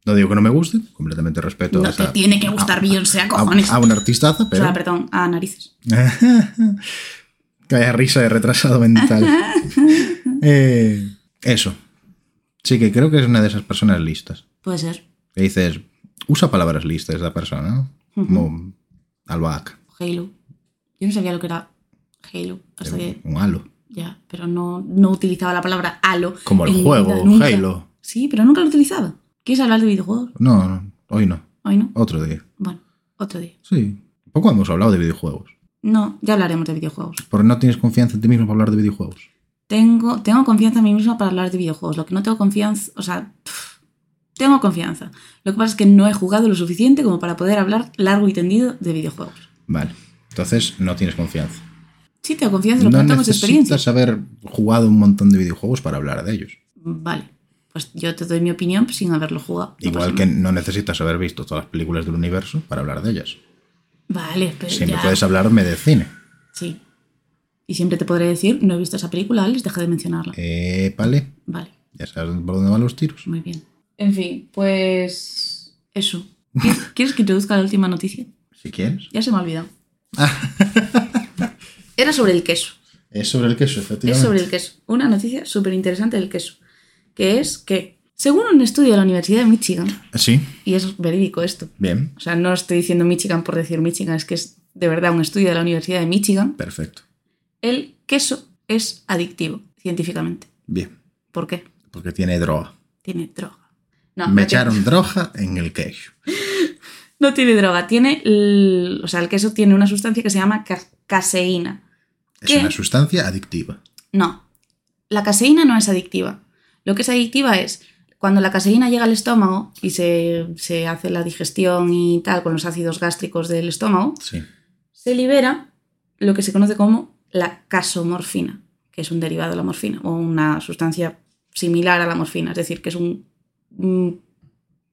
[SPEAKER 1] No digo que no me guste, completamente respeto.
[SPEAKER 2] No
[SPEAKER 1] a
[SPEAKER 2] te
[SPEAKER 1] esa-
[SPEAKER 2] tiene que gustar Beyoncé, a cojones.
[SPEAKER 1] A, una artistaza,
[SPEAKER 2] O sea,
[SPEAKER 1] pero.
[SPEAKER 2] perdón, a narices.
[SPEAKER 1] Que haya risa de retrasado mental. Eh, eso. Sí, que creo que es una de esas personas listas.
[SPEAKER 2] Puede ser.
[SPEAKER 1] Que dices, usa palabras listas esa persona, ¿no? Como albahaca,
[SPEAKER 2] Halo. Yo no sabía lo que era Halo. Hasta que,
[SPEAKER 1] eh, un halo.
[SPEAKER 2] ya, pero no, no utilizaba la palabra halo.
[SPEAKER 1] Como el
[SPEAKER 2] en mi
[SPEAKER 1] juego,
[SPEAKER 2] vida, nunca.
[SPEAKER 1] Halo.
[SPEAKER 2] Sí, pero nunca lo utilizaba. ¿Quieres hablar de videojuegos?
[SPEAKER 1] No, no, hoy no.
[SPEAKER 2] Hoy no.
[SPEAKER 1] Otro día.
[SPEAKER 2] Bueno, otro día.
[SPEAKER 1] Sí. Poco hemos hablado de videojuegos.
[SPEAKER 2] No, ya hablaremos de videojuegos.
[SPEAKER 1] Porque no tienes confianza en ti mismo para hablar de videojuegos.
[SPEAKER 2] Tengo, tengo confianza en mí misma para hablar de videojuegos. Lo que no tengo confianza, o sea, pff, tengo confianza. Lo que pasa es que no he jugado lo suficiente como para poder hablar largo y tendido de videojuegos.
[SPEAKER 1] Vale. Entonces no tienes confianza.
[SPEAKER 2] Sí, tengo confianza, lo que
[SPEAKER 1] No
[SPEAKER 2] no tengo es experiencia.
[SPEAKER 1] necesitas haber jugado un montón de videojuegos para hablar de ellos.
[SPEAKER 2] Vale, pues yo te doy mi opinión pues, sin haberlo jugado. No
[SPEAKER 1] Igual
[SPEAKER 2] pasa
[SPEAKER 1] que
[SPEAKER 2] nada.
[SPEAKER 1] no necesitas haber visto todas las películas del universo para hablar de ellas.
[SPEAKER 2] Vale, pero
[SPEAKER 1] Siempre
[SPEAKER 2] Eh, ya.
[SPEAKER 1] puedes hablarme de cine.
[SPEAKER 2] Sí. Y siempre te podré decir, no he visto esa película, Alex, deja de mencionarla.
[SPEAKER 1] Eh, vale.
[SPEAKER 2] Vale,
[SPEAKER 1] Ya sabes por dónde van los tiros.
[SPEAKER 2] muy bien. En fin, pues... Eso. ¿Quieres, quieres que introduzca la última noticia?
[SPEAKER 1] Si quieres.
[SPEAKER 2] Ya se me ha olvidado. Era sobre el queso.
[SPEAKER 1] Es sobre el queso,
[SPEAKER 2] Es
[SPEAKER 1] efectivamente.
[SPEAKER 2] sobre el queso. Una noticia súper interesante del queso. Que es que, según un estudio de la Universidad de Michigan,
[SPEAKER 1] Sí,
[SPEAKER 2] y es verídico esto,
[SPEAKER 1] bien.
[SPEAKER 2] o sea, no estoy diciendo Michigan por decir Michigan, es que es de verdad un estudio de la Universidad de Michigan,
[SPEAKER 1] Perfecto.
[SPEAKER 2] el queso es adictivo, científicamente.
[SPEAKER 1] Bien.
[SPEAKER 2] ¿Por qué?
[SPEAKER 1] Porque tiene droga.
[SPEAKER 2] Tiene droga. No,
[SPEAKER 1] Me
[SPEAKER 2] no tiene-
[SPEAKER 1] echaron droga en el queso.
[SPEAKER 2] No tiene droga, tiene. el- o sea, el queso tiene una sustancia que se llama ca- caseína.
[SPEAKER 1] Es
[SPEAKER 2] ¿Qué?
[SPEAKER 1] una sustancia adictiva.
[SPEAKER 2] No, la caseína no es adictiva. Lo que es adictiva es cuando la caseína llega al estómago y se, se hace la digestión y tal con los ácidos gástricos del estómago,
[SPEAKER 1] Sí.
[SPEAKER 2] se libera lo que se conoce como la casomorfina, que es un derivado de la morfina o una sustancia similar a la morfina, es decir, que es un. un-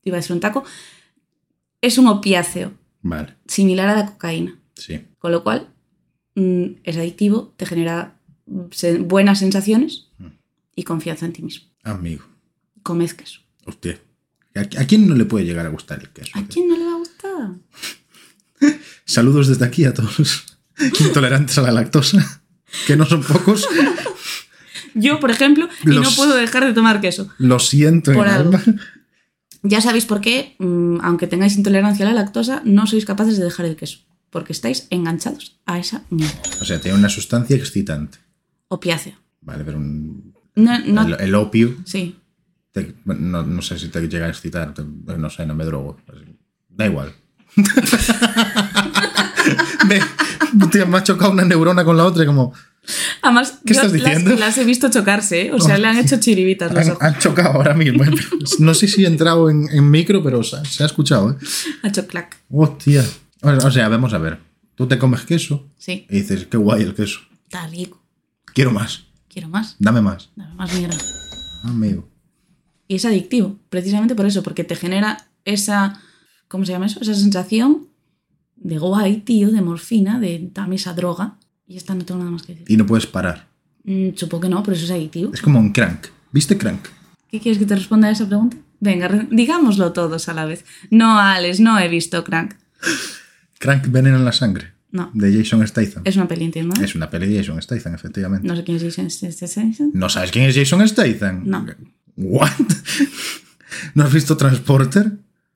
[SPEAKER 2] iba a decir un taco. Es un opiáceo
[SPEAKER 1] Vale,
[SPEAKER 2] similar a la cocaína,
[SPEAKER 1] sí.
[SPEAKER 2] con lo cual mm, es adictivo, te genera mm, se- buenas sensaciones
[SPEAKER 1] Mm.
[SPEAKER 2] y confianza en ti mismo.
[SPEAKER 1] Amigo,
[SPEAKER 2] Comed queso.
[SPEAKER 1] hostia. ¿A, a quién no le puede llegar a gustar el queso?
[SPEAKER 2] ¿A quién no le va a gustar?
[SPEAKER 1] Saludos desde aquí a todos los intolerantes a la lactosa, que no son pocos.
[SPEAKER 2] Yo, por ejemplo, y no
[SPEAKER 1] Los-
[SPEAKER 2] puedo dejar de tomar queso.
[SPEAKER 1] Lo siento, en
[SPEAKER 2] Por
[SPEAKER 1] el
[SPEAKER 2] algo.
[SPEAKER 1] alma.
[SPEAKER 2] Ya sabéis por qué, mm, aunque tengáis intolerancia a la lactosa, no sois capaces de dejar el queso, porque estáis enganchados a esa mierda.
[SPEAKER 1] O sea, tiene una sustancia excitante.
[SPEAKER 2] Opiáceo.
[SPEAKER 1] Vale, pero un-
[SPEAKER 2] No, no-
[SPEAKER 1] el, el opio,
[SPEAKER 2] sí.
[SPEAKER 1] te- no, no sé si te llega a excitar, te- eh, no sé, no me drogo. Da igual. me, tía, me ha chocado una neurona con la otra y como...
[SPEAKER 2] Además,
[SPEAKER 1] ¿Qué
[SPEAKER 2] yo
[SPEAKER 1] estás
[SPEAKER 2] las-
[SPEAKER 1] diciendo?
[SPEAKER 2] Las, he visto chocarse, ¿eh? o sea, le han hecho chiribitas los
[SPEAKER 1] Han,
[SPEAKER 2] ojos.
[SPEAKER 1] han chocado ahora mismo. eh. No sé si he entrado en, en micro, pero se, ha- se ha escuchado. ¿eh?
[SPEAKER 2] Ha hecho clac.
[SPEAKER 1] Hostia. O, o sea, vamos a ver. Tú te comes queso
[SPEAKER 2] Sí.
[SPEAKER 1] y dices, qué guay el queso.
[SPEAKER 2] Está rico.
[SPEAKER 1] Quiero más.
[SPEAKER 2] Quiero más.
[SPEAKER 1] Dame más. Ah,
[SPEAKER 2] Dame más mierda.
[SPEAKER 1] Amigo.
[SPEAKER 2] Y es adictivo, precisamente por eso, porque te genera esa. ¿Cómo se llama eso? Esa sensación de guay, tío, de morfina, de dame esa droga. Y esta no tengo nada más que decir.
[SPEAKER 1] Y no puedes parar.
[SPEAKER 2] Mm, supongo que no, pero eso es adictivo.
[SPEAKER 1] Es como un crank. ¿Viste crank?
[SPEAKER 2] ¿Qué quieres que te responda a esa pregunta? Venga, re- digámoslo todos a la vez. No, Alex, no he visto Crank.
[SPEAKER 1] Crank Veneno en la Sangre,
[SPEAKER 2] No,
[SPEAKER 1] de Jason Statham. Es,
[SPEAKER 2] es una peli entiendo. ¿eh?
[SPEAKER 1] una peli de Jason Statham, efectivamente.
[SPEAKER 2] No sé quién es Jason Statham.
[SPEAKER 1] ¿No sabes quién es Jason Statham?
[SPEAKER 2] No.
[SPEAKER 1] ¿What? ¿No has visto Transporter?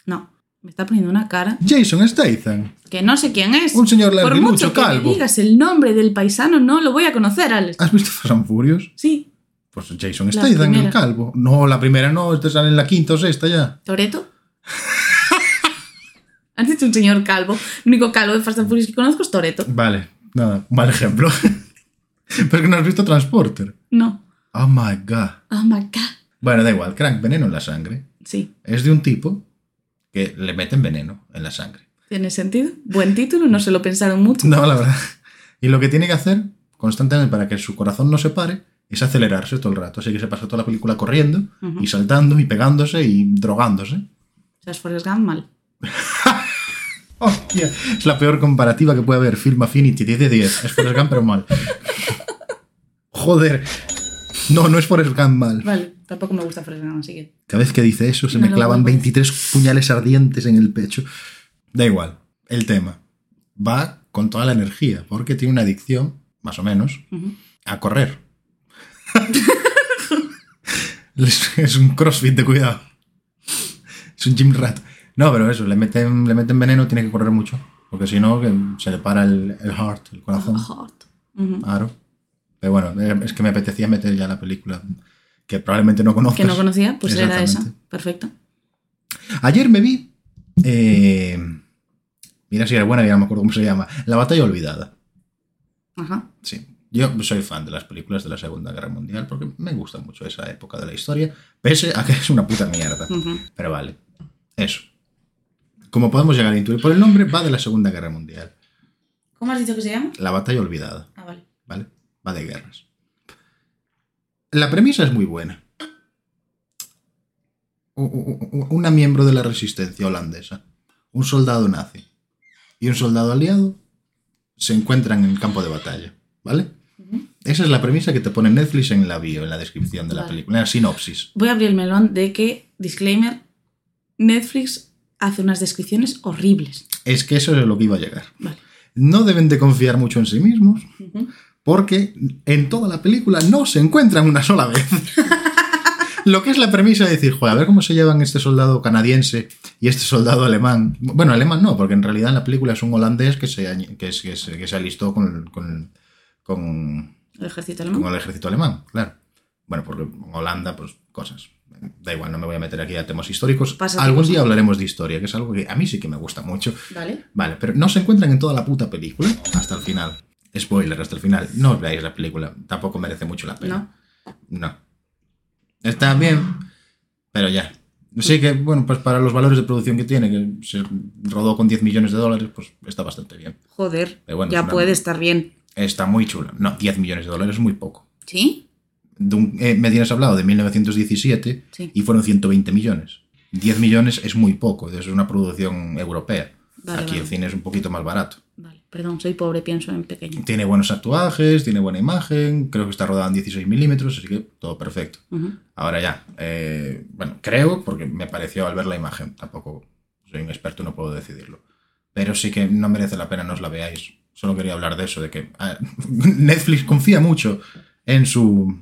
[SPEAKER 2] No, me está poniendo una cara
[SPEAKER 1] Jason Statham.
[SPEAKER 2] que no sé quién es.
[SPEAKER 1] Un señor
[SPEAKER 2] Por mucho
[SPEAKER 1] larguilucho,
[SPEAKER 2] que me
[SPEAKER 1] calvo. Ah.
[SPEAKER 2] digas el nombre del paisano, no lo voy a conocer, Alex.
[SPEAKER 1] ¿Has visto Fast and Furious?
[SPEAKER 2] Sí,
[SPEAKER 1] Pues Jason
[SPEAKER 2] La
[SPEAKER 1] Statham,
[SPEAKER 2] primera.
[SPEAKER 1] el calvo. No, la primera no, este sale en la quinta o sexta ya.
[SPEAKER 2] Toreto. Has dicho un señor calvo. El único calvo de Fast and Furious que conozco es Toreto.
[SPEAKER 1] Vale, nada, un mal ejemplo. Pero que no has visto Transporter.
[SPEAKER 2] No.
[SPEAKER 1] Oh my god.
[SPEAKER 2] Oh my god.
[SPEAKER 1] Bueno, da igual, Crank, veneno en la sangre.
[SPEAKER 2] Sí,
[SPEAKER 1] Es de un tipo que le meten veneno en la sangre.
[SPEAKER 2] tiene sentido. Buen título, no se lo pensaron mucho.
[SPEAKER 1] No, la verdad. Y lo que tiene que hacer constantemente para que su corazón no se pare es acelerarse todo el rato. Así que se pasa toda la película corriendo
[SPEAKER 2] Ujú.
[SPEAKER 1] y saltando y pegándose y drogándose.
[SPEAKER 2] O sea, es Forrest Gump mal.
[SPEAKER 1] Hostia, es la peor comparativa que puede haber. Film Affinity 10 de 10. Es Forrest Gump, pero mal. Joder. No, no es Forrest Gump mal.
[SPEAKER 2] Vale, tampoco me gusta Forrest Gump, así que.
[SPEAKER 1] Cada vez que dice eso se
[SPEAKER 2] No
[SPEAKER 1] me
[SPEAKER 2] lo
[SPEAKER 1] clavan
[SPEAKER 2] vuelvo a
[SPEAKER 1] 23 puñales ardientes en el pecho. Da igual, el tema. Va con toda la energía, porque tiene una adicción, más o menos,
[SPEAKER 2] Ujú.
[SPEAKER 1] a correr. Les- es un crossfit de cuidado. Es un gym rat. No, pero eso, le meten, le meten veneno, tiene que correr mucho. Porque si no, que se le para el, el heart, el corazón.
[SPEAKER 2] Oh, Hot. Ujú.
[SPEAKER 1] Claro. Pero bueno, eh, es que me apetecía meter ya la película, que probablemente no conozcas.
[SPEAKER 2] Que no conocía, pues era esa.
[SPEAKER 1] Exactamente.
[SPEAKER 2] Perfecto.
[SPEAKER 1] Ayer me vi. eh, mira si era buena, ya no me acuerdo cómo se llama. La batalla olvidada.
[SPEAKER 2] Ajá.
[SPEAKER 1] Sí. Yo soy fan de las películas de la Segunda Guerra Mundial porque me gusta mucho esa época de la historia, pese a que es una puta mierda.
[SPEAKER 2] Ujú.
[SPEAKER 1] Pero vale, eso. Como podemos llegar a intuir por el nombre, va de la Segunda Guerra Mundial.
[SPEAKER 2] ¿Cómo has dicho que se llama?
[SPEAKER 1] La batalla olvidada.
[SPEAKER 2] Ah, vale.
[SPEAKER 1] ¿vale? Va de guerras. La premisa es muy buena. U- u- u- Una miembro de la resistencia holandesa, un soldado nazi y un soldado aliado se encuentran en el campo de batalla, ¿vale?
[SPEAKER 2] Ujú.
[SPEAKER 1] Esa es la premisa que te pone Netflix en la bio, en la descripción de la
[SPEAKER 2] Vale.
[SPEAKER 1] película, en la sinopsis.
[SPEAKER 2] Voy a abrir el melón de que, disclaimer, Netflix hace unas descripciones horribles.
[SPEAKER 1] Es que eso es lo que iba a llegar.
[SPEAKER 2] Vale.
[SPEAKER 1] No deben de confiar mucho en sí mismos,
[SPEAKER 2] Ujú.
[SPEAKER 1] porque en toda la película no se encuentran una sola vez. Lo que es la premisa de decir, joder, a ver cómo se llevan este soldado canadiense y este soldado alemán. Bueno, alemán no, porque en realidad en la película es un holandés que se, añ- que se, que se- que se alistó con, con- con-
[SPEAKER 2] El ejército
[SPEAKER 1] con
[SPEAKER 2] alemán.
[SPEAKER 1] el ejército alemán, claro. Bueno, porque en Holanda, pues cosas. Da igual, no me voy a meter aquí a temas históricos.
[SPEAKER 2] Pásate
[SPEAKER 1] Algún
[SPEAKER 2] cosas.
[SPEAKER 1] día hablaremos de historia, que es algo que a mí sí que me gusta mucho.
[SPEAKER 2] Vale.
[SPEAKER 1] Vale, pero no se encuentran en toda la puta película hasta el final. Spoiler, hasta el final. No os veáis la película. Tampoco merece mucho la pena. No. Está bien, pero ya. Sí que, bueno, pues para los valores de producción que tiene, que se rodó con 10 millones de dólares, pues está bastante bien.
[SPEAKER 2] Joder.
[SPEAKER 1] Pero bueno, es
[SPEAKER 2] ya
[SPEAKER 1] una-
[SPEAKER 2] puede estar bien.
[SPEAKER 1] Está muy chulo. No, 10 millones de dólares es muy poco.
[SPEAKER 2] ¿Sí?
[SPEAKER 1] De un- eh, me tienes hablado de 1917
[SPEAKER 2] Sí.
[SPEAKER 1] y fueron 120 millones. 10 millones es muy poco, es una producción europea.
[SPEAKER 2] Vale,
[SPEAKER 1] Aquí el
[SPEAKER 2] vale.
[SPEAKER 1] cine es un poquito más barato.
[SPEAKER 2] Vale, perdón, soy pobre, pienso en pequeño.
[SPEAKER 1] Tiene buenos actuajes, tiene buena imagen, creo que está rodada en 16 milímetros, así que todo perfecto.
[SPEAKER 2] Ujú.
[SPEAKER 1] Ahora ya, eh, bueno, creo, porque me pareció al ver la imagen, tampoco soy un experto, no puedo decidirlo. Pero sí que no merece la pena, no os la veáis. Solo quería hablar de eso, de que ah, Netflix confía mucho en su.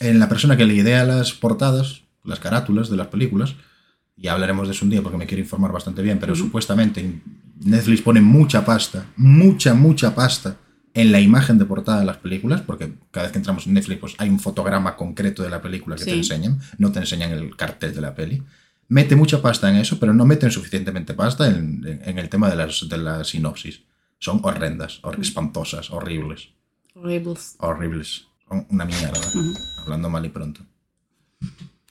[SPEAKER 1] en la persona que le idea las portadas, las carátulas de las películas. Ya hablaremos de eso un día porque me quiero informar bastante bien, pero
[SPEAKER 2] Ujú.
[SPEAKER 1] supuestamente Netflix pone mucha pasta, mucha, mucha pasta en la imagen de portada de las películas, porque cada vez que entramos en Netflix pues, hay un fotograma concreto de la película que te
[SPEAKER 2] Sí.
[SPEAKER 1] enseñan, no te enseñan el cartel de la peli. Mete mucha pasta en eso, pero no meten suficientemente pasta en, en- en el tema de las, de la sinopsis. Son horrendas, hor- espantosas, horribles,
[SPEAKER 2] Rebels.
[SPEAKER 1] horribles. Son una mierda,
[SPEAKER 2] Ujú.
[SPEAKER 1] hablando mal y pronto.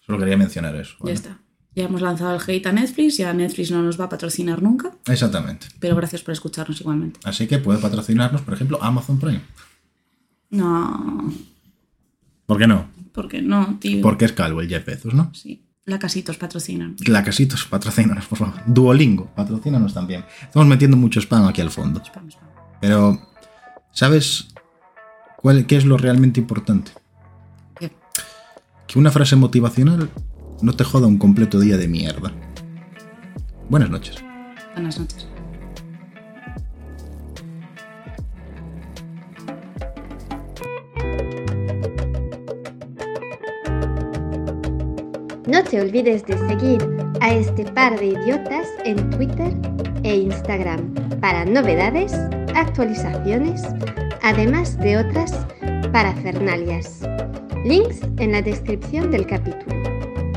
[SPEAKER 1] Solo quería mencionar eso. ¿vale?
[SPEAKER 2] Ya está. Ya hemos lanzado el hate a Netflix, ya Netflix no nos va a patrocinar nunca,
[SPEAKER 1] Exactamente.
[SPEAKER 2] pero gracias por escucharnos igualmente.
[SPEAKER 1] Así que puede patrocinarnos, por ejemplo, Amazon Prime.
[SPEAKER 2] No,
[SPEAKER 1] ¿Por qué no?
[SPEAKER 2] porque no, tío.
[SPEAKER 1] Porque es calvo el Jeff Bezos, ¿no?
[SPEAKER 2] Sí, la casitos patrocinan.
[SPEAKER 1] La Casitos, patrocínanos, por favor. Duolingo, patrocínanos también. Estamos metiendo mucho spam aquí al fondo.
[SPEAKER 2] Spam, spam.
[SPEAKER 1] Pero, ¿sabes cuál, qué es lo realmente importante?
[SPEAKER 2] ¿Qué?
[SPEAKER 1] Que una frase motivacional no te joda un completo día de mierda. Buenas noches.
[SPEAKER 2] Buenas noches.
[SPEAKER 4] No te olvides de seguir a este par de idiotas en Twitter e Instagram para novedades, actualizaciones, además de otras parafernalias. Links en la descripción del capítulo.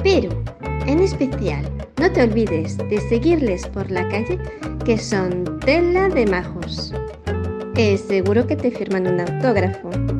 [SPEAKER 4] Pero, en especial, no te olvides de seguirles por la calle que son tela de majos. Es seguro que te firman un autógrafo.